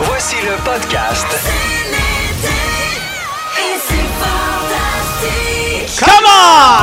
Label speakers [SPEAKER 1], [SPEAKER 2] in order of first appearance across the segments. [SPEAKER 1] Voici le podcast.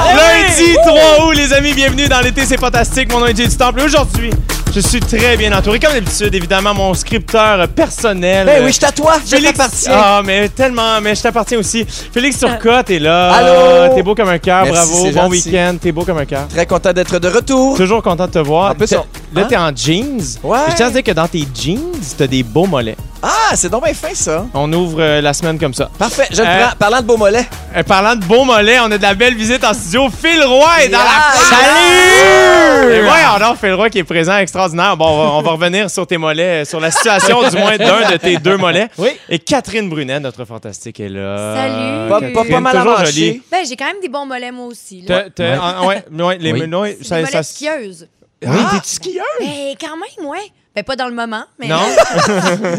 [SPEAKER 2] Eh
[SPEAKER 3] Lundi 3 août, les amis, bienvenue dans l'été, c'est fantastique. Mon nom est Jay du Temple. Et Aujourd'hui, je suis très bien entouré. Comme d'habitude, évidemment, mon scripteur euh, personnel.
[SPEAKER 2] Ben
[SPEAKER 3] euh,
[SPEAKER 2] oui, je t'attoie, je
[SPEAKER 3] Félix-
[SPEAKER 2] t'appartiens.
[SPEAKER 3] Ah, mais tellement, mais je t'appartiens aussi. Félix Turcotte est là.
[SPEAKER 2] Allô?
[SPEAKER 3] T'es beau comme un cœur,
[SPEAKER 2] Merci,
[SPEAKER 3] bravo.
[SPEAKER 2] c'est
[SPEAKER 3] Bon
[SPEAKER 2] gentil.
[SPEAKER 3] week-end, t'es beau comme un cœur.
[SPEAKER 2] Très content d'être de retour.
[SPEAKER 3] Toujours content de te voir.
[SPEAKER 2] En plus,
[SPEAKER 3] T'es-
[SPEAKER 2] on-
[SPEAKER 3] Là,
[SPEAKER 2] hein?
[SPEAKER 3] t'es en jeans.
[SPEAKER 2] Ouais.
[SPEAKER 3] Je tiens à dire que dans tes jeans, t'as des beaux mollets.
[SPEAKER 2] Ah, c'est donc bien fin, ça.
[SPEAKER 3] On ouvre euh, la semaine comme ça.
[SPEAKER 2] Parfait, je le
[SPEAKER 3] Euh,
[SPEAKER 2] prends. Parlant de beaux mollets.
[SPEAKER 3] Euh, parlant de beaux mollets, on a de la belle visite en studio. Phil Roy est dans la
[SPEAKER 2] Yeah!
[SPEAKER 3] Salut! Et ouais, alors Phil Roy qui est présent, extraordinaire. Bon, on va, on va revenir sur tes mollets, euh, sur la situation du moins d'un de tes deux mollets.
[SPEAKER 2] Oui.
[SPEAKER 3] Et Catherine Brunet, notre fantastique, est là.
[SPEAKER 4] Salut!
[SPEAKER 2] Pas,
[SPEAKER 3] Catherine,
[SPEAKER 2] pas- pas mal
[SPEAKER 3] toujours
[SPEAKER 2] avancé.
[SPEAKER 3] jolie.
[SPEAKER 4] Ben, j'ai quand même des bons mollets, moi aussi. Là.
[SPEAKER 3] T'as- t'as- ah, ouais, ouais, les
[SPEAKER 2] Oui.
[SPEAKER 3] menus, ouais,
[SPEAKER 4] C'est
[SPEAKER 3] ça-
[SPEAKER 4] des mollets
[SPEAKER 3] ça-
[SPEAKER 4] de skieuse. Ah!
[SPEAKER 3] Oui, t'es-tu skieuse?
[SPEAKER 4] Ben, quand même, ouais. Ben, pas dans le moment, mais.
[SPEAKER 3] Non?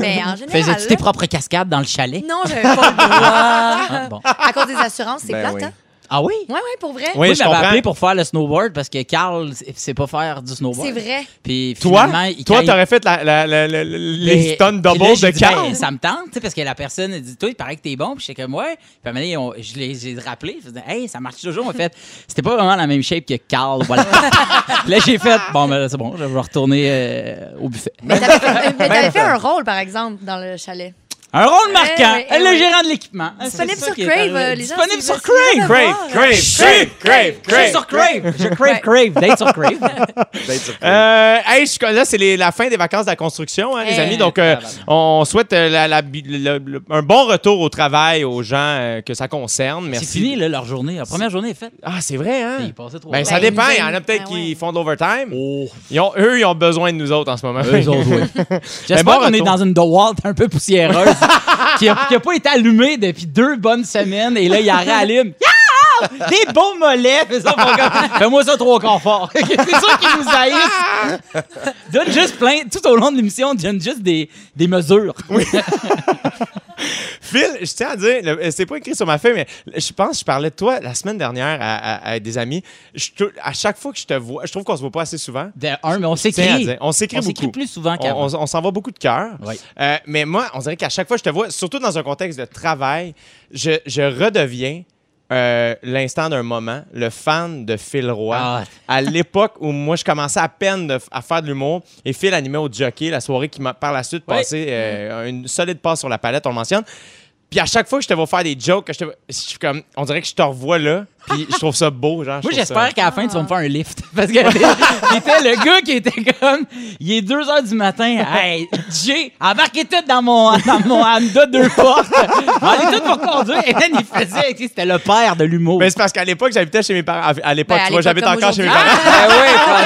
[SPEAKER 4] mais en général.
[SPEAKER 5] Faisais-tu tes
[SPEAKER 4] là-
[SPEAKER 5] propres cascades dans le chalet?
[SPEAKER 4] Non, j'avais pas le droit.
[SPEAKER 5] Ah, bon.
[SPEAKER 4] À cause des assurances, c'est
[SPEAKER 2] Ben
[SPEAKER 4] plate,
[SPEAKER 2] oui.
[SPEAKER 4] hein?
[SPEAKER 5] Ah oui?
[SPEAKER 4] Ouais, ouais, pour vrai.
[SPEAKER 3] Oui,
[SPEAKER 5] Moi,
[SPEAKER 3] je
[SPEAKER 5] m'avait
[SPEAKER 3] comprends.
[SPEAKER 5] appelé pour faire le snowboard parce que Carl s- sait pas faire du snowboard.
[SPEAKER 4] C'est vrai.
[SPEAKER 5] Puis
[SPEAKER 3] Toi,
[SPEAKER 5] finalement, il-
[SPEAKER 3] toi
[SPEAKER 5] quand
[SPEAKER 3] t'aurais fait la, la- la- la-
[SPEAKER 5] il-
[SPEAKER 3] les
[SPEAKER 5] Et-
[SPEAKER 3] stun
[SPEAKER 5] puis là,
[SPEAKER 3] doubles
[SPEAKER 5] j'ai
[SPEAKER 3] de
[SPEAKER 5] dit,
[SPEAKER 3] Carl.
[SPEAKER 5] ben, ça me tente, tu sais, parce que la personne elle dit Toi, il paraît que t'es bon. Puis j'étais comme Ouais. Puis à un moment donné, on- je l'ai j'ai rappelé. Je faisais Hey, ça marche toujours. En fait, c'était pas vraiment la même shape que Carl. Voilà. Puis là, j'ai fait Bon, ben là, c'est bon, je vais retourner euh, au buffet.
[SPEAKER 4] Mais t'avais fait, euh, mais t'avais fait un rôle, par exemple, dans le chalet.
[SPEAKER 5] Un rôle marquant,
[SPEAKER 4] ouais, ouais,
[SPEAKER 5] le
[SPEAKER 4] ouais.
[SPEAKER 5] gérant de l'équipement.
[SPEAKER 4] eh Disponible
[SPEAKER 5] C'est ça
[SPEAKER 4] sur
[SPEAKER 5] qui est
[SPEAKER 4] Crave,
[SPEAKER 5] arrivé.
[SPEAKER 4] euh, les gens.
[SPEAKER 5] Disponible
[SPEAKER 4] si-
[SPEAKER 5] sur
[SPEAKER 4] si-
[SPEAKER 5] Crave.
[SPEAKER 4] si-
[SPEAKER 3] Crave, crave, crave, crave,
[SPEAKER 5] Je suis sur Crave. Je crave, crave. Date sur Crave.
[SPEAKER 3] Euh, hey, je suis- là, c'est les- la fin des vacances de la construction, hein, les
[SPEAKER 4] Hey.
[SPEAKER 3] amis. Donc, euh, on souhaite euh, la- la- le- le- un bon retour au travail aux gens euh, que ça concerne.
[SPEAKER 5] C'est
[SPEAKER 3] Merci.
[SPEAKER 5] fini, là, leur journée. La première journée est faite.
[SPEAKER 3] Ah, c'est vrai, hein?
[SPEAKER 5] Il passait trop
[SPEAKER 3] Ben,
[SPEAKER 5] vite.
[SPEAKER 3] ça
[SPEAKER 4] Ben,
[SPEAKER 3] dépend.
[SPEAKER 4] nous
[SPEAKER 3] Il y en a
[SPEAKER 4] aime-
[SPEAKER 3] peut-être
[SPEAKER 4] ben
[SPEAKER 3] qui
[SPEAKER 4] ouais.
[SPEAKER 3] font de l'overtime.
[SPEAKER 5] Oh,
[SPEAKER 3] Ils ont- Eux, ils ont besoin de nous autres en ce moment.
[SPEAKER 5] eux autres, oui. J'espère
[SPEAKER 3] bon
[SPEAKER 5] qu'on est
[SPEAKER 3] retour.
[SPEAKER 5] dans une DeWalt un peu poussiéreuse qui, a, qui a pas été allumée depuis deux bonnes semaines et là, il la rallume. Yeah! Des beaux mollets! Fais ça, mon gars. Fais-moi ça trop confort. C'est sûr qu'ils nous haïssent. Donne juste plein, tout au long de l'émission, donne juste des, des mesures.
[SPEAKER 3] Phil, je tiens à dire, le- euh, c'est pas écrit sur ma feuille, mais je pense que je parlais de toi la semaine dernière à, à- à des amis. Je te- à chaque fois que je te vois, je trouve qu'on se voit pas assez souvent.
[SPEAKER 5] De un, mais on
[SPEAKER 3] Tiens à
[SPEAKER 5] s'écrit.
[SPEAKER 3] dire, On s'écrit
[SPEAKER 5] On
[SPEAKER 3] beaucoup.
[SPEAKER 5] s'écrit plus souvent
[SPEAKER 3] On,
[SPEAKER 5] qu'avant.
[SPEAKER 3] on- on s'en va beaucoup de cœur.
[SPEAKER 5] Oui.
[SPEAKER 3] Euh, mais moi, on dirait qu'à chaque fois que je te vois, surtout dans un contexte de travail, je, je redeviens euh, l'instant d'un moment, le fan de Phil Roy.
[SPEAKER 5] Ah.
[SPEAKER 3] À l'époque où moi, je commençais à peine de- à faire de l'humour et Phil animait au jockey, la soirée qui m'a par la suite
[SPEAKER 5] Oui.
[SPEAKER 3] passé euh, une solide passe sur la palette, on le mentionne. Puis à chaque fois que je te vois faire des jokes, que je te vois- je suis comme, on dirait que je te revois là, puis je trouve ça beau. Genre, je
[SPEAKER 5] Moi,
[SPEAKER 3] trouve ça-
[SPEAKER 5] j'espère qu'à la fin, tu vas me faire un lift. Parce que c'était le gars qui était comme. Il est 2 h du matin. Hey, Jay, embarquez tout dans mon, dans mon Honda deux portes. Allez tout pour conduire. Et man, il faisait. tu sais, C'était le père de l'humour.
[SPEAKER 3] Mais c'est parce qu'à l'époque, j'habitais chez mes parents. Ah, À l'époque,
[SPEAKER 4] Ben, à
[SPEAKER 3] tu vois, j'habite
[SPEAKER 4] l'époque, comme
[SPEAKER 3] encore chez mes
[SPEAKER 4] aujourd'hui.
[SPEAKER 3] parents.
[SPEAKER 5] Ah, ben oui,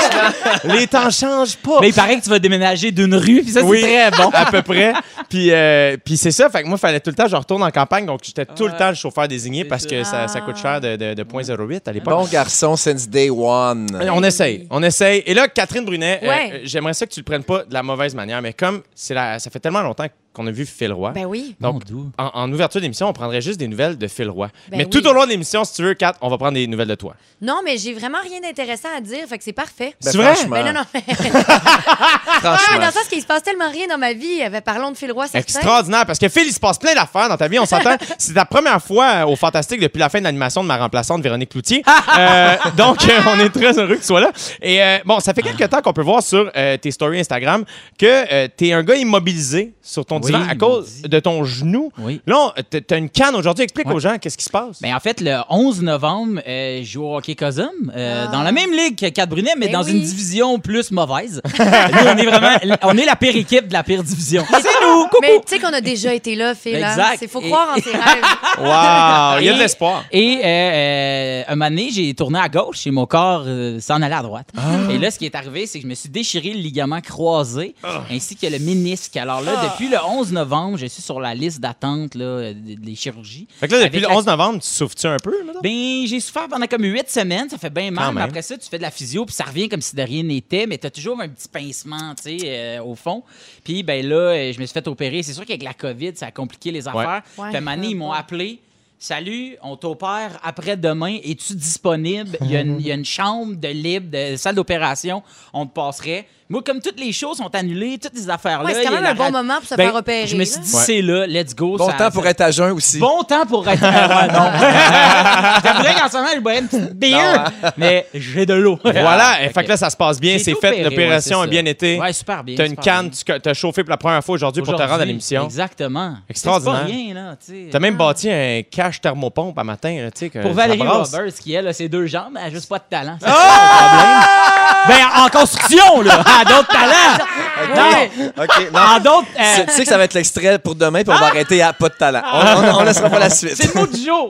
[SPEAKER 5] franchement.
[SPEAKER 3] Les temps changent pas.
[SPEAKER 5] Mais il paraît que tu vas déménager d'une rue. Puis ça, c'est
[SPEAKER 3] Oui.
[SPEAKER 5] très bon.
[SPEAKER 3] à peu près. Puis, euh, puis c'est ça. Fait que moi, fallait tout le temps, je retourne en campagne. Donc, j'étais tout le temps le chauffeur désigné
[SPEAKER 5] C'est
[SPEAKER 3] parce que ça,
[SPEAKER 4] ça. Ah.
[SPEAKER 3] ça coûte cher de, de, de 0.08 à l'époque.
[SPEAKER 2] Bon garçon since day one.
[SPEAKER 3] On essaye, on essaye. Et là, Catherine Brunet, euh,
[SPEAKER 4] Ouais.
[SPEAKER 3] euh, j'aimerais ça que tu le prennes pas de la mauvaise manière, mais comme c'est la, ça fait tellement longtemps qu'on a vu Phil Roy,
[SPEAKER 4] Ben oui.
[SPEAKER 3] donc en, en ouverture d'émission, on prendrait juste des nouvelles de Phil Roy.
[SPEAKER 4] Ben
[SPEAKER 3] mais
[SPEAKER 4] oui.
[SPEAKER 3] tout au long de l'émission, si tu veux, Kat, on va prendre des nouvelles de toi.
[SPEAKER 4] Non, mais j'ai vraiment rien d'intéressant à dire, fait que c'est parfait.
[SPEAKER 2] Ben,
[SPEAKER 3] C'est vrai?
[SPEAKER 2] franchement,
[SPEAKER 4] Ben non, non, mais
[SPEAKER 2] franchement.
[SPEAKER 4] dans le sens qu'il se passe tellement rien dans ma vie. euh, Parlons de fil roi, certain.
[SPEAKER 3] Extraordinaire, parce que Phil, il se passe plein d'affaires dans ta vie, on s'entend. C'est ta première fois euh, au Fantastique depuis la fin de l'animation de ma remplaçante Véronique Cloutier. Euh, donc, euh, on est très heureux que tu sois là. Et euh, bon, ça fait quelques temps qu'on peut voir sur euh, tes stories Instagram que tu es un gars immobilisé sur ton
[SPEAKER 5] Oui,
[SPEAKER 3] divan à cause
[SPEAKER 5] maudit.
[SPEAKER 3] de ton genou.
[SPEAKER 5] Oui.
[SPEAKER 3] Là, tu as une canne aujourd'hui. Explique aux gens qu'est-ce qui se passe.
[SPEAKER 5] Ben, en fait, le 11 novembre, euh, je joue au hockey Cosum, euh,
[SPEAKER 4] Ah.
[SPEAKER 5] dans la même ligue que Cat Brunet, mais
[SPEAKER 4] Ben
[SPEAKER 5] dans
[SPEAKER 4] oui.
[SPEAKER 5] une division plus mauvaise. Nous, on est vraiment, on est la pire équipe de la pire division. C'est nous! Coucou!
[SPEAKER 4] Mais tu sais qu'on a déjà été là, Phil. hein?
[SPEAKER 5] Exact.
[SPEAKER 4] C'est faut
[SPEAKER 5] Et-
[SPEAKER 4] croire en ses rêves.
[SPEAKER 3] Wow, Ah, il y a de
[SPEAKER 5] Et-
[SPEAKER 3] l'espoir.
[SPEAKER 5] Et euh, euh, un moment donné, j'ai tourné à gauche et mon corps euh, s'en allait à droite.
[SPEAKER 3] Ah.
[SPEAKER 5] Et là, ce qui est arrivé, c'est que je me suis déchiré le ligament croisé
[SPEAKER 3] Ah.
[SPEAKER 5] ainsi que le ménisque. Alors là, depuis le 11 novembre, je suis sur la liste d'attente là, euh, des des chirurgies.
[SPEAKER 3] Fait que là, depuis le
[SPEAKER 5] Avec la-
[SPEAKER 3] 11 novembre, tu souffres-tu un peu? mettons?
[SPEAKER 5] Ben, j'ai souffert pendant comme huit semaines, ça fait bien mal,
[SPEAKER 3] Quand
[SPEAKER 5] mais
[SPEAKER 3] même.
[SPEAKER 5] après ça, tu fais de la physio, puis ça revient comme si de rien n'était, mais t'as toujours un petit pincement, tu sais, euh, au fond. Puis, ben là, euh, je me suis fait opérer. C'est sûr qu'avec la COVID, ça a compliqué les affaires.
[SPEAKER 4] Ouais.
[SPEAKER 5] Puis, à un moment donné,
[SPEAKER 4] Ouais.
[SPEAKER 5] ils m'ont appelé. Salut, on t'opère après-demain. Es-tu disponible? Il y, a une, il y a une chambre de libre, de salle d'opération. On te passerait. Moi, comme toutes les choses sont annulées, toutes les affaires-là.
[SPEAKER 4] Ouais, c'est quand
[SPEAKER 5] il y a
[SPEAKER 4] même
[SPEAKER 5] la
[SPEAKER 4] un bon
[SPEAKER 5] rad-
[SPEAKER 4] moment pour se
[SPEAKER 5] Ben,
[SPEAKER 4] faire opérer,
[SPEAKER 5] Je me
[SPEAKER 4] là.
[SPEAKER 5] suis dit,
[SPEAKER 3] Ouais.
[SPEAKER 5] c'est là, let's go.
[SPEAKER 2] Bon
[SPEAKER 5] ça-
[SPEAKER 2] temps pour être à jeun aussi.
[SPEAKER 5] Bon temps pour être. Ah ouais, non. J'aimerais qu'en ce moment, je boirais une petite bière, mais j'ai de l'eau.
[SPEAKER 3] hein. Voilà,
[SPEAKER 5] Ah,
[SPEAKER 3] et fait
[SPEAKER 5] ok.
[SPEAKER 3] que là, ça se passe bien,
[SPEAKER 5] J'ai
[SPEAKER 3] c'est
[SPEAKER 5] été
[SPEAKER 3] fait,
[SPEAKER 5] opéré,
[SPEAKER 3] l'opération
[SPEAKER 5] ouais,
[SPEAKER 3] a
[SPEAKER 5] c'est
[SPEAKER 3] bien
[SPEAKER 5] ça.
[SPEAKER 3] été.
[SPEAKER 5] Ouais, super bien.
[SPEAKER 3] T'as une
[SPEAKER 5] super
[SPEAKER 3] canne,
[SPEAKER 5] bien.
[SPEAKER 3] tu as chauffé pour la première fois aujourd'hui pour te rendre à
[SPEAKER 5] Aujourd'hui,
[SPEAKER 3] l'émission.
[SPEAKER 5] Exactement.
[SPEAKER 3] Extraordinaire.
[SPEAKER 5] C'est pas rien, là, tu sais.
[SPEAKER 3] T'as même bâti un cache thermopompe à matin, hein, tu sais. que
[SPEAKER 5] Pour
[SPEAKER 3] ça
[SPEAKER 5] Valérie
[SPEAKER 3] brasse. Ah!
[SPEAKER 5] Roberts, qui elle a ses deux jambes, elle a juste pas de talent. C'est ça, le problème. Ben, en construction, là, à d'autres talents.
[SPEAKER 2] OK. OK, non.
[SPEAKER 5] En d'autres. euh,
[SPEAKER 2] C'est- Tu sais que ça va être l'extrait pour demain, puis on va arrêter à pas de talent. On, on, on laissera pas la suite.
[SPEAKER 5] c'est le mot du jour.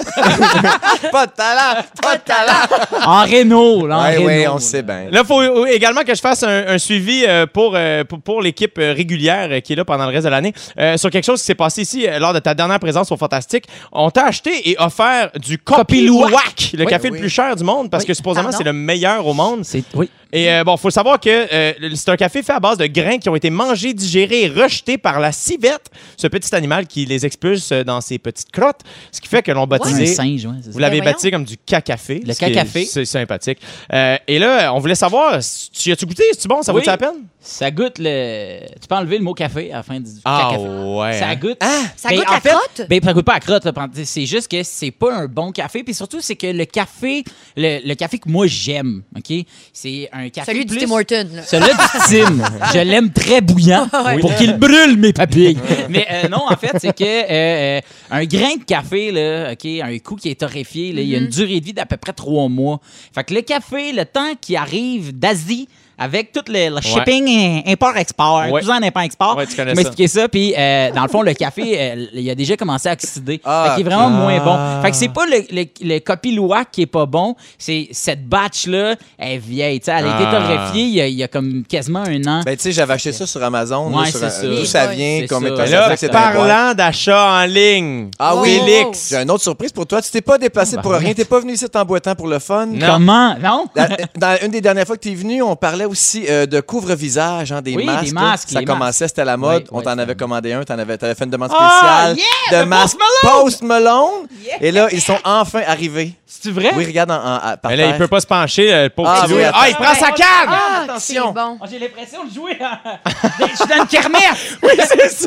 [SPEAKER 2] Pas de talent, pas de talent.
[SPEAKER 5] En Renault, là. En
[SPEAKER 2] Oui, oui,
[SPEAKER 5] Renault,
[SPEAKER 2] on
[SPEAKER 5] là.
[SPEAKER 2] sait bien.
[SPEAKER 3] Là, il faut euh, également que je fasse un, un suivi euh, pour, euh, pour, pour l'équipe euh, régulière euh, qui est là pendant le reste de l'année euh, sur quelque chose qui s'est passé ici euh, lors de ta dernière présence au Fantastique. On t'a acheté et offert du Kopi
[SPEAKER 5] Luwak.
[SPEAKER 3] Luwak, le
[SPEAKER 2] Oui,
[SPEAKER 3] café
[SPEAKER 2] oui.
[SPEAKER 3] le plus cher du monde parce
[SPEAKER 5] Oui.
[SPEAKER 3] que supposément
[SPEAKER 4] Pardon?
[SPEAKER 3] c'est le meilleur au monde.
[SPEAKER 5] C'est. Oui.
[SPEAKER 3] Et euh, bon, faut savoir que euh, le- c'est un café fait à base de grains qui ont été mangés, digérés et rejetés par la civette, ce petit animal qui les expulse euh, dans ses petites crottes, ce qui fait que l'on
[SPEAKER 5] C'est un
[SPEAKER 3] baptisé.
[SPEAKER 5] singe, ouais, c'est ça.
[SPEAKER 3] Vous l'avez
[SPEAKER 4] Ben voyons.
[SPEAKER 3] bâti comme du cacafé.
[SPEAKER 5] Le
[SPEAKER 3] ce qui est-
[SPEAKER 5] cacafé.
[SPEAKER 3] C'est sympathique. Euh, et là, on voulait savoir, si tu y as-tu goûté? C'est-tu bon? Ça
[SPEAKER 5] Oui.
[SPEAKER 3] vaut-tu la peine?
[SPEAKER 5] Ça goûte le. Tu peux enlever le mot café à la fin du du
[SPEAKER 2] Ah,
[SPEAKER 5] café.
[SPEAKER 3] Ah, ouais. hein?
[SPEAKER 2] hein.
[SPEAKER 5] Ça goûte.
[SPEAKER 4] Ah, Ça
[SPEAKER 5] Ben,
[SPEAKER 4] goûte
[SPEAKER 5] en
[SPEAKER 4] la
[SPEAKER 5] fait,
[SPEAKER 4] crotte?
[SPEAKER 5] Ben, ça goûte pas à crotte. là, pendant- C'est juste que c'est pas un bon café. Puis surtout, c'est que le café, le, le café que moi j'aime, OK? C'est un café.
[SPEAKER 4] Celui du
[SPEAKER 5] plus-
[SPEAKER 4] Tim Horton. là.
[SPEAKER 5] celui du Tim. Je l'aime très bouillant pour qu'il brûle mes papilles. Ah Mais euh, non, en fait, c'est que euh, euh, un grain de café, là, OK, un coup qui est torréfié, là, il y a
[SPEAKER 3] Mm-hmm.
[SPEAKER 5] une durée de vie d'à peu près trois mois. Fait que le café, le temps qui arrive d'Asie, avec tout le, le shipping euh, import-export,
[SPEAKER 3] Ouais.
[SPEAKER 5] tout en import-export.
[SPEAKER 3] Ouais, tu connais ça.
[SPEAKER 5] m'expliquer ça, puis euh, dans le fond, le café, euh, il a déjà commencé à oxyder.
[SPEAKER 2] Ah,
[SPEAKER 5] fait qu'il est vraiment
[SPEAKER 3] ok.
[SPEAKER 5] moins
[SPEAKER 3] Ah.
[SPEAKER 5] bon. Fait que c'est pas le, le, le Kopi Luwak qui est pas bon, c'est cette batch-là, elle est vieille, tu sais, elle a été
[SPEAKER 3] Ah.
[SPEAKER 5] torréfiée il y a, il y a comme quasiment un an.
[SPEAKER 2] Ben, tu sais, j'avais acheté ça sur Amazon, là,
[SPEAKER 5] Ouais,
[SPEAKER 2] sur,
[SPEAKER 5] c'est
[SPEAKER 2] euh,
[SPEAKER 5] ça.
[SPEAKER 2] d'où ça
[SPEAKER 4] Oui,
[SPEAKER 2] vient,
[SPEAKER 5] c'est
[SPEAKER 2] combien de
[SPEAKER 5] ça.
[SPEAKER 3] Mais
[SPEAKER 2] temps
[SPEAKER 5] Mais
[SPEAKER 3] là,
[SPEAKER 2] ça fait que c'était dans la boîte.
[SPEAKER 3] parlant d'achat en ligne.
[SPEAKER 2] Ah
[SPEAKER 4] Wow,
[SPEAKER 2] oui,
[SPEAKER 4] wow, wow.
[SPEAKER 2] J'ai une autre surprise pour toi. Tu t'es pas déplacé
[SPEAKER 5] Bah,
[SPEAKER 2] pour rien. T'es pas venu ici t'emboîtant pour le fun.
[SPEAKER 3] Non.
[SPEAKER 5] Comment? Non?
[SPEAKER 2] La- dans une des dernières fois que tu es venu, on parlait aussi euh, de couvre-visage, hein, des,
[SPEAKER 5] Oui, des
[SPEAKER 2] masques, là.
[SPEAKER 5] masques,
[SPEAKER 2] Ça
[SPEAKER 5] les
[SPEAKER 2] commençait, c'était à la mode.
[SPEAKER 5] Oui,
[SPEAKER 2] on
[SPEAKER 5] oui,
[SPEAKER 2] t'en
[SPEAKER 5] ça-
[SPEAKER 2] avait commandé un, t'en avais, t'avais fait une demande
[SPEAKER 5] Ah,
[SPEAKER 2] spéciale
[SPEAKER 5] yeah,
[SPEAKER 2] de
[SPEAKER 5] de
[SPEAKER 2] masques Post Malone. Et là, ils sont enfin arrivés.
[SPEAKER 5] C'est vrai?
[SPEAKER 2] Oui, regarde en, en- à- par
[SPEAKER 3] Mais là, il
[SPEAKER 2] terre.
[SPEAKER 3] peut pas se pencher, euh, le pauvre
[SPEAKER 2] Ah,
[SPEAKER 3] petit
[SPEAKER 2] oui,
[SPEAKER 3] loup. Ah, il
[SPEAKER 2] attends.
[SPEAKER 3] prend sa canne!
[SPEAKER 4] Ah,
[SPEAKER 2] attention.
[SPEAKER 4] c'est bon.
[SPEAKER 5] Oh, J'ai l'impression de jouer à... Je suis dans une kermesse!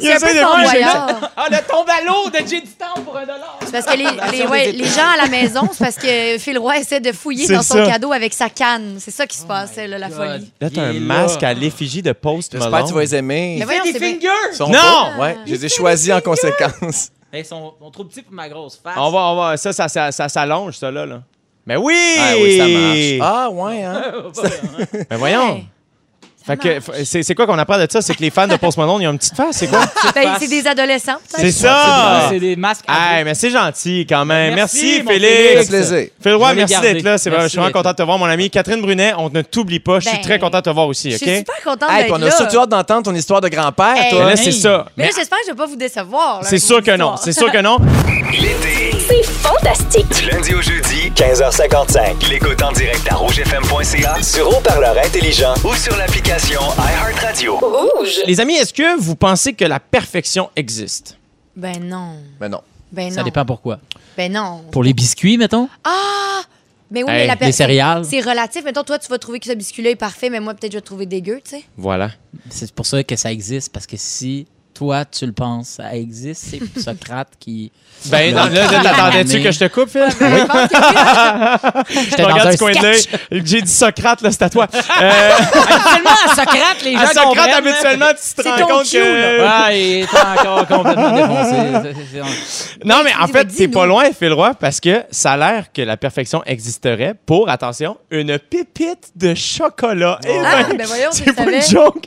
[SPEAKER 3] Il
[SPEAKER 4] C'est un
[SPEAKER 3] essaie
[SPEAKER 4] peu
[SPEAKER 3] de- hein.
[SPEAKER 4] son
[SPEAKER 3] Ouais, j'ai-
[SPEAKER 4] voyage.
[SPEAKER 5] Ah, le tombe à l'eau de Jay Dutemps pour un dollar!
[SPEAKER 3] Oh
[SPEAKER 4] C'est parce que les, les, ouais, les gens à la maison, c'est parce que Phil Roy essaie de fouiller
[SPEAKER 3] C'est
[SPEAKER 4] dans son
[SPEAKER 3] ça.
[SPEAKER 4] cadeau avec sa canne. C'est ça qui se passait, là, la folie.
[SPEAKER 3] Là, t'as un masque à l'effigie de Post
[SPEAKER 2] J'espère que tu vas
[SPEAKER 3] Malone.
[SPEAKER 2] les aimer.
[SPEAKER 4] Mais
[SPEAKER 2] Ils
[SPEAKER 4] voyons,
[SPEAKER 5] des
[SPEAKER 4] c'est bien.
[SPEAKER 5] fingers!
[SPEAKER 2] sont
[SPEAKER 3] Non!
[SPEAKER 2] beaux. Ouais, je les ai choisis en conséquence.
[SPEAKER 5] Ils sont, sont trop petits pour ma grosse face.
[SPEAKER 3] On va, on va, ça, ça, ça, ça s'allonge, ça, là. là. Mais oui!
[SPEAKER 2] Ah oui, ça marche. Ah ouais, hein?
[SPEAKER 3] Mais voyons!
[SPEAKER 4] Ouais.
[SPEAKER 3] Fait que, f- c'est c'est quoi qu'on apprend de ça? C'est que les fans de Post Malone, ils ont une petite face, c'est quoi?
[SPEAKER 4] Ben, c'est des adolescents, peut-être.
[SPEAKER 3] C'est ça!
[SPEAKER 5] Ah, C'est des masques à
[SPEAKER 3] Ah! Hey, mais c'est gentil quand même. Merci,
[SPEAKER 5] Merci,
[SPEAKER 2] Ça
[SPEAKER 5] mon
[SPEAKER 2] fait
[SPEAKER 3] Félix.
[SPEAKER 5] Félix.
[SPEAKER 2] plaisir.
[SPEAKER 3] Phil
[SPEAKER 5] Je
[SPEAKER 3] Roy,
[SPEAKER 5] vais les
[SPEAKER 3] merci
[SPEAKER 5] garder.
[SPEAKER 3] d'être là. C'est vrai,
[SPEAKER 5] Merci
[SPEAKER 3] je suis vraiment
[SPEAKER 5] d'être
[SPEAKER 3] content de te voir, mon ami. Catherine Brunet, on ne t'oublie pas. Je suis
[SPEAKER 4] Ben,
[SPEAKER 3] très content de te voir aussi,
[SPEAKER 4] Je
[SPEAKER 3] OK?
[SPEAKER 4] suis super contente
[SPEAKER 2] Hey, puis
[SPEAKER 4] d'être
[SPEAKER 2] on
[SPEAKER 4] là.
[SPEAKER 2] a surtout hâte d'entendre ton histoire de grand-père,
[SPEAKER 4] Hey.
[SPEAKER 3] Mais
[SPEAKER 2] toi.
[SPEAKER 3] là, c'est
[SPEAKER 5] Hey.
[SPEAKER 3] ça.
[SPEAKER 4] Mais
[SPEAKER 3] Mais
[SPEAKER 4] là, j'espère que je vais pas vous décevoir. là,
[SPEAKER 3] c'est
[SPEAKER 4] avec
[SPEAKER 3] sûr
[SPEAKER 4] mon
[SPEAKER 3] que non.
[SPEAKER 4] histoire.
[SPEAKER 3] C'est sûr que non.
[SPEAKER 1] L'été,
[SPEAKER 6] C'est fantastique.
[SPEAKER 1] du lundi au jeudi, 15h55. L'écoute en direct à rougefm.ca, sur haut-parleur intelligent ou sur l'application iHeartRadio.
[SPEAKER 6] Rouge.
[SPEAKER 3] Les amis, est-ce que vous pensez que la perfection existe?
[SPEAKER 4] Ben non.
[SPEAKER 2] Mais non.
[SPEAKER 4] Ben non.
[SPEAKER 5] Ça dépend pourquoi.
[SPEAKER 4] Ben non.
[SPEAKER 5] Pour les biscuits, mettons?
[SPEAKER 4] Ah! Mais oui,
[SPEAKER 3] Hey,
[SPEAKER 4] mais la per-
[SPEAKER 5] les céréales.
[SPEAKER 4] C'est relatif. Mettons, toi, tu vas trouver que ce biscuit-là est parfait, mais moi, peut-être, je vais le trouver dégueu, tu sais.
[SPEAKER 3] Voilà.
[SPEAKER 5] C'est pour ça que ça existe, parce que si toi, tu le penses, ça existe, c'est Socrate qui.
[SPEAKER 3] Ben, non, là, là, t'attendais-tu que je te coupe, Phil?
[SPEAKER 5] J'étais
[SPEAKER 3] Je
[SPEAKER 5] dans
[SPEAKER 3] regarde
[SPEAKER 5] un
[SPEAKER 3] du coin de
[SPEAKER 5] sketch.
[SPEAKER 3] l'œil. J'ai dit Socrate, là, c'est à toi. Euh,
[SPEAKER 5] Habituellement, à Socrate, les gens
[SPEAKER 3] à Socrate,
[SPEAKER 5] comprennent, hein.
[SPEAKER 3] habituellement, tu te
[SPEAKER 5] C'est
[SPEAKER 3] rends
[SPEAKER 5] ton
[SPEAKER 3] compte
[SPEAKER 5] cue,
[SPEAKER 3] que... euh,
[SPEAKER 2] Euh,
[SPEAKER 5] là. Ouais, il est encore complètement défoncé. C'est- c'est- c'est-
[SPEAKER 3] Non, mais en
[SPEAKER 4] Dis-moi,
[SPEAKER 3] fait, t'es pas
[SPEAKER 4] dis-nous.
[SPEAKER 3] loin, Phil Roy, parce que ça a l'air que la perfection existerait pour, attention, une pépite de chocolat. Eh
[SPEAKER 4] Ah,
[SPEAKER 3] ben,
[SPEAKER 4] ben voyons, je
[SPEAKER 3] c'est
[SPEAKER 4] le
[SPEAKER 3] pas une
[SPEAKER 4] savais.
[SPEAKER 3] joke.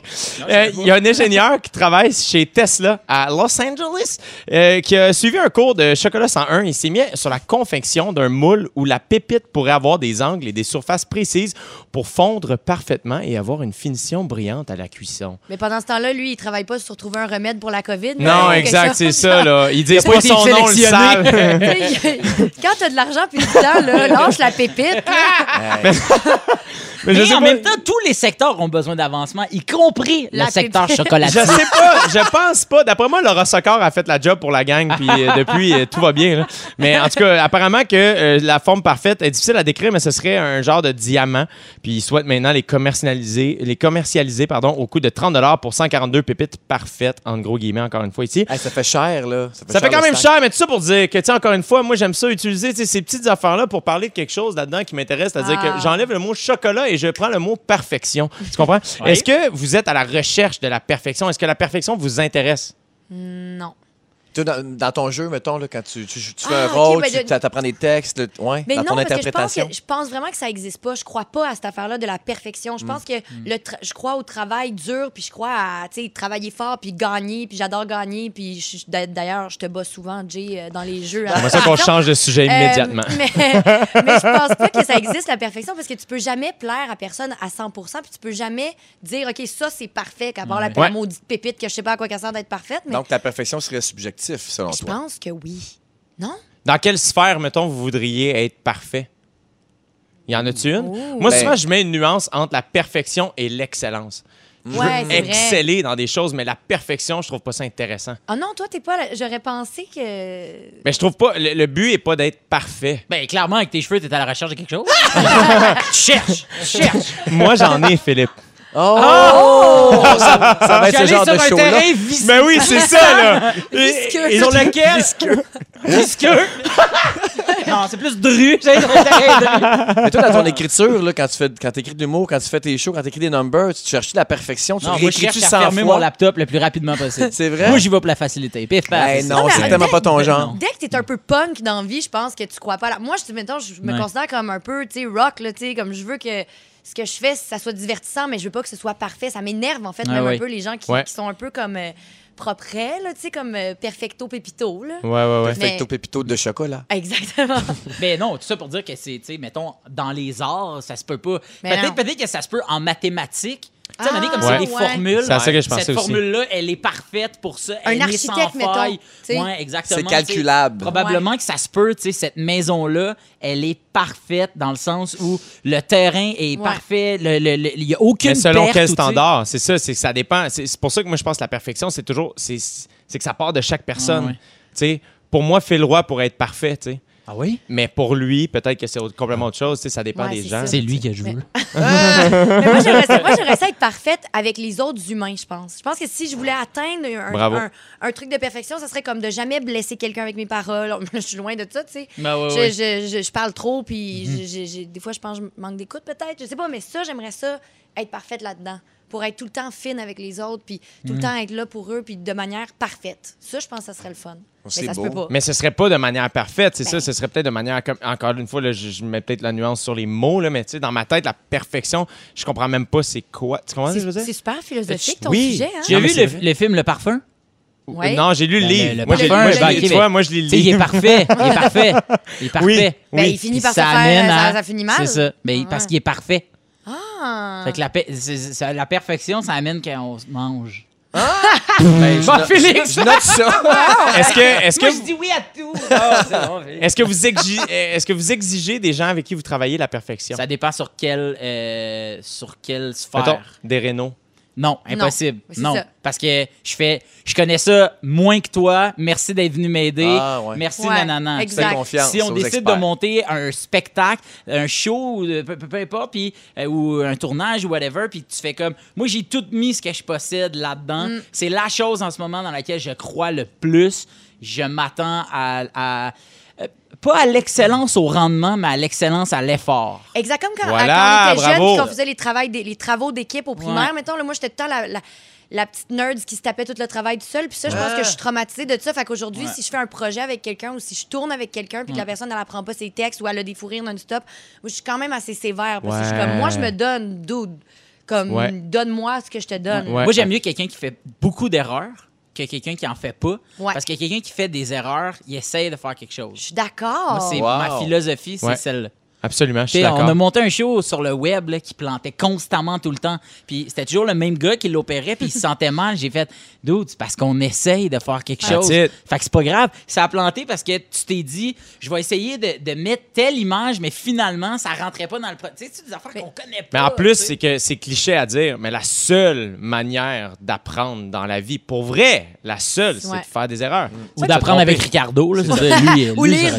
[SPEAKER 3] Euh, Il y a un ingénieur qui travaille chez Tesla à Los Angeles euh, qui a suivi un cours de chocolat 101. Il s'est mis sur la confection d'un moule où la pépite pourrait avoir des angles et des surfaces précises pour fondre parfaitement et avoir une finition brillante à la cuisson.
[SPEAKER 4] Mais pendant ce temps-là, lui, il travaille pas sur trouver un remède pour la COVID. mais
[SPEAKER 3] Non,
[SPEAKER 4] quelque
[SPEAKER 3] exact,
[SPEAKER 4] chose.
[SPEAKER 3] c'est ça, là. Ils disent
[SPEAKER 5] pas
[SPEAKER 3] pas
[SPEAKER 5] été
[SPEAKER 3] son nom, le
[SPEAKER 5] sélectionné.
[SPEAKER 3] savent.
[SPEAKER 4] Tu sais, Quand t'as de l'argent puis du temps, là, lâche la pépite.
[SPEAKER 3] Mais je
[SPEAKER 5] Mais
[SPEAKER 3] sais
[SPEAKER 5] en
[SPEAKER 3] pas-
[SPEAKER 5] même temps, tous les secteurs ont besoin d'avancement, y compris le
[SPEAKER 4] La
[SPEAKER 5] secteur
[SPEAKER 4] pépite.
[SPEAKER 5] chocolatier.
[SPEAKER 3] Je sais pas, je pense pas. D'après moi, Laura Socor a fait la job pour la gang, puis euh, depuis, euh, tout va bien. là. Mais en tout cas, apparemment que euh, la forme parfaite est difficile à décrire, mais ce serait un genre de diamant. Puis ils souhaitent maintenant les commercialiser, les commercialiser pardon, au coût de 30 pour 142 pépites parfaites, en gros guillemets, encore une fois ici.
[SPEAKER 2] Hey, ça fait cher, là.
[SPEAKER 3] Ça fait
[SPEAKER 2] cher,
[SPEAKER 3] quand
[SPEAKER 2] le
[SPEAKER 3] même
[SPEAKER 2] sac.
[SPEAKER 3] cher, mais tout ça pour dire que, tu sais, encore une fois, moi, j'aime ça utiliser tu sais, ces petites affaires-là pour parler de quelque chose là-dedans qui m'intéresse, c'est-à-dire
[SPEAKER 4] Ah.
[SPEAKER 3] que j'enlève le mot chocolat et je prends le mot perfection. Tu comprends? Est-ce que vous êtes à la recherche de la perfection? Est-ce que la perfection vous intéresse?
[SPEAKER 4] Non.
[SPEAKER 2] Toi, dans, dans ton jeu, mettons, là, quand tu, tu- tu fais
[SPEAKER 4] Ah,
[SPEAKER 2] un
[SPEAKER 4] ok,
[SPEAKER 2] rôle,
[SPEAKER 4] ben,
[SPEAKER 2] tu
[SPEAKER 4] je-
[SPEAKER 2] apprends des textes, là, ouais,
[SPEAKER 4] Mais
[SPEAKER 2] dans
[SPEAKER 4] non,
[SPEAKER 2] ton
[SPEAKER 4] parce que je pense,
[SPEAKER 2] interprétation.
[SPEAKER 4] que- je pense vraiment que ça n'existe pas. Je crois pas à cette affaire-là de la perfection.
[SPEAKER 3] Mm.
[SPEAKER 4] Je pense que le tra- je crois au travail dur, puis je crois à tu sais, travailler fort, puis gagner, puis j'adore gagner. Puis je- d'a- d'ailleurs, je te bats souvent, Jay, euh, dans les jeux. à la
[SPEAKER 3] J'aimerais ça qu'on
[SPEAKER 4] perfection.
[SPEAKER 3] change de sujet
[SPEAKER 4] Euh,
[SPEAKER 3] immédiatement.
[SPEAKER 4] mais, mais je pense pas que ça existe, la perfection, parce que tu peux jamais plaire à personne à 100 puis tu peux jamais dire, OK, ça, c'est parfait, qu'à part la
[SPEAKER 3] Mm. Ouais.
[SPEAKER 4] maudite pépite que je sais pas à quoi qu'elle sert d'être parfaite. Mais
[SPEAKER 2] Donc, la perfection serait subjective, selon
[SPEAKER 4] je
[SPEAKER 2] toi.
[SPEAKER 4] pense que oui. Non?
[SPEAKER 3] Dans quelle sphère, mettons, vous voudriez être parfait? Y en a-tu une?
[SPEAKER 2] Ben-
[SPEAKER 3] Moi, souvent, je mets une nuance entre la perfection et l'excellence. Je
[SPEAKER 4] Ouais,
[SPEAKER 3] veux
[SPEAKER 4] c'est vrai.
[SPEAKER 3] exceller dans des choses, mais la perfection, je trouve pas ça intéressant.
[SPEAKER 4] Ah non, toi, t'es pas. la- J'aurais pensé que.
[SPEAKER 3] Mais je trouve pas. Le, le but est pas d'être parfait.
[SPEAKER 5] Ben, clairement, avec tes cheveux, t'es à la recherche de quelque chose. tu cherches, tu cherches.
[SPEAKER 3] Moi, j'en ai, Philippe.
[SPEAKER 2] Oh, Ça va
[SPEAKER 5] Ah! Je
[SPEAKER 2] être ce
[SPEAKER 5] suis allé
[SPEAKER 2] genre de
[SPEAKER 5] sur un
[SPEAKER 2] show-là.
[SPEAKER 5] terrain vis-
[SPEAKER 3] Mais oui, c'est ça, là!
[SPEAKER 4] Visqueux.
[SPEAKER 3] sur lequel.
[SPEAKER 5] visqueux. non, c'est plus dru. J'ai dit sur un terrain dru.
[SPEAKER 2] Mais toi, dans ton écriture, là, quand tu fais, quand écris de l'humour, quand tu fais tes shows, quand tu écris des numbers, tu cherches la perfection, tu
[SPEAKER 5] Non, moi, je
[SPEAKER 2] réécris-tu
[SPEAKER 5] cherche à
[SPEAKER 2] 100
[SPEAKER 5] fermer mon
[SPEAKER 2] fois.
[SPEAKER 5] laptop le plus rapidement possible.
[SPEAKER 2] C'est vrai?
[SPEAKER 5] Moi, j'y vais pour la facilité. Pif, paf.
[SPEAKER 2] Ben
[SPEAKER 5] c'est
[SPEAKER 2] non,
[SPEAKER 4] mais
[SPEAKER 2] c'est
[SPEAKER 4] arrête.
[SPEAKER 2] tellement pas ton
[SPEAKER 5] Ben
[SPEAKER 2] genre.
[SPEAKER 5] non.
[SPEAKER 4] Dès que t'es un peu punk dans la vie, je pense que tu crois pas. à la- Moi, je, mettons, je me
[SPEAKER 5] Ouais.
[SPEAKER 4] considère comme un peu, tu sais, rock, là, tu sais, comme je veux que ce que je fais, ça soit divertissant, mais je veux pas que ce soit parfait. Ça m'énerve, en fait,
[SPEAKER 5] Ah
[SPEAKER 4] même
[SPEAKER 5] oui.
[SPEAKER 4] un peu les gens qui,
[SPEAKER 3] Ouais.
[SPEAKER 4] qui sont un peu comme euh, proprets, là, tu sais, comme euh, perfecto pépito, là.
[SPEAKER 3] Ouais, ouais, ouais.
[SPEAKER 2] Perfecto pépito de chocolat.
[SPEAKER 4] Exactement.
[SPEAKER 5] Mais Ben non, tout ça pour dire que c'est, tu sais, mettons, dans les arts, ça se peut pas.
[SPEAKER 4] Mais
[SPEAKER 5] Peut-être
[SPEAKER 4] Ben non.
[SPEAKER 5] peut que ça se peut en mathématiques. Tu sais,
[SPEAKER 4] Ah,
[SPEAKER 5] à un moment donné, comme c'est
[SPEAKER 3] Ouais.
[SPEAKER 5] des
[SPEAKER 4] ouais.
[SPEAKER 5] formules.
[SPEAKER 3] C'est à ça que je pensais
[SPEAKER 5] Cette
[SPEAKER 3] aussi.
[SPEAKER 5] formule-là, elle est parfaite pour ça.
[SPEAKER 4] Un
[SPEAKER 5] Elle est sans
[SPEAKER 4] architecte, mettons,
[SPEAKER 5] faille.
[SPEAKER 4] tu sais.
[SPEAKER 5] Ouais, exactement.
[SPEAKER 2] C'est
[SPEAKER 5] tu sais.
[SPEAKER 2] calculable.
[SPEAKER 5] Probablement que ça se peut, tu sais, cette maison-là, elle est parfaite dans le sens où le terrain est
[SPEAKER 4] Ouais.
[SPEAKER 5] parfait, le- le- le- il n'y a aucune
[SPEAKER 3] Mais selon
[SPEAKER 5] perte,
[SPEAKER 3] quel
[SPEAKER 5] ou, tu sais.
[SPEAKER 3] standard? C'est ça, c'est que ça dépend. C'est c'est pour ça que moi, je pense que la perfection, c'est toujours. C'est c'est que ça part de chaque personne.
[SPEAKER 5] Ah, ouais.
[SPEAKER 3] Tu sais, pour moi, Phil Roy pourrait être parfait, tu sais.
[SPEAKER 5] Ah oui?
[SPEAKER 3] Mais pour lui, peut-être que c'est autre- complètement autre chose. tu sais, Ça dépend
[SPEAKER 4] Ouais,
[SPEAKER 3] des
[SPEAKER 4] c'est
[SPEAKER 3] gens.
[SPEAKER 4] ça. Ah!
[SPEAKER 5] C'est lui que je veux.
[SPEAKER 4] Mais moi, j'aimerais ça- moi, j'aimerais ça être parfaite avec les autres humains, je pense. Je pense que si je voulais atteindre un,
[SPEAKER 3] Bravo.
[SPEAKER 4] un- un truc de perfection, ça serait comme de jamais blesser quelqu'un avec mes paroles. je suis loin de ça, tu sais.
[SPEAKER 5] Ben ouais,
[SPEAKER 4] je,
[SPEAKER 5] ouais.
[SPEAKER 4] je- je- je parle trop, puis
[SPEAKER 5] Mm-hmm.
[SPEAKER 4] je- j'ai- j'ai- des fois, je pense que je manque d'écoute, peut-être. Je sais pas, mais ça, j'aimerais ça être parfaite là-dedans. Pour être tout le temps fine avec les autres, puis tout
[SPEAKER 5] Mm-hmm.
[SPEAKER 4] le temps être là pour eux, puis de manière parfaite. Ça, je pense que ça serait le fun.
[SPEAKER 2] c'est
[SPEAKER 4] mais ça se
[SPEAKER 2] beau.
[SPEAKER 4] peut pas.
[SPEAKER 3] Oh, Mais ce serait pas de manière parfaite, c'est
[SPEAKER 4] Ben.
[SPEAKER 3] ça. Ce serait peut-être de manière comme encore une fois, là, je, je mets peut-être la nuance sur les mots, là, mais tu sais, dans ma tête, la perfection, je comprends même pas c'est quoi. Tu comprends ce que je
[SPEAKER 4] C'est
[SPEAKER 3] veux dire? Ben,
[SPEAKER 4] c'est super philosophique, ton
[SPEAKER 3] Oui.
[SPEAKER 4] sujet. Hein?
[SPEAKER 5] J'ai
[SPEAKER 3] Non, mais
[SPEAKER 5] vu
[SPEAKER 3] c'est
[SPEAKER 5] le,
[SPEAKER 3] vrai.
[SPEAKER 5] le film Le Parfum.
[SPEAKER 4] Ouais.
[SPEAKER 3] Non, j'ai lu le
[SPEAKER 5] Ben,
[SPEAKER 3] livre.
[SPEAKER 5] le
[SPEAKER 3] moi, j'ai,
[SPEAKER 5] parfum,
[SPEAKER 3] moi,
[SPEAKER 5] ben,
[SPEAKER 3] je l'ai-
[SPEAKER 5] ok,
[SPEAKER 3] tu
[SPEAKER 5] mais-
[SPEAKER 3] vois, moi, je lis le
[SPEAKER 5] Tu sais, il est
[SPEAKER 3] livre.
[SPEAKER 5] parfait, il est parfait, il est parfait.
[SPEAKER 4] Ben,
[SPEAKER 3] Oui.
[SPEAKER 4] il finit
[SPEAKER 5] Puis
[SPEAKER 4] par se faire,
[SPEAKER 5] amène à-
[SPEAKER 4] ça, ça finit mal.
[SPEAKER 5] C'est ça. Mais il-
[SPEAKER 4] Ah
[SPEAKER 5] parce
[SPEAKER 4] ouais.
[SPEAKER 5] qu'il est parfait.
[SPEAKER 4] Ah.
[SPEAKER 5] Fait que la, pe- c'est- c'est- ça- la perfection, ça amène qu'on se mange.
[SPEAKER 2] Ben, je
[SPEAKER 5] Bon,
[SPEAKER 2] note-
[SPEAKER 5] Félix!
[SPEAKER 2] Je note ça.
[SPEAKER 3] Est-ce que, est-ce que,
[SPEAKER 5] Moi, je dis oui à tout! Ah, c'est bon, Félix.
[SPEAKER 3] est-ce que vous exigez, est-ce que vous exigez des gens avec qui vous travaillez la perfection?
[SPEAKER 5] ça dépend sur quelle, euh, sur quelle sphère.
[SPEAKER 3] Mettons, des rénaux.
[SPEAKER 5] Non, impossible.
[SPEAKER 4] Non, c'est
[SPEAKER 5] Non,
[SPEAKER 4] ça.
[SPEAKER 5] parce que je fais, je connais ça moins que toi. Merci d'être venu m'aider.
[SPEAKER 2] Ah, ouais.
[SPEAKER 5] Merci
[SPEAKER 4] Ouais,
[SPEAKER 5] nanana.
[SPEAKER 4] exact. Fais
[SPEAKER 2] confiance
[SPEAKER 5] Si on
[SPEAKER 2] aux
[SPEAKER 5] décide
[SPEAKER 2] experts.
[SPEAKER 5] de monter un spectacle, un show, euh, peu, peu- peu importe, puis euh, ou un tournage ou whatever, puis tu fais comme, moi j'ai tout mis ce que je possède là-dedans.
[SPEAKER 4] Mm.
[SPEAKER 5] C'est la chose en ce moment dans laquelle je crois le plus. Je m'attends à, à- euh, pas à l'excellence au rendement, mais à l'excellence à l'effort.
[SPEAKER 4] Exact comme quand,
[SPEAKER 3] Voilà,
[SPEAKER 4] quand on était jeune
[SPEAKER 3] bravo.
[SPEAKER 4] et qu'on faisait les, travails des- les travaux d'équipe au primaire.
[SPEAKER 5] Ouais.
[SPEAKER 4] Mettons, là, moi, j'étais tout le temps la, la- la petite nerd qui se tapait tout le travail tout seul. Puis ça, je pense
[SPEAKER 2] Ouais.
[SPEAKER 4] que je suis traumatisée de ça. Fait qu'aujourd'hui,
[SPEAKER 5] Ouais.
[SPEAKER 4] si je fais un projet avec quelqu'un ou si je tourne avec quelqu'un puis que la personne, elle apprend pas ses textes ou elle a des fous rires non-stop, moi, je suis quand même assez sévère. Parce que je suis
[SPEAKER 3] Ouais.
[SPEAKER 4] comme, moi, je me donne, dude. Comme,
[SPEAKER 3] Ouais.
[SPEAKER 4] donne-moi ce que je te donne.
[SPEAKER 3] Ouais.
[SPEAKER 5] Moi, j'aime mieux quelqu'un qui fait beaucoup d'erreurs que quelqu'un qui en fait pas.
[SPEAKER 4] Ouais.
[SPEAKER 5] Parce que quelqu'un qui fait des erreurs, il essaie de faire quelque
[SPEAKER 4] Je
[SPEAKER 5] chose.
[SPEAKER 4] suis d'accord.
[SPEAKER 5] Moi, c'est
[SPEAKER 2] Wow.
[SPEAKER 5] ma philosophie, c'est
[SPEAKER 3] Ouais.
[SPEAKER 5] celle-là.
[SPEAKER 3] Absolument, je suis
[SPEAKER 5] T'sais, On a
[SPEAKER 3] d'accord.
[SPEAKER 5] monté un show sur le web là, qui plantait constamment tout le temps. Puis c'était toujours le même gars qui l'opérait, puis il se sentait mal. J'ai fait, dude, c'est parce qu'on essaye de faire quelque
[SPEAKER 3] That's
[SPEAKER 5] chose.
[SPEAKER 3] it.
[SPEAKER 5] Fait que c'est pas grave. Ça a planté parce que tu t'es dit, je vais essayer de, de mettre telle image, mais finalement, ça rentrait pas dans le. pro- Tu sais, c'est des affaires qu'on connaît pas.
[SPEAKER 3] Mais en plus,
[SPEAKER 5] tu sais.
[SPEAKER 3] c'est que c'est cliché à dire, mais la seule manière d'apprendre dans la vie, pour vrai, la seule, c'est
[SPEAKER 4] Ouais.
[SPEAKER 3] de faire des erreurs.
[SPEAKER 5] Ou d'apprendre avec Ricardo, là, c'est ça, lui,
[SPEAKER 4] Ou
[SPEAKER 5] lui, ça
[SPEAKER 4] lire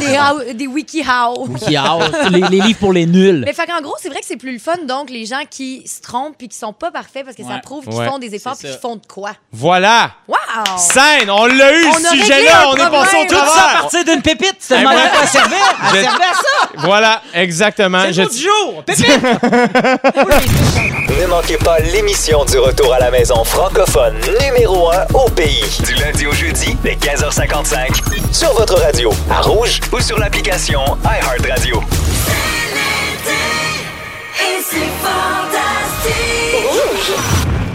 [SPEAKER 4] des, how-
[SPEAKER 5] aurait
[SPEAKER 4] des wiki-how.
[SPEAKER 5] qui a les, les livres pour les nuls.
[SPEAKER 4] Mais fait qu'en gros, c'est vrai que c'est plus le fun, donc, les gens qui se trompent puis qui sont pas parfaits parce que ça
[SPEAKER 5] Ouais.
[SPEAKER 4] prouve qu'ils
[SPEAKER 3] Ouais.
[SPEAKER 4] font des efforts
[SPEAKER 5] C'est
[SPEAKER 4] puis qu'ils
[SPEAKER 5] ça.
[SPEAKER 4] font de quoi.
[SPEAKER 3] Voilà!
[SPEAKER 4] Wow!
[SPEAKER 3] Scène! On l'a eu,
[SPEAKER 4] On
[SPEAKER 3] ce
[SPEAKER 4] a réglé
[SPEAKER 3] sujet-là!
[SPEAKER 4] un
[SPEAKER 3] On est passé au
[SPEAKER 4] problème. Tout ça
[SPEAKER 5] Ça à
[SPEAKER 3] travers!
[SPEAKER 5] partir d'une pépite, tu te
[SPEAKER 3] Hey,
[SPEAKER 5] demandais
[SPEAKER 3] moi-
[SPEAKER 5] à quoi elle servait. Elle
[SPEAKER 3] Je-
[SPEAKER 5] servait à ça.
[SPEAKER 3] Voilà, exactement.
[SPEAKER 5] C'est
[SPEAKER 3] Je-
[SPEAKER 5] le mot du jour. Pépite.
[SPEAKER 1] Ne manquez pas l'émission du retour à la maison francophone numéro 1 au pays. Du lundi au jeudi, dès 15h55. Sur votre radio, à Rouge ou sur l'application iHeartRadio.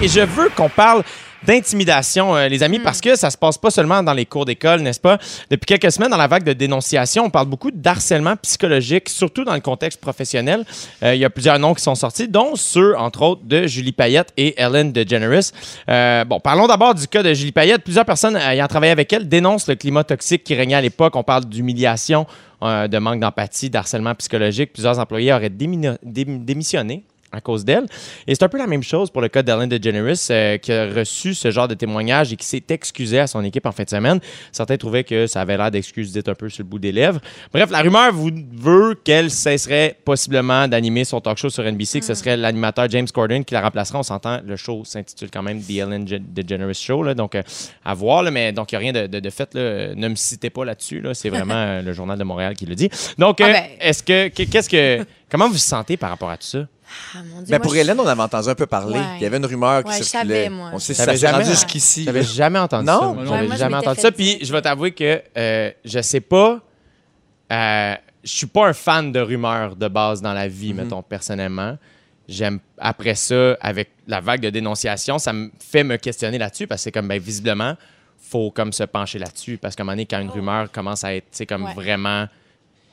[SPEAKER 3] Et je veux qu'on parle d'intimidation, euh, les amis, parce que ça se passe pas seulement dans les cours d'école, n'est-ce pas? Depuis quelques semaines, dans la vague de dénonciation, on parle beaucoup d'harcèlement psychologique, surtout dans le contexte professionnel. Euh, Il y a plusieurs noms qui sont sortis, dont ceux, entre autres, de Julie Payette et Ellen DeGeneres. Euh, bon, parlons d'abord du cas de Julie Payette. Plusieurs personnes euh, ayant travaillé avec elle dénoncent le climat toxique qui régnait à l'époque. On parle d'humiliation, euh, de manque d'empathie, d'harcèlement psychologique. Plusieurs employés auraient démino- dém- démissionné à cause d'elle. Et c'est un peu la même chose pour le cas d'Ellen DeGeneres, euh, qui a reçu ce genre de témoignage et qui s'est excusé à son équipe en fin de semaine. Certains trouvaient que ça avait l'air d'excuses dites un peu sur le bout des lèvres. Bref, la rumeur vous veut qu'elle cesserait possiblement d'animer son talk show sur NBC,
[SPEAKER 4] Mm.
[SPEAKER 3] que ce serait l'animateur James Corden qui la remplacera. On s'entend, le show s'intitule quand même The Ellen Ge- DeGeneres Show, là, donc euh, à voir, là, mais donc il n'y a rien de, de- de fait. là. Euh, Ne me citez pas là-dessus, là. c'est vraiment euh, le journal de Montréal qui le dit. Donc,
[SPEAKER 4] Ah
[SPEAKER 3] euh,
[SPEAKER 4] ben.
[SPEAKER 3] est-ce que, que- qu'est-ce que, comment vous vous sentez par rapport à tout ça?
[SPEAKER 4] Ah, mon Dieu,
[SPEAKER 2] Mais
[SPEAKER 4] moi,
[SPEAKER 2] Ben, pour
[SPEAKER 4] je-
[SPEAKER 2] Hélène, on avait entendu un peu parler.
[SPEAKER 4] Ouais.
[SPEAKER 2] Il y avait une rumeur qui
[SPEAKER 4] Ouais, je
[SPEAKER 2] circulait.
[SPEAKER 4] savais, moi.
[SPEAKER 2] On sait si
[SPEAKER 3] T'avais
[SPEAKER 2] ça s'est
[SPEAKER 3] jamais-
[SPEAKER 2] rendu jusqu'ici.
[SPEAKER 3] J'avais jamais entendu
[SPEAKER 2] Non?
[SPEAKER 3] ça.
[SPEAKER 2] Ouais,
[SPEAKER 3] J'avais
[SPEAKER 4] moi, je
[SPEAKER 3] jamais
[SPEAKER 4] m'étais
[SPEAKER 3] entendu
[SPEAKER 4] fait
[SPEAKER 3] ça.
[SPEAKER 4] dire.
[SPEAKER 3] Puis je vais t'avouer que euh, je sais pas. euh, je suis pas un fan de rumeurs de base dans la
[SPEAKER 4] Mm-hmm.
[SPEAKER 3] vie, mettons, personnellement. J'aime après ça, avec la vague de dénonciation, ça me fait me questionner là-dessus parce que c'est comme ben, visiblement, faut comme se pencher là-dessus. Parce qu'à un moment donné, quand une rumeur commence à être tu sais, comme
[SPEAKER 4] Oh. Ouais.
[SPEAKER 3] vraiment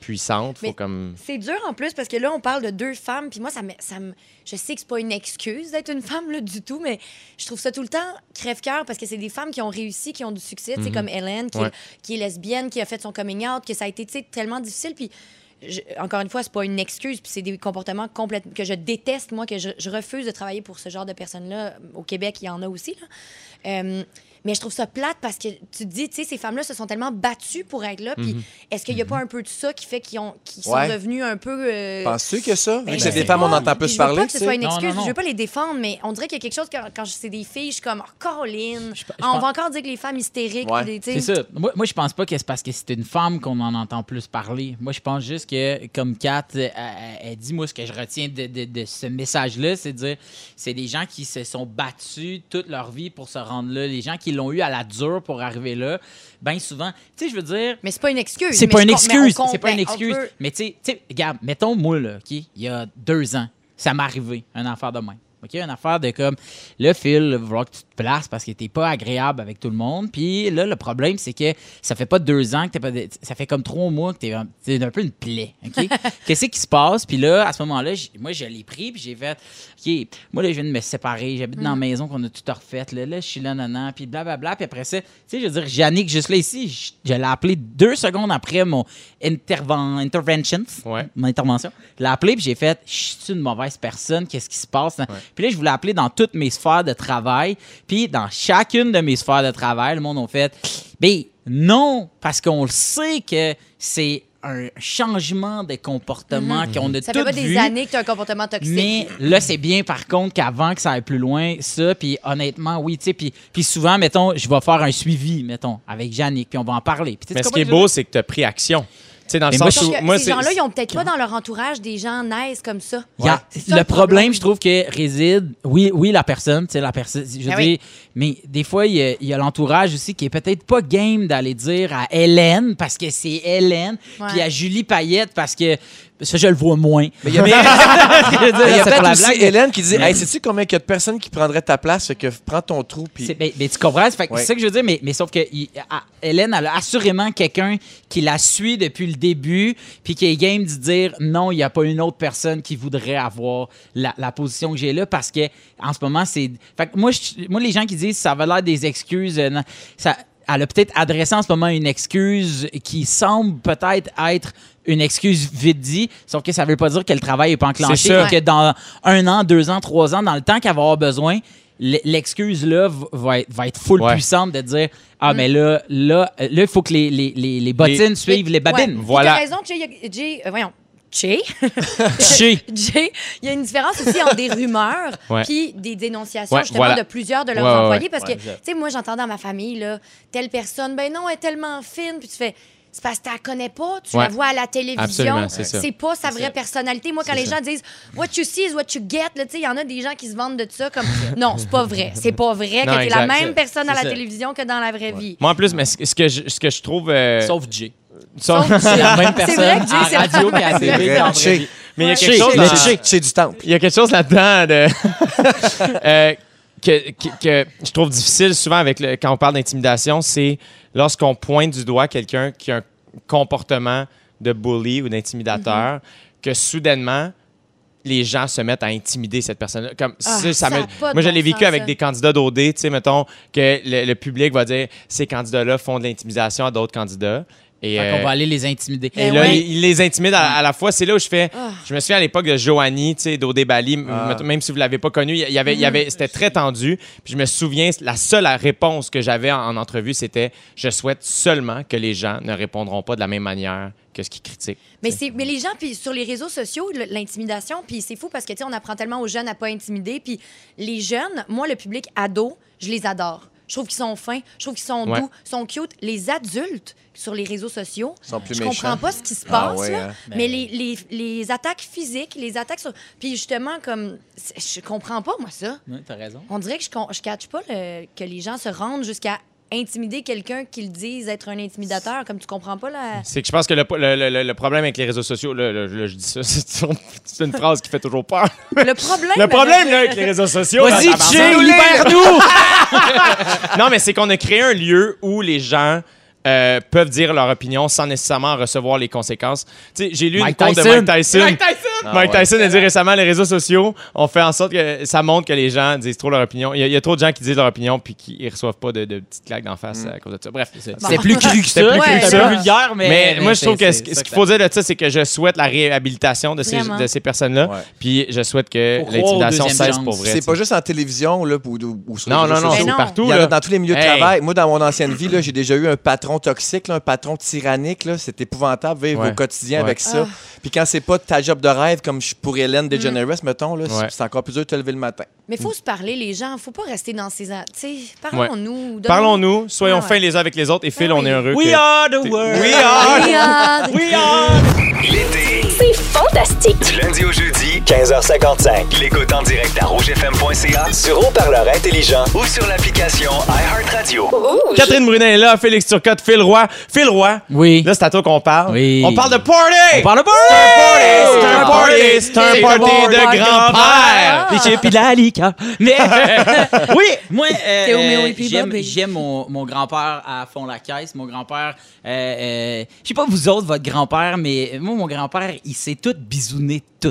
[SPEAKER 3] puissante, faut
[SPEAKER 4] Mais-
[SPEAKER 3] comme.
[SPEAKER 4] C'est dur en plus parce que là, on parle de deux femmes, puis moi, ça me, ça me- je sais que c'est pas une excuse d'être une femme là, du tout, mais je trouve ça tout le temps crève-cœur parce que c'est des femmes qui ont réussi, qui ont du succès, tu sais, comme Hélène, qui,
[SPEAKER 3] Ouais.
[SPEAKER 4] qui est lesbienne, qui a fait son coming out, que ça a été tu sais, tellement difficile, puis. je- encore une fois, c'est pas une excuse, puis c'est des comportements complètement que je déteste, moi, que je, je refuse de travailler pour ce genre de personnes-là. Au Québec, il y en a aussi. Là. Euh, mais je trouve ça plate parce que tu te dis, tu sais, ces femmes-là se sont tellement battues pour être là. Puis est-ce qu'il n'y a pas un peu de ça qui fait qu'ils ont- qu'ils sont
[SPEAKER 2] Ouais.
[SPEAKER 4] devenus un peu. euh,
[SPEAKER 2] Penses-tu que ça? Vu
[SPEAKER 4] ben,
[SPEAKER 2] que
[SPEAKER 4] je
[SPEAKER 2] c'est
[SPEAKER 4] sais
[SPEAKER 2] des femmes, on
[SPEAKER 4] pas,
[SPEAKER 2] entend plus
[SPEAKER 4] puis Je veux
[SPEAKER 2] parler.
[SPEAKER 4] pas que ce
[SPEAKER 2] tu sais.
[SPEAKER 4] soit une
[SPEAKER 5] Non, non,
[SPEAKER 4] excuse,
[SPEAKER 5] non.
[SPEAKER 4] je veux pas les défendre, mais on dirait qu'il y a quelque chose quand, quand c'est des filles, je suis comme, oh, Caroline,
[SPEAKER 5] je
[SPEAKER 4] Ah, on
[SPEAKER 5] pense-
[SPEAKER 4] va encore dire que les femmes hystériques.
[SPEAKER 2] Ouais.
[SPEAKER 4] puis des- tu sais.
[SPEAKER 5] C'est ça. Moi, moi, je pense pas que c'est parce que c'est une femme qu'on en entend plus parler. Moi, je pense juste que, comme Kat, euh, elle, elle dit, moi, ce que je retiens de, de- de ce message-là, c'est de dire, c'est des gens qui se sont battus toute leur vie pour se rendre là. Les gens qui l'ont eu à la dure pour arriver là, bien souvent. Tu sais, je veux dire,
[SPEAKER 4] Mais c'est pas une excuse.
[SPEAKER 5] c'est
[SPEAKER 4] mais
[SPEAKER 5] pas
[SPEAKER 4] je
[SPEAKER 5] une
[SPEAKER 4] com- mais on
[SPEAKER 5] excuse.
[SPEAKER 4] com-
[SPEAKER 5] C'est pas une
[SPEAKER 4] ben, on
[SPEAKER 5] excuse.
[SPEAKER 4] peut-
[SPEAKER 5] Mais tu sais- tu sais, regarde, mettons, moi, là, OK, il y a deux ans, ça m'est arrivé, un affaire de même. OK, une affaire de comme, le Phil, il va falloir que tu te place parce que t'es pas agréable avec tout le monde. Puis là, le problème, c'est que ça fait pas deux ans que t'es pas. de- Ça fait comme trois mois que t'es un, t'es un peu une plaie. OK? Qu'est-ce qui se passe? Puis là, à ce moment-là, j'- moi, je l'ai pris, puis j'ai fait. OK, moi, là, je viens de me séparer. J'habite dans la maison qu'on a tout refaite. Là, là je suis là, nanan. Puis blablabla. Puis après ça, tu sais, je veux dire, Yannick, juste là ici, je, je l'ai appelé deux secondes après mon interven- intervention.
[SPEAKER 3] Ouais.
[SPEAKER 5] Mon intervention. Je l'ai appelé, puis j'ai fait. Je suis une mauvaise personne. Qu'est-ce qui se passe? Puis là, je voulais appeler dans toutes mes sphères de travail. Puis dans chacune de mes sphères de travail, le monde a fait. Ben, non, parce qu'on le sait que c'est un changement de comportement qu'on a
[SPEAKER 4] Ça fait
[SPEAKER 5] tout
[SPEAKER 4] pas
[SPEAKER 5] vu.
[SPEAKER 4] des années que tu as un comportement toxique.
[SPEAKER 5] Mais là, c'est bien, par contre, qu'avant que ça aille plus loin, ça, puis honnêtement, oui, tu sais, puis, puis souvent, mettons, je vais faire un suivi, mettons, avec Yannick, puis on va en parler. Puis tu sais,
[SPEAKER 3] Mais
[SPEAKER 5] tu
[SPEAKER 3] ce qui est
[SPEAKER 5] comprends
[SPEAKER 3] beau, c'est que tu as pris action. Tu sais, dans le
[SPEAKER 5] Mais moi,
[SPEAKER 3] sens
[SPEAKER 4] Parce
[SPEAKER 3] où.
[SPEAKER 4] que
[SPEAKER 3] Moi,
[SPEAKER 4] ces
[SPEAKER 3] c'est-
[SPEAKER 4] gens-là, ils ont peut-être pas dans leur entourage des gens nice comme ça.
[SPEAKER 5] Il y a-
[SPEAKER 4] C'est ça,
[SPEAKER 5] le problème, je trouve, que réside, oui, oui, la personne, tu sais, la personne, je veux
[SPEAKER 4] Ah oui.
[SPEAKER 5] dire, mais des fois, il y a, il y a l'entourage aussi qui est peut-être pas game d'aller dire à Hélène, parce que c'est Hélène,
[SPEAKER 4] Ouais.
[SPEAKER 5] puis à Julie Payette, parce que ça, je le vois moins. Mais
[SPEAKER 2] il y a- Ben,
[SPEAKER 5] je veux dire,
[SPEAKER 2] Il y a
[SPEAKER 5] c'est pour
[SPEAKER 2] peut-être
[SPEAKER 5] la
[SPEAKER 2] aussi
[SPEAKER 5] blague.
[SPEAKER 2] Hélène qui dit
[SPEAKER 5] Mais-
[SPEAKER 2] Hey, sais-tu combien il y a de personnes qui prendraient ta place? Fait que prends ton trou. Puis...
[SPEAKER 5] C'est- ben- ben, tu comprends? Fait que
[SPEAKER 2] Ouais.
[SPEAKER 5] C'est ça que je veux dire, mais, mais sauf que il- à- Hélène, elle a assurément quelqu'un qui la suit depuis le début, puis qui est game de dire non, il n'y a pas une autre personne qui voudrait avoir la, la position que j'ai là parce que en ce moment, c'est. Fait que moi, je- moi, les gens qui disent ça avait l'air des excuses, euh, non, ça. Elle a peut-être adressé en ce moment une excuse qui semble peut-être être une excuse vite dit, sauf que ça veut pas dire que le travail n'est pas enclenché
[SPEAKER 3] C'est ça.
[SPEAKER 5] et que dans un an, deux ans, trois ans, dans le temps qu'elle va avoir besoin, l- l'excuse là v- va être, va être full
[SPEAKER 3] Ouais.
[SPEAKER 5] puissante de dire Ah, mais
[SPEAKER 4] Mm.
[SPEAKER 5] là, là, euh, là, il faut que les, les, les, les bottines suivent les babines.
[SPEAKER 4] Ouais.
[SPEAKER 3] Voilà.
[SPEAKER 4] Puis T'as raison, Jay. y a- Jay euh, voyons. Jay.
[SPEAKER 5] Chier.
[SPEAKER 4] Jay, il y a une différence aussi entre des rumeurs
[SPEAKER 3] Ouais.
[SPEAKER 4] puis des dénonciations
[SPEAKER 3] Ouais,
[SPEAKER 4] justement
[SPEAKER 3] voilà.
[SPEAKER 4] de plusieurs de leurs
[SPEAKER 3] Ouais, ouais,
[SPEAKER 4] employés
[SPEAKER 3] ouais.
[SPEAKER 4] parce que tu sais moi j'entends dans ma famille là telle personne ben non elle est tellement fine puis tu fais c'est parce que tu la connais pas, tu
[SPEAKER 3] Ouais.
[SPEAKER 4] la vois à la télévision,
[SPEAKER 3] Absolument, c'est ça.
[SPEAKER 4] pas sa vraie personnalité. Moi, quand les gens disent What you see is what you get, là, tu sais, il y en a des gens qui se vendent de ça comme Non, c'est pas vrai. C'est pas vrai
[SPEAKER 3] Non,
[SPEAKER 4] que t'es la
[SPEAKER 3] exact.
[SPEAKER 4] même
[SPEAKER 3] C'est-
[SPEAKER 4] personne à
[SPEAKER 2] c'est
[SPEAKER 4] la
[SPEAKER 2] ça.
[SPEAKER 4] télévision que dans la vraie vie.
[SPEAKER 3] Moi, en plus, mais ce ce que je, ce que je trouve. euh,
[SPEAKER 2] Sauf Jay.
[SPEAKER 3] sauf-
[SPEAKER 5] C'est la même
[SPEAKER 4] C'est
[SPEAKER 5] personne
[SPEAKER 4] vrai que Jay,
[SPEAKER 5] à
[SPEAKER 4] c'est-
[SPEAKER 5] radio qu'à la
[SPEAKER 2] C'est
[SPEAKER 5] télé,
[SPEAKER 2] vrai.
[SPEAKER 5] en vrai.
[SPEAKER 2] Jay.
[SPEAKER 3] mais il y a
[SPEAKER 4] Ouais.
[SPEAKER 3] quelque
[SPEAKER 4] Chez-
[SPEAKER 3] chose.
[SPEAKER 2] Le
[SPEAKER 3] dans-
[SPEAKER 2] Jay, c'est du temple.
[SPEAKER 3] Il y a quelque chose là-dedans de- euh, que, que- que je trouve difficile souvent avec le- quand on parle d'intimidation, c'est lorsqu'on pointe du doigt quelqu'un qui a un comportement de bully ou
[SPEAKER 4] Mm-hmm.
[SPEAKER 3] d'intimidateur, que soudainement, les gens se mettent à intimider cette personne-là. Comme
[SPEAKER 4] Ah,
[SPEAKER 3] ça, ça
[SPEAKER 4] ça
[SPEAKER 3] me-
[SPEAKER 4] a pas de
[SPEAKER 3] moi, je
[SPEAKER 4] bon
[SPEAKER 3] l'ai vécu
[SPEAKER 4] sens,
[SPEAKER 3] avec
[SPEAKER 4] ça.
[SPEAKER 3] des candidats d'OD, tu sais, mettons, que le, le public va dire ces candidats-là font de l'intimidation à d'autres candidats. Et,
[SPEAKER 5] Fait qu'on
[SPEAKER 3] euh,
[SPEAKER 5] va aller les intimider.
[SPEAKER 4] Et
[SPEAKER 3] et
[SPEAKER 4] Ben
[SPEAKER 3] là,
[SPEAKER 4] ouais.
[SPEAKER 3] il, il les intimide à, à la fois. C'est là où je fais.
[SPEAKER 4] Ah.
[SPEAKER 3] Je me souviens à l'époque de Joanie, tu sais, d'Odé Bali, m-
[SPEAKER 2] Ah.
[SPEAKER 3] mettons, même si vous l'avez pas connu, il y- il y avait, il y
[SPEAKER 4] Mm.
[SPEAKER 3] avait, c'était très tendu. Puis je me souviens, la seule réponse que j'avais en, en entrevue, c'était Je souhaite seulement que les gens ne répondront pas de la même manière que ce qu'ils critiquent.
[SPEAKER 4] Mais, c'est, mais les gens, puis sur les réseaux sociaux, le- l'intimidation, puis c'est fou parce que, tu sais, on apprend tellement aux jeunes à pas intimider. Puis les jeunes, moi, le public ado, je les adore. Je trouve qu'ils sont fins, je trouve qu'ils sont
[SPEAKER 3] Ouais.
[SPEAKER 4] doux, ils sont cute. Les adultes sur les réseaux sociaux,
[SPEAKER 2] Ils sont plus
[SPEAKER 4] je
[SPEAKER 2] méchants.
[SPEAKER 4] comprends pas ce qui se
[SPEAKER 2] Ah
[SPEAKER 4] passe,
[SPEAKER 2] ouais,
[SPEAKER 4] là.
[SPEAKER 2] hein.
[SPEAKER 4] mais les, les, les attaques physiques, les attaques sur... Puis justement, comme, c'est- je comprends pas, moi, ça.
[SPEAKER 5] Ouais, T'as raison.
[SPEAKER 4] On dirait que je, con- je catch pas le- que les gens se rendent jusqu'à intimider quelqu'un qu'ils disent être un intimidateur, comme tu comprends pas la...
[SPEAKER 3] C'est que je pense que le, le- le- le problème avec les réseaux sociaux, là, là, là, je dis ça, c'est toujours- c'est une phrase qui fait toujours peur.
[SPEAKER 4] Le problème...
[SPEAKER 3] Le problème là, avec les réseaux sociaux,
[SPEAKER 5] Vas-y,
[SPEAKER 3] là,
[SPEAKER 5] Jay, libère-nous!
[SPEAKER 3] Non, mais c'est qu'on a créé un lieu où les gens euh, peuvent dire leur opinion sans nécessairement recevoir les conséquences. Tu sais, j'ai lu
[SPEAKER 5] Mike
[SPEAKER 3] une compte de
[SPEAKER 5] Tyson.
[SPEAKER 3] Mike Tyson. Mike Tyson,
[SPEAKER 2] Ah ouais.
[SPEAKER 3] a dit récemment les réseaux sociaux ont fait en sorte que ça montre que les gens disent trop leur opinion. Il y a, il y a trop de gens qui disent leur opinion puis qui ne reçoivent pas de, de petites claques d'en
[SPEAKER 2] Mm.
[SPEAKER 3] face à cause de ça. Bref.
[SPEAKER 5] C'est plus cru que ça.
[SPEAKER 3] C'était plus
[SPEAKER 4] cru que
[SPEAKER 5] C'était
[SPEAKER 4] ça.
[SPEAKER 5] plus vulgaire, mais.
[SPEAKER 3] Mais, moi, je
[SPEAKER 5] c'est-
[SPEAKER 3] trouve que
[SPEAKER 5] c'est
[SPEAKER 3] ce, ce
[SPEAKER 5] ça
[SPEAKER 3] qu'il faut dire de ça, c'est que je souhaite la réhabilitation de ces,
[SPEAKER 4] Vraiment.
[SPEAKER 3] de ces personnes-là.
[SPEAKER 2] Ouais.
[SPEAKER 3] Puis je souhaite que
[SPEAKER 5] Faut croire aux
[SPEAKER 3] l'intimidation
[SPEAKER 5] deuxièmes
[SPEAKER 3] cesse
[SPEAKER 5] chances.
[SPEAKER 3] pour vrai.
[SPEAKER 2] C'est
[SPEAKER 3] tu sais.
[SPEAKER 2] pas juste en télévision là, ou, ou- ou sur les
[SPEAKER 3] Non,
[SPEAKER 2] réseaux
[SPEAKER 3] non, non,
[SPEAKER 2] sociaux.
[SPEAKER 3] c'est
[SPEAKER 4] Mais non.
[SPEAKER 3] partout.
[SPEAKER 2] Il y en
[SPEAKER 3] là.
[SPEAKER 2] a dans tous les milieux de
[SPEAKER 3] Hey.
[SPEAKER 2] travail. Moi, dans mon ancienne vie, là, j'ai déjà eu un patron toxique, là, un patron tyrannique. là. C'est épouvantable vivre
[SPEAKER 3] Ouais.
[SPEAKER 2] au quotidien
[SPEAKER 3] Ouais.
[SPEAKER 2] avec ça. Puis quand c'est pas ta job de rêve, comme je suis pour Hélène DeGeneres, mettons, là, c'est-
[SPEAKER 3] Ouais.
[SPEAKER 2] c'est encore plus dur de te lever le matin.
[SPEAKER 4] Mais faut se parler, les gens. Faut pas rester dans ces. a- Tu sais, parlons-nous. donnons-
[SPEAKER 3] Parlons-nous, soyons
[SPEAKER 4] Ah ouais.
[SPEAKER 3] fins les uns avec les autres et Phil,
[SPEAKER 4] Ah
[SPEAKER 3] on
[SPEAKER 4] oui.
[SPEAKER 3] est heureux. que- ah.
[SPEAKER 4] Ah,
[SPEAKER 5] ah. We are the world!
[SPEAKER 3] We are
[SPEAKER 4] Regarde.
[SPEAKER 5] We are!
[SPEAKER 1] L'été,
[SPEAKER 6] C'est fantastique! fantastique.
[SPEAKER 1] Du lundi au jeudi, 15h55. L'écoute en direct à rougefm.ca, sur haut-parleur intelligent ou sur l'application iHeartRadio.
[SPEAKER 5] ah.
[SPEAKER 6] Rouge.
[SPEAKER 3] Catherine Brunet est là, Félix Turcotte, Phil Roy. Phil Roy,
[SPEAKER 5] Oui.
[SPEAKER 3] là, c'est à toi qu'on parle.
[SPEAKER 5] Oui.
[SPEAKER 3] On parle de party!
[SPEAKER 5] On parle pas!
[SPEAKER 3] C'est un party! C'est un party! C'est un party de grand-père!
[SPEAKER 5] Puis j'ai puis la lica. Mais oui, moi euh,
[SPEAKER 4] Théo, Méo et puis
[SPEAKER 5] j'aime
[SPEAKER 4] Bob et-
[SPEAKER 5] j'aime mon, mon grand-père à fond la caisse, mon grand-père euh, euh, je sais pas vous autres votre grand-père mais moi mon grand-père, il s'est tout bisouné tout.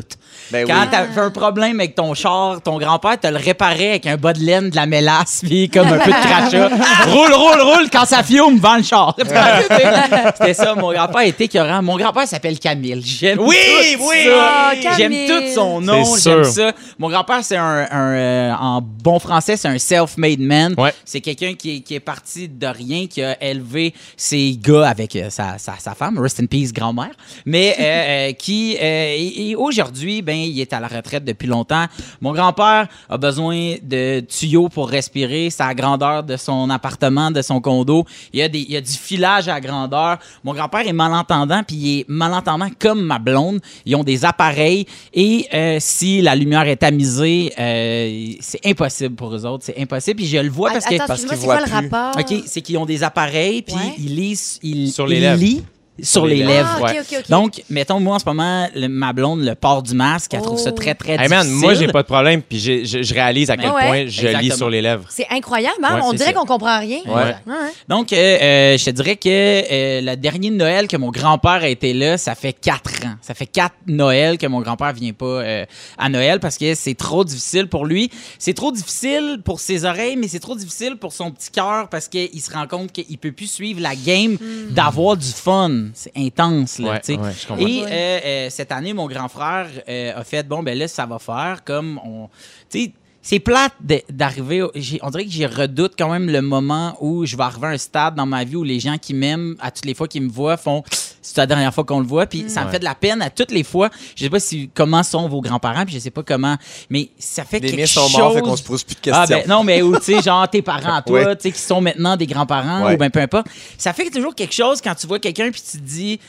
[SPEAKER 2] Ben
[SPEAKER 5] Quand
[SPEAKER 2] oui.
[SPEAKER 5] t'avais un problème avec ton char, ton grand-père te le réparait avec un bas de laine, de la mélasse, puis comme un peu de crachat. roule, roule, roule, quand ça fiume, vend le char. C'était ça, mon grand-père était écœurant. Mon grand-père s'appelle Camille. J'aime
[SPEAKER 3] Oui,
[SPEAKER 5] tout
[SPEAKER 3] oui.
[SPEAKER 5] ça.
[SPEAKER 4] Ah, Camille.
[SPEAKER 5] J'aime tout son nom,
[SPEAKER 3] C'est
[SPEAKER 5] j'aime
[SPEAKER 3] sûr.
[SPEAKER 5] ça. Mon grand-père, c'est un, un, euh, en bon français, c'est un self-made man.
[SPEAKER 3] Ouais.
[SPEAKER 5] C'est quelqu'un qui, est- qui est parti de rien, qui a élevé ses gars avec euh, sa, sa, sa femme, rest in peace, grand-mère, mais euh, euh, qui, euh, et- et aujourd'hui, ben, il est à la retraite depuis longtemps. Mon grand-père a besoin de tuyaux pour respirer, sa grandeur de son appartement, de son condo. Il y a, des, il y a du filage à grandeur. Mon grand-père est malentendant, puis il est malentendant comme ma blonde. Ils ont des appareils et euh, si la lumière est tamisée, euh, c'est impossible pour eux autres. C'est impossible. Puis je le vois parce que.
[SPEAKER 4] Attends,
[SPEAKER 2] parce
[SPEAKER 4] excuse-moi,
[SPEAKER 2] qu'il
[SPEAKER 4] c'est quoi
[SPEAKER 2] voit
[SPEAKER 4] le
[SPEAKER 2] plus.
[SPEAKER 4] rapport?
[SPEAKER 5] OK, c'est qu'ils ont des appareils, puis
[SPEAKER 4] Ouais.
[SPEAKER 5] ils lisent, ils,
[SPEAKER 3] Sur les
[SPEAKER 5] ils
[SPEAKER 3] lèvres.
[SPEAKER 5] lisent sur les
[SPEAKER 4] Ah,
[SPEAKER 5] lèvres.
[SPEAKER 4] ok,
[SPEAKER 3] ouais.
[SPEAKER 4] ok, ok.
[SPEAKER 5] Donc, mettons, moi, en ce moment, le- ma blonde, le port du masque, elle trouve ça
[SPEAKER 4] Oh.
[SPEAKER 5] très, très
[SPEAKER 3] Hey man,
[SPEAKER 5] difficile. Ben
[SPEAKER 3] moi, j'ai pas de problème, puis j'ai- je, je réalise à quel
[SPEAKER 4] Ouais.
[SPEAKER 3] point je lis
[SPEAKER 5] Exactement.
[SPEAKER 3] sur les lèvres.
[SPEAKER 4] c'est incroyable, hein?
[SPEAKER 3] Ouais,
[SPEAKER 4] on
[SPEAKER 3] c'est
[SPEAKER 4] dirait
[SPEAKER 3] ça.
[SPEAKER 4] qu'on comprend rien. hein?
[SPEAKER 3] Ouais.
[SPEAKER 5] Donc, euh, euh, je te dirais que euh, le dernier Noël que mon grand-père a été là, ça fait quatre ans. Ça fait quatre Noëls que mon grand-père vient pas euh, à Noël parce que c'est trop difficile pour lui. C'est trop difficile pour ses oreilles, mais c'est trop difficile pour son petit cœur parce qu'il se rend compte qu'il peut plus suivre la game d'avoir du fun. C'est intense, là,
[SPEAKER 3] Ouais,
[SPEAKER 5] tu sais.
[SPEAKER 3] ouais, je comprends.
[SPEAKER 5] Et euh, euh, cette année, mon grand frère euh, a fait, bon, ben là, ça va faire comme on... Tu sais, c'est plate de- d'arriver. au- j'ai- On dirait que j'y redoute quand même le moment où je vais arriver à un stade dans ma vie où les gens qui m'aiment, à toutes les fois qu'ils me voient, font c'est la dernière fois qu'on le voit.
[SPEAKER 2] Mm.
[SPEAKER 5] Puis ça me fait de la peine à toutes les fois. Je sais pas si comment sont vos grands-parents, puis je sais pas comment. Mais ça fait
[SPEAKER 2] Les
[SPEAKER 5] quelque
[SPEAKER 2] miens sont
[SPEAKER 5] chose.
[SPEAKER 2] morts, fait qu'on se pose plus de questions.
[SPEAKER 5] Ah, ben, non, mais ou, tu sais, genre tes parents à toi,
[SPEAKER 2] Ouais.
[SPEAKER 5] tu sais, qui sont maintenant des grands-parents,
[SPEAKER 2] Ouais.
[SPEAKER 5] ou ben peu importe. Ça fait toujours quelque chose quand tu vois quelqu'un puis tu te dis,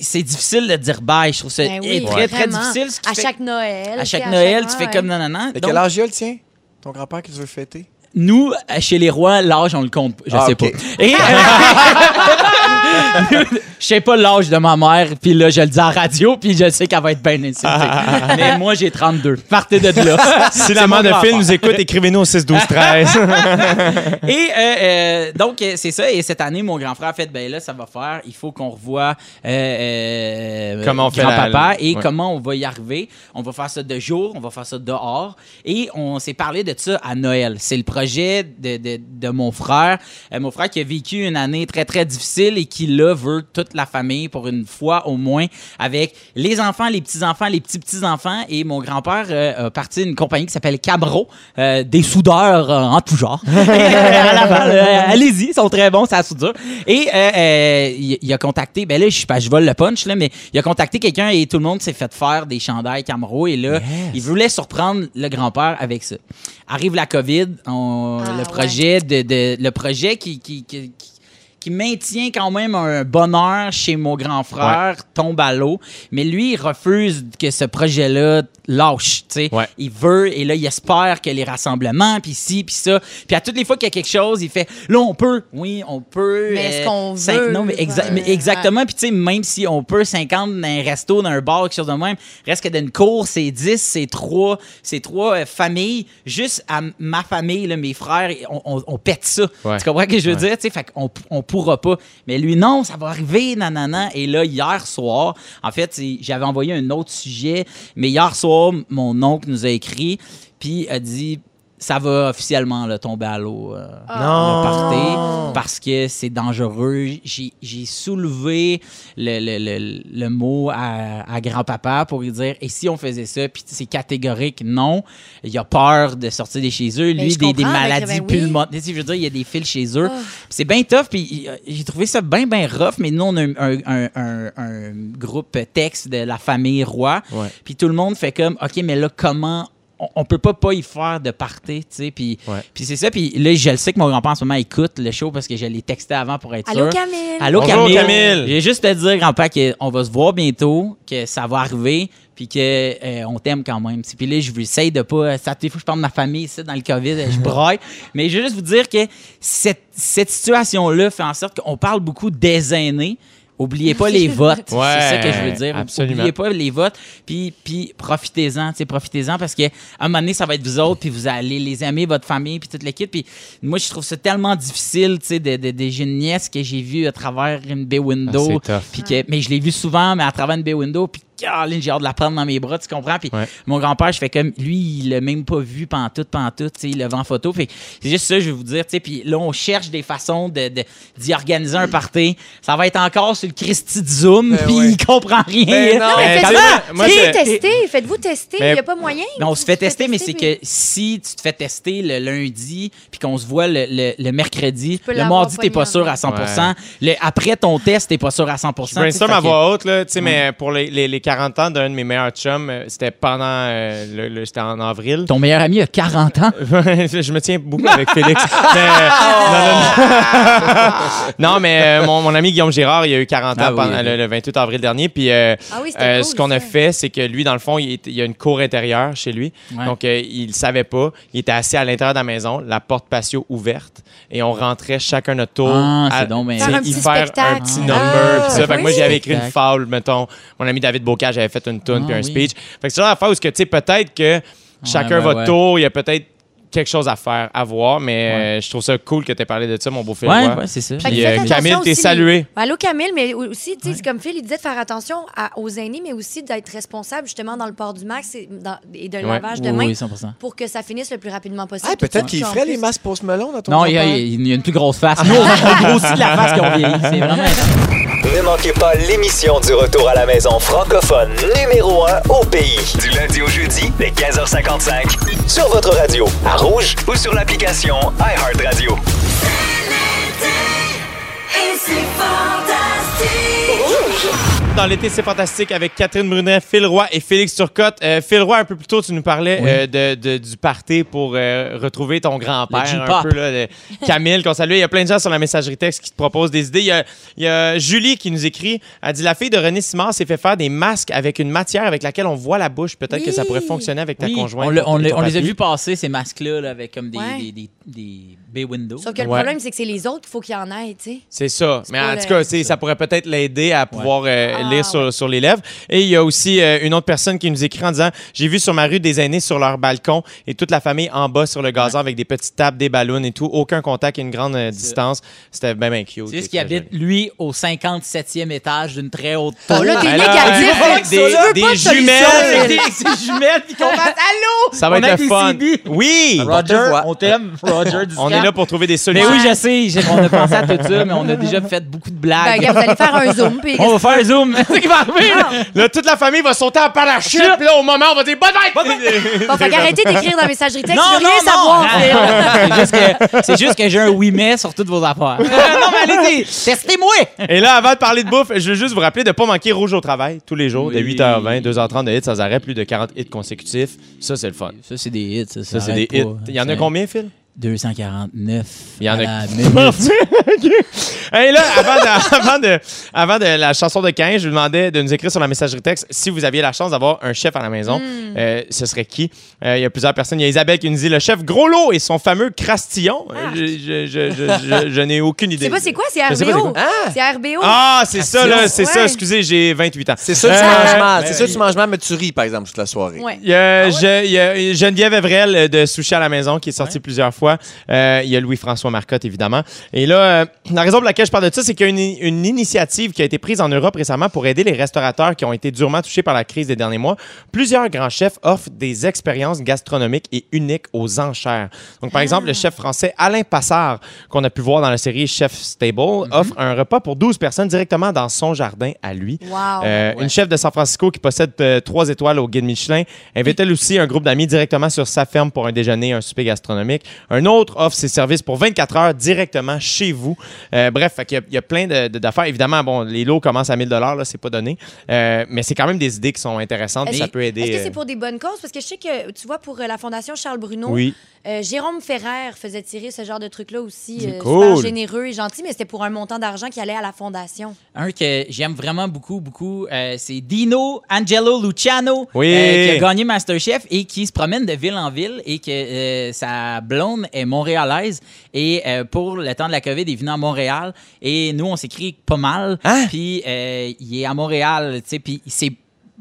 [SPEAKER 5] c'est difficile de dire bye. Je trouve ça
[SPEAKER 4] Ben oui,
[SPEAKER 5] très, très
[SPEAKER 4] vraiment.
[SPEAKER 5] difficile. ce qui
[SPEAKER 4] à
[SPEAKER 5] fait-
[SPEAKER 4] chaque Noël.
[SPEAKER 5] à
[SPEAKER 4] tu sais,
[SPEAKER 5] chaque Noël,
[SPEAKER 4] chaque-
[SPEAKER 5] tu fais
[SPEAKER 4] ouais.
[SPEAKER 5] comme non, non, non.
[SPEAKER 2] De
[SPEAKER 5] Donc,
[SPEAKER 2] quel âge il a le tien? Ton grand-père qui veut fêter?
[SPEAKER 5] nous, euh, chez les rois, l'âge, on le compte. Je
[SPEAKER 2] Ah,
[SPEAKER 5] sais
[SPEAKER 2] ok.
[SPEAKER 5] pas. Et, euh, nous, je sais pas l'âge de ma mère, puis là, je le dis en radio, puis je sais qu'elle va être bien insultée. Mais moi, j'ai 32. Partez de là.
[SPEAKER 3] Si la mère de Phil nous écoute, écrivez-nous au 6-12-13.
[SPEAKER 5] Et euh, euh, donc, euh, c'est ça. Et cette année, mon grand frère a fait, ben là, ça va faire. Il faut qu'on revoie euh, euh,
[SPEAKER 3] Comment on fait la-
[SPEAKER 5] grand-papa et
[SPEAKER 3] ouais.
[SPEAKER 5] comment on va y arriver. On va faire ça de jour, on va faire ça dehors. Et on s'est parlé de ça à Noël. C'est le projet de, de- de mon frère. Euh, mon frère qui a vécu une année très, très difficile et qui, là, veut toute la famille pour une fois au moins avec les enfants, les petits-enfants, les petits-petits-enfants. Et mon grand-père euh, a parti d'une compagnie qui s'appelle Cabro, euh, des soudeurs euh, en tout genre. Et, euh, à Laval, euh, allez-y, ils sont très bons, ça soudure. Et euh, euh, il il a contacté, ben là, je, sais pas, je vole le punch, là, mais il a contacté quelqu'un et tout le monde s'est fait faire des chandails Camaro. Et là, il voulait surprendre le grand-père avec ça. Arrive la COVID, on-
[SPEAKER 4] Ah,
[SPEAKER 5] le projet, de, de- le projet qui- qui- qui- qui qui maintient quand même un bonheur chez mon grand frère tombe à l'eau, mais lui il refuse que ce projet-là lâche, tu sais.
[SPEAKER 3] Ouais.
[SPEAKER 5] Il veut et là il espère que les rassemblements puis ci puis ça, puis à toutes les fois qu'il y a quelque chose, il fait là on peut, oui, on peut.
[SPEAKER 4] Mais est-ce qu'on
[SPEAKER 5] cin-
[SPEAKER 4] veut?
[SPEAKER 5] Non, mais, exa-
[SPEAKER 4] Ouais.
[SPEAKER 5] mais exactement, puis tu sais même si on peut 50 dans un resto, dans un bar, quelque chose de même, reste que d'une course, c'est 10, c'est 3, c'est trois euh, familles juste à m- ma famille là, mes frères, on, on- on pète ça.
[SPEAKER 3] Ouais.
[SPEAKER 5] Tu comprends ce que je veux dire, tu sais, fait qu'on on pourra pas. Mais lui, non, ça va arriver, nanana. Et là, hier soir, en fait, c'est- j'avais envoyé un autre sujet, mais hier soir, mon oncle nous a écrit, puis a dit, ça va officiellement là, tomber à l'eau. euh,
[SPEAKER 4] Ah.
[SPEAKER 5] le party, parce que c'est dangereux. J'ai j'ai soulevé le, le- le- le mot à, à grand-papa pour lui dire et si on faisait ça, puis c'est catégorique, non. Il a peur de sortir de chez eux.
[SPEAKER 4] Ben,
[SPEAKER 5] Lui,
[SPEAKER 4] je
[SPEAKER 5] des, des
[SPEAKER 4] comprends, avec-
[SPEAKER 5] maladies
[SPEAKER 4] ben oui.
[SPEAKER 5] pulmonaires. Tu sais, Je veux dire, il y a des fils chez eux.
[SPEAKER 4] Oh.
[SPEAKER 5] Puis C'est bien tough, puis euh, j'ai trouvé ça bien, bien rough, mais nous, on a un, un- un- un- un groupe texte de la famille Roy, puis tout le monde fait comme, OK, mais là, comment on, on peut pas pas y faire de party, tu sais. Puis
[SPEAKER 3] Ouais.
[SPEAKER 5] puis c'est ça. Puis là, je le sais que mon grand-père en ce moment écoute le show parce que je l'ai texté avant pour être
[SPEAKER 4] Allô,
[SPEAKER 5] sûr.
[SPEAKER 4] Camille!
[SPEAKER 5] Allô,
[SPEAKER 3] Bonjour,
[SPEAKER 5] Camille.
[SPEAKER 3] Camille.
[SPEAKER 5] Je vais juste te dire, grand-père, qu'on va se voir bientôt, que ça va arriver, puis que euh, on t'aime quand même. Tu sais, Puis là, je vous essaye de pas. Ça il faut que je parle de ma famille ici, dans le COVID, je braille. Mais je veux juste vous dire que cette, cette situation-là fait en sorte qu'on parle beaucoup des aînés. Oubliez pas les votes.
[SPEAKER 3] Ouais,
[SPEAKER 5] c'est ça que je veux dire.
[SPEAKER 3] absolument.
[SPEAKER 5] Oubliez pas les votes. Puis, puis profitez-en, tu sais, profitez-en parce que à un moment donné, ça va être vous autres, puis vous allez les aimer, votre famille, puis toute l'équipe. Puis moi, je trouve ça tellement difficile, tu sais, de, de, de- j'ai une nièce que j'ai vue à travers une baie window.
[SPEAKER 3] Ah, c'est tough.
[SPEAKER 5] puis que, mais je l'ai vue souvent, mais à travers une baie window. Puis Caroline, j'ai hâte de la prendre dans mes bras, tu comprends? Puis
[SPEAKER 3] Ouais.
[SPEAKER 5] mon grand-père, je fais comme lui, il l'a même pas vu pantoute, pantoute, tu sais, il le vend photo. Fait que c'est juste ça, je vais vous dire, tu sais. Puis là, on cherche des façons de, de- d'y organiser un party. Ça va être encore sur le Christy de Zoom,
[SPEAKER 2] Ben
[SPEAKER 5] puis
[SPEAKER 2] ouais.
[SPEAKER 5] il comprend rien.
[SPEAKER 2] Ben non.
[SPEAKER 4] Non, mais
[SPEAKER 3] Mais
[SPEAKER 4] faites-vous
[SPEAKER 3] comment? Moi,
[SPEAKER 4] faites-vous
[SPEAKER 3] c'est-
[SPEAKER 4] tester, faites-vous tester,
[SPEAKER 3] Mais-
[SPEAKER 4] il n'y a pas moyen.
[SPEAKER 5] Non, on se fait tester, mais c'est
[SPEAKER 4] que
[SPEAKER 5] que si tu te fais tester le lundi, puis qu'on se voit le, le- le mercredi,
[SPEAKER 4] peux
[SPEAKER 5] le
[SPEAKER 4] l'avoir
[SPEAKER 5] mardi, t'es pas
[SPEAKER 4] pogné
[SPEAKER 5] sûr à 100 Le- Après ton test, t'es pas sûr à 100
[SPEAKER 3] Je brainstorm
[SPEAKER 5] tu sais,
[SPEAKER 3] à
[SPEAKER 5] fait que-
[SPEAKER 3] voix haute, là, tu sais, mais pour les, les, les 40 ans d'un de mes meilleurs chums, euh, c'était pendant. euh, le, le- c'était en avril.
[SPEAKER 5] Ton meilleur ami a 40 ans.
[SPEAKER 3] je me tiens beaucoup avec Félix. Mais, euh,
[SPEAKER 4] Oh!
[SPEAKER 3] non, non, non. Non, mais euh, mon, mon ami Guillaume Girard, il a eu 40 ans
[SPEAKER 5] Ah oui,
[SPEAKER 3] pendant-
[SPEAKER 5] oui.
[SPEAKER 3] le, le 28 avril dernier. Puis euh,
[SPEAKER 4] Ah oui, c'était
[SPEAKER 3] euh,
[SPEAKER 4] cool,
[SPEAKER 3] ce qu'on
[SPEAKER 4] ça.
[SPEAKER 3] a fait, c'est que lui, dans le fond, il, est- il y a une cour intérieure chez lui.
[SPEAKER 5] Ouais.
[SPEAKER 3] Donc, euh, il savait pas. Il était assis à l'intérieur de la maison, la porte patio ouverte. Et on rentrait chacun notre tour.
[SPEAKER 5] Ah, c'est
[SPEAKER 3] à-
[SPEAKER 5] donc bien.
[SPEAKER 3] tu sais,
[SPEAKER 4] Faire un
[SPEAKER 3] y
[SPEAKER 4] petit
[SPEAKER 3] faire un
[SPEAKER 4] spectacle.
[SPEAKER 3] petit
[SPEAKER 4] Ah.
[SPEAKER 3] number.
[SPEAKER 4] Ah,
[SPEAKER 3] puis ça. Fait que moi,
[SPEAKER 4] oui.
[SPEAKER 3] j'avais écrit une
[SPEAKER 5] Spectacle.
[SPEAKER 3] foul, mettons. Mon ami David Bocage avait fait une tune
[SPEAKER 5] Ah,
[SPEAKER 3] puis un
[SPEAKER 5] oui.
[SPEAKER 3] speech. Fait que c'est genre la phase que, tu sais, peut-être que chacun
[SPEAKER 5] ouais,
[SPEAKER 3] votre
[SPEAKER 5] ouais.
[SPEAKER 3] tour, Oh, il y a peut-être quelque chose à faire, à voir, mais euh, je trouve ça cool que tu aies parlé de ça, mon beau Phil.
[SPEAKER 5] Ouais,
[SPEAKER 3] Ouais.
[SPEAKER 5] ouais, c'est ça.
[SPEAKER 4] Fait que
[SPEAKER 3] Puis,
[SPEAKER 4] faites
[SPEAKER 3] euh,
[SPEAKER 4] attention
[SPEAKER 3] Camille, t'es
[SPEAKER 4] aussi, les-
[SPEAKER 3] saluée.
[SPEAKER 4] Allô, Camille, mais aussi, tu sais, c'est comme Phil, il disait de faire attention à- aux aînés, mais aussi d'être responsable justement dans le port du max et, dans- et de
[SPEAKER 3] Ouais.
[SPEAKER 4] lavage de
[SPEAKER 5] Oui,
[SPEAKER 4] main
[SPEAKER 5] oui, 100%.
[SPEAKER 4] pour que ça finisse le plus rapidement possible.
[SPEAKER 2] Ah, peut-être
[SPEAKER 4] Tout ça,
[SPEAKER 2] qu'il
[SPEAKER 4] puis en
[SPEAKER 2] ferait
[SPEAKER 4] plus-
[SPEAKER 2] les masques pose-melon dans ton
[SPEAKER 5] Non, il y, a,
[SPEAKER 2] grand-père.
[SPEAKER 5] il y a une plus grosse
[SPEAKER 4] Ah.
[SPEAKER 5] face. Nous, on on grossit de la face qu'on vieillit. C'est vraiment.
[SPEAKER 1] Ne manquez pas l'émission du retour à la maison francophone numéro 1 au pays. Du lundi au jeudi, dès 15h55. Sur votre radio, à Rouge ou sur l'application iHeartRadio.
[SPEAKER 3] Dans l'été, c'est fantastique avec Catherine Brunet, Phil Roy et Félix Turcotte. Euh, Phil Roy, un peu plus tôt, tu nous parlais euh, de, de- du party pour euh, retrouver ton
[SPEAKER 5] Le
[SPEAKER 3] grand-père. Un
[SPEAKER 5] J-pop.
[SPEAKER 3] peu, là, de- Camille, qu'on salue. Il y a plein de gens sur la messagerie texte qui te proposent des idées. Il y a, il y a Julie qui nous écrit. Elle dit La fille de René Simard s'est fait faire des masques avec une matière avec laquelle on voit la bouche. Peut-être que ça
[SPEAKER 4] Oui.
[SPEAKER 3] pourrait fonctionner avec ta
[SPEAKER 5] Oui,
[SPEAKER 3] conjointe.
[SPEAKER 5] on, l'a- on
[SPEAKER 3] et
[SPEAKER 5] l'a-
[SPEAKER 3] ton
[SPEAKER 5] on les a
[SPEAKER 3] papy.
[SPEAKER 5] vus passer, ces masques-là, là, avec comme des,
[SPEAKER 4] Ouais.
[SPEAKER 5] des, des, des bay windows.
[SPEAKER 4] Sauf que le
[SPEAKER 3] Ouais.
[SPEAKER 4] problème, c'est que c'est les autres qu'il faut qu'il y en ait, tu sais.
[SPEAKER 3] C'est ça. Mais
[SPEAKER 4] pas
[SPEAKER 3] en
[SPEAKER 4] le-
[SPEAKER 3] tout cas, c'est- ça pourrait peut-être l'aider à pouvoir euh,
[SPEAKER 4] Ah,
[SPEAKER 3] lire sur, sur les lèvres. Et il y a aussi euh, une autre personne qui nous écrit en disant J'ai vu sur ma rue des aînés sur leur balcon et toute la famille en bas sur le gazon avec des petites tables, des ballons et tout. Aucun contact, une grande euh, distance. C'était bien, bien cute.
[SPEAKER 5] Tu sais, ce
[SPEAKER 3] C'est
[SPEAKER 5] qui
[SPEAKER 3] très
[SPEAKER 5] habite,
[SPEAKER 3] joli.
[SPEAKER 5] lui, au 57e étage d'une très haute
[SPEAKER 4] Oh là, t'es
[SPEAKER 3] Ben là,
[SPEAKER 4] négatif!
[SPEAKER 3] avec
[SPEAKER 4] Alex,
[SPEAKER 3] des-
[SPEAKER 4] tu veux
[SPEAKER 3] des
[SPEAKER 4] pas de solution.
[SPEAKER 3] jumelles.
[SPEAKER 5] avec des, ses jumelles, puis qu'on fasse Allô!
[SPEAKER 3] Ça va
[SPEAKER 5] On a
[SPEAKER 3] être le
[SPEAKER 5] des
[SPEAKER 3] fun.
[SPEAKER 5] CB.
[SPEAKER 3] Oui
[SPEAKER 5] Roger,
[SPEAKER 2] voit.
[SPEAKER 5] on t'aime. Roger, du
[SPEAKER 3] On est là pour trouver des
[SPEAKER 5] Mais
[SPEAKER 3] solutions.
[SPEAKER 5] oui, je sais, j'ai- on a pensé à tout ça, mais on a déjà fait beaucoup de
[SPEAKER 4] Ben,
[SPEAKER 5] blagues.
[SPEAKER 4] regarde, vous allez faire un zoom, puis
[SPEAKER 5] on va faire un zoom. C'est ça qui va arriver, là.
[SPEAKER 3] Là, toute la famille va sauter en parachute.
[SPEAKER 5] Chut.
[SPEAKER 3] puis Là, au moment, on va dire Bonne fête!
[SPEAKER 4] Bon, fait qu'arrêtez d'écrire dans la messagerie texte, je
[SPEAKER 5] Non,
[SPEAKER 4] veux rien
[SPEAKER 5] non,
[SPEAKER 4] savoir.
[SPEAKER 3] Ah,
[SPEAKER 5] non. C'est juste que- C'est juste que, j'ai un oui mais sur toutes vos affaires. non, mais allez-y, testez-moi.
[SPEAKER 3] Et là, avant de parler de bouffe, je veux juste vous rappeler de ne pas manquer Rouge au travail tous les jours, de
[SPEAKER 5] Oui.
[SPEAKER 3] 8h20, 2h30 de hits sans arrêt, plus de 40 hits consécutifs. Ça, c'est le fun.
[SPEAKER 5] Ça, c'est des hits. Ça,
[SPEAKER 3] Ça, c'est des hits. Il y en a
[SPEAKER 4] hein.
[SPEAKER 3] combien, Phil?
[SPEAKER 5] 249.
[SPEAKER 3] Il y en a-
[SPEAKER 5] à la minute.
[SPEAKER 3] Hey, là, avant de, avant, de, avant de la chanson de 15, je vous demandais de nous écrire sur la messagerie texte si vous aviez la chance d'avoir un chef à la maison.
[SPEAKER 4] Hmm.
[SPEAKER 3] Euh, ce serait qui? Euh, Il y a plusieurs personnes. Il y a Isabelle qui nous dit le chef Groslo et son fameux crastillon. Euh, Je, je- je- je- je- je n'ai aucune idée.
[SPEAKER 4] Je sais pas Ah. c'est quoi, c'est
[SPEAKER 3] Je sais pas c'est
[SPEAKER 4] RBO.
[SPEAKER 3] quoi.
[SPEAKER 2] Ah!
[SPEAKER 4] C'est RBO.
[SPEAKER 3] Ah, c'est ça, là. C'est ça.
[SPEAKER 4] Ouais.
[SPEAKER 3] Excusez, j'ai 28 ans.
[SPEAKER 2] C'est sûr que tu
[SPEAKER 3] Euh,
[SPEAKER 2] manges mal.
[SPEAKER 3] mais-
[SPEAKER 2] C'est sûr que tu manges mal, mais tu ris, par exemple, toute la soirée.
[SPEAKER 4] Ouais.
[SPEAKER 3] Il y a, Je- il y a Geneviève Evrel euh, de Sushi à la maison qui est sorti plusieurs fois. Euh, il y a Louis-François Marcotte, évidemment. Et là, euh, la raison pour laquelle je parle de ça, c'est qu'il y a une, une initiative qui a été prise en Europe récemment pour aider les restaurateurs qui ont été durement touchés par la crise des derniers mois. Plusieurs grands chefs offrent des expériences gastronomiques et uniques aux enchères. Donc, par
[SPEAKER 4] Ah.
[SPEAKER 3] exemple, le chef français Alain Passard, qu'on a pu voir dans la série Chef Stable,
[SPEAKER 4] Mm-hmm.
[SPEAKER 3] offre un repas pour 12 personnes directement dans son jardin à lui.
[SPEAKER 4] Wow.
[SPEAKER 3] Euh,
[SPEAKER 5] Ouais.
[SPEAKER 3] Une chef de San Francisco qui possède euh, trois étoiles au guide Michelin invite elle aussi un groupe d'amis directement sur sa ferme pour un déjeuner, un souper gastronomique. Un Un autre offre ses services pour 24 heures directement chez vous. Euh, bref, fait qu'il y a- il y, a plein de- de- d'affaires. Évidemment, bon, les lots commencent à 1000 là, c'est pas donné. Euh, mais c'est quand même des idées qui sont intéressantes.
[SPEAKER 4] Est-ce-
[SPEAKER 3] Ça peut aider.
[SPEAKER 4] Est-ce que
[SPEAKER 3] euh,
[SPEAKER 4] c'est pour des bonnes causes? Parce que je sais que, tu vois, pour euh, la Fondation Charles Bruno,
[SPEAKER 3] Oui.
[SPEAKER 4] euh, Jérôme Ferrer faisait tirer ce genre de truc-là aussi.
[SPEAKER 3] C'est
[SPEAKER 4] euh,
[SPEAKER 3] cool.
[SPEAKER 4] Super généreux et gentil, mais c'était pour un montant d'argent qui allait à la Fondation.
[SPEAKER 5] Un que j'aime vraiment beaucoup, beaucoup, euh, c'est Dino Angelo Luciano,
[SPEAKER 3] Oui.
[SPEAKER 5] euh, qui a gagné Masterchef et qui se promène de ville en ville et que euh, sa blonde est montréalaise. Et euh, pour le temps de la COVID, il est venu à Montréal et nous, on s'écrit pas mal.
[SPEAKER 3] Hein?
[SPEAKER 5] Puis euh, il est à Montréal, tu sais, puis c'est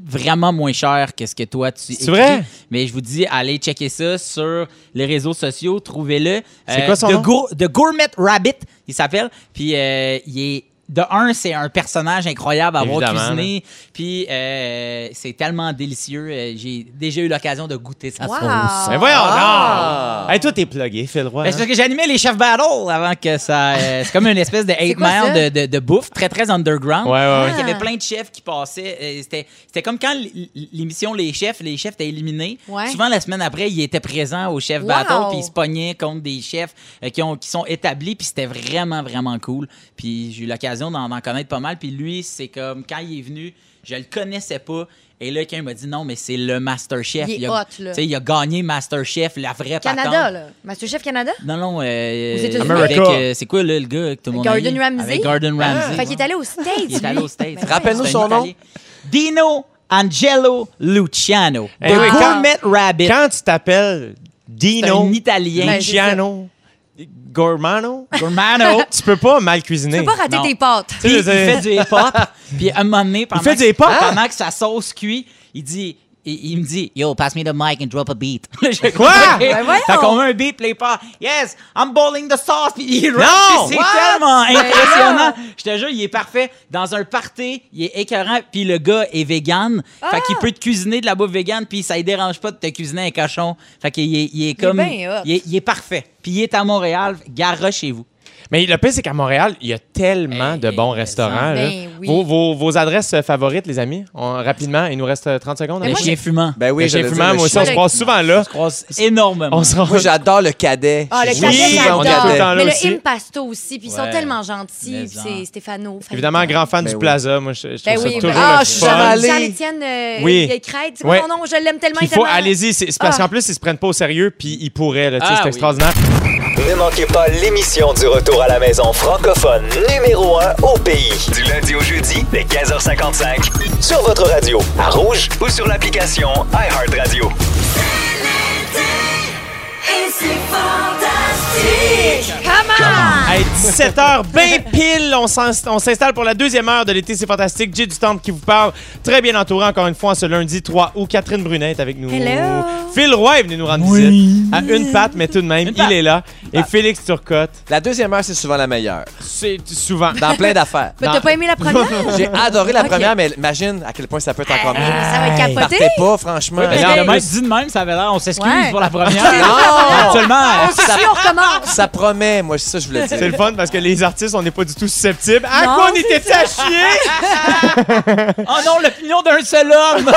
[SPEAKER 5] vraiment moins cher que ce que toi tu écris.
[SPEAKER 3] vrai?
[SPEAKER 5] Mais je vous dis, allez checker ça sur les réseaux sociaux, trouvez-le. Euh,
[SPEAKER 3] C'est quoi son
[SPEAKER 5] The
[SPEAKER 3] nom?
[SPEAKER 5] Gour- The Gourmet Rabbit, il s'appelle. Puis euh, il est. De un, c'est un personnage incroyable à avoir
[SPEAKER 3] Évidemment,
[SPEAKER 5] cuisiné. Puis euh, c'est tellement délicieux. Euh, J'ai déjà eu l'occasion de goûter sa
[SPEAKER 4] Wow!
[SPEAKER 5] sauce.
[SPEAKER 3] Mais voyons,
[SPEAKER 2] Ah!
[SPEAKER 3] non! Hey, toi, t'es plugué, Phil Roy. hein?
[SPEAKER 5] Ben, c'est parce que j'animais les chefs battle avant que ça. euh, c'est comme une espèce de hate
[SPEAKER 4] quoi ça? Ah.
[SPEAKER 5] mail de, de, de bouffe très très underground.
[SPEAKER 3] Ouais, ouais,
[SPEAKER 5] Donc,
[SPEAKER 3] ouais.
[SPEAKER 5] Il y avait plein de chefs qui passaient. euh, C'était c'était comme quand l- l- l'émission Les Chefs, les chefs étaient éliminés.
[SPEAKER 4] Ouais.
[SPEAKER 5] Souvent, la semaine après, ils étaient présents au chef
[SPEAKER 4] Wow!
[SPEAKER 5] battle, puis ils se pognaient contre des chefs euh, qui, ont, qui sont établis, puis c'était vraiment, vraiment cool. Puis j'ai eu l'occasion d'en d'en connaître pas mal. Puis lui, c'est comme quand il est venu, je le connaissais pas. Et là, quelqu'un m'a dit non, mais c'est le Master Chef.
[SPEAKER 4] Il est
[SPEAKER 5] a,
[SPEAKER 4] hot,
[SPEAKER 5] tu
[SPEAKER 4] là.
[SPEAKER 5] sais, il a gagné Master Chef, la vraie
[SPEAKER 4] Canada,
[SPEAKER 5] patente.
[SPEAKER 4] là. Monsieur Chef Canada?
[SPEAKER 5] Non, non, euh,
[SPEAKER 4] Aux États-Unis.
[SPEAKER 5] avec,
[SPEAKER 3] America.
[SPEAKER 5] euh, c'est quoi là, le gars que tout le monde
[SPEAKER 4] Gordon
[SPEAKER 5] haït?
[SPEAKER 4] Ramsay? Ah.
[SPEAKER 5] Avec Gordon Ramsay.
[SPEAKER 4] Fait qu'il est allé aux States.
[SPEAKER 5] Ah. Il est
[SPEAKER 4] lui.
[SPEAKER 5] allé aux States.
[SPEAKER 4] Ben ouais.
[SPEAKER 2] Rappelle-nous
[SPEAKER 5] C'est un
[SPEAKER 2] son nom.
[SPEAKER 5] Italien. Dino Angelo Luciano.
[SPEAKER 3] Eh
[SPEAKER 5] The
[SPEAKER 3] oui, quand-
[SPEAKER 5] Gourmet Rabbit.
[SPEAKER 3] Quand tu t'appelles
[SPEAKER 5] C'est un
[SPEAKER 3] Dino,
[SPEAKER 5] Italien.
[SPEAKER 4] Ben, c'est
[SPEAKER 3] Luciano, Gormano,
[SPEAKER 5] Gourmano.
[SPEAKER 3] tu peux pas mal cuisiner.
[SPEAKER 4] Tu peux pas rater
[SPEAKER 5] Non.
[SPEAKER 4] tes pâtes.
[SPEAKER 3] Tu sais, je
[SPEAKER 5] Puis,
[SPEAKER 3] veux dire-
[SPEAKER 5] il fait du hip-hop. Puis à un moment donné, pendant,
[SPEAKER 3] fait
[SPEAKER 5] que,
[SPEAKER 3] du hip-hop?
[SPEAKER 5] pendant que sa sauce cuit, il dit. Il, il me dit, yo, pass me the mic and drop a beat. Là, je-
[SPEAKER 3] Quoi?
[SPEAKER 4] Ben voyons.
[SPEAKER 5] Fait qu'on met un beat, play pas. Yes, I'm bowling the sauce. Puis il rappe,
[SPEAKER 3] Non!
[SPEAKER 5] puis C'est
[SPEAKER 4] What?
[SPEAKER 5] tellement
[SPEAKER 4] Ben
[SPEAKER 5] impressionnant. Je te jure, il est parfait. Dans un party, il est écœurant. Puis le gars est vegan. Fait qu'il peut te cuisiner de la bouffe vegan. Puis ça ne dérange pas de te cuisiner un cochon. Fait qu'il est, il est comme.
[SPEAKER 4] bien hot.
[SPEAKER 5] il, est, il est parfait. Puis il est à Montréal. Garage chez vous.
[SPEAKER 3] Mais le pire, c'est qu'à Montréal, il y a tellement
[SPEAKER 5] Eh,
[SPEAKER 3] de bons
[SPEAKER 5] eh,
[SPEAKER 3] restaurants.
[SPEAKER 4] ben
[SPEAKER 3] là.
[SPEAKER 4] oui.
[SPEAKER 3] vos, vos- vos adresses euh, favorites, les amis, On- rapidement, il nous reste euh, 30 secondes.
[SPEAKER 4] Mais
[SPEAKER 5] Le
[SPEAKER 3] Le
[SPEAKER 4] moi,
[SPEAKER 3] chien-
[SPEAKER 5] chien fumant.
[SPEAKER 2] Ben
[SPEAKER 3] le
[SPEAKER 2] oui,
[SPEAKER 3] chien
[SPEAKER 2] j'allais dire
[SPEAKER 3] fumant,
[SPEAKER 2] le
[SPEAKER 3] moi aussi, on
[SPEAKER 2] chien.
[SPEAKER 3] se croise souvent là.
[SPEAKER 5] Croise énormément.
[SPEAKER 3] On se rend...
[SPEAKER 2] Moi, j'adore le cadet.
[SPEAKER 4] Ah, le
[SPEAKER 2] Je-
[SPEAKER 3] Oui,
[SPEAKER 4] cadet,
[SPEAKER 3] on est tout le temps là
[SPEAKER 4] j'adore. Mais
[SPEAKER 3] aussi.
[SPEAKER 4] le impasto aussi, puis ils sont
[SPEAKER 5] Ouais.
[SPEAKER 4] tellement gentils.
[SPEAKER 5] Mais
[SPEAKER 4] puis
[SPEAKER 5] en.
[SPEAKER 4] c'est Stéphano. Fait-
[SPEAKER 3] Évidemment, grand fan
[SPEAKER 2] Ben
[SPEAKER 3] du
[SPEAKER 2] oui.
[SPEAKER 3] Plaza. Moi, je, je trouve
[SPEAKER 4] Ben
[SPEAKER 3] ça
[SPEAKER 4] oui,
[SPEAKER 3] toujours
[SPEAKER 4] ben-
[SPEAKER 3] le
[SPEAKER 2] Ah, je suis
[SPEAKER 3] fun.
[SPEAKER 2] jamais allée.
[SPEAKER 4] Charles-Étienne euh,
[SPEAKER 3] Oui.
[SPEAKER 4] oui. Crête. C'est
[SPEAKER 3] Ouais.
[SPEAKER 4] quoi son nom? Je l'aime tellement.
[SPEAKER 3] Il faut
[SPEAKER 4] tellement.
[SPEAKER 3] aller-y, c'est c'est parce
[SPEAKER 4] Ah.
[SPEAKER 3] qu'en plus, ils se prennent pas au sérieux, puis ils pourraient. là, tu sais,
[SPEAKER 5] Ah
[SPEAKER 3] c'est
[SPEAKER 5] oui.
[SPEAKER 3] extraordinaire.
[SPEAKER 1] Ne manquez pas l'émission du retour à la maison francophone numéro 1 au pays. Du lundi au jeudi, dès 15h55. Sur votre radio, à Rouge ou sur l'application iHeartRadio.
[SPEAKER 3] Hey, 17h, ben pile, on s'en- on s'installe pour la deuxième heure de l'été, c'est fantastique. J'ai du Temple qui vous parle, très bien entouré encore une fois en ce lundi 3 août. Catherine Brunet est avec nous.
[SPEAKER 4] Hello.
[SPEAKER 3] Phil Roy est venu nous rendre
[SPEAKER 5] Oui.
[SPEAKER 3] visite. À une patte, mais tout de même,
[SPEAKER 5] Une patte.
[SPEAKER 3] il est là. Et Félix Turcotte,
[SPEAKER 2] La deuxième heure, c'est souvent la meilleure.
[SPEAKER 3] c'est souvent...
[SPEAKER 2] Dans plein d'affaires.
[SPEAKER 4] Mais t'as pas aimé la première?
[SPEAKER 2] J'ai adoré la
[SPEAKER 4] Ok. Euh,
[SPEAKER 2] première, mais imagine à quel point ça peut être encore mieux.
[SPEAKER 4] Ça va être capoté.
[SPEAKER 2] Partez pas, franchement.
[SPEAKER 5] Mais
[SPEAKER 3] là, le
[SPEAKER 5] le mec
[SPEAKER 3] mec-
[SPEAKER 5] dit de même, ça avait l'air, on s'excuse
[SPEAKER 4] Ben, Ouais.
[SPEAKER 5] pour la première. euh,
[SPEAKER 2] Non!
[SPEAKER 5] Seulement,
[SPEAKER 4] C'est sûr, on recommence.
[SPEAKER 2] Ça promet, moi, c'est ça que je voulais
[SPEAKER 3] C'est
[SPEAKER 2] dire.
[SPEAKER 3] le fun parce que les artistes, on n'est pas du tout susceptibles. À
[SPEAKER 4] Non,
[SPEAKER 3] quoi on
[SPEAKER 4] c'est
[SPEAKER 3] était à chier?
[SPEAKER 5] oh non, l'opinion d'un seul homme!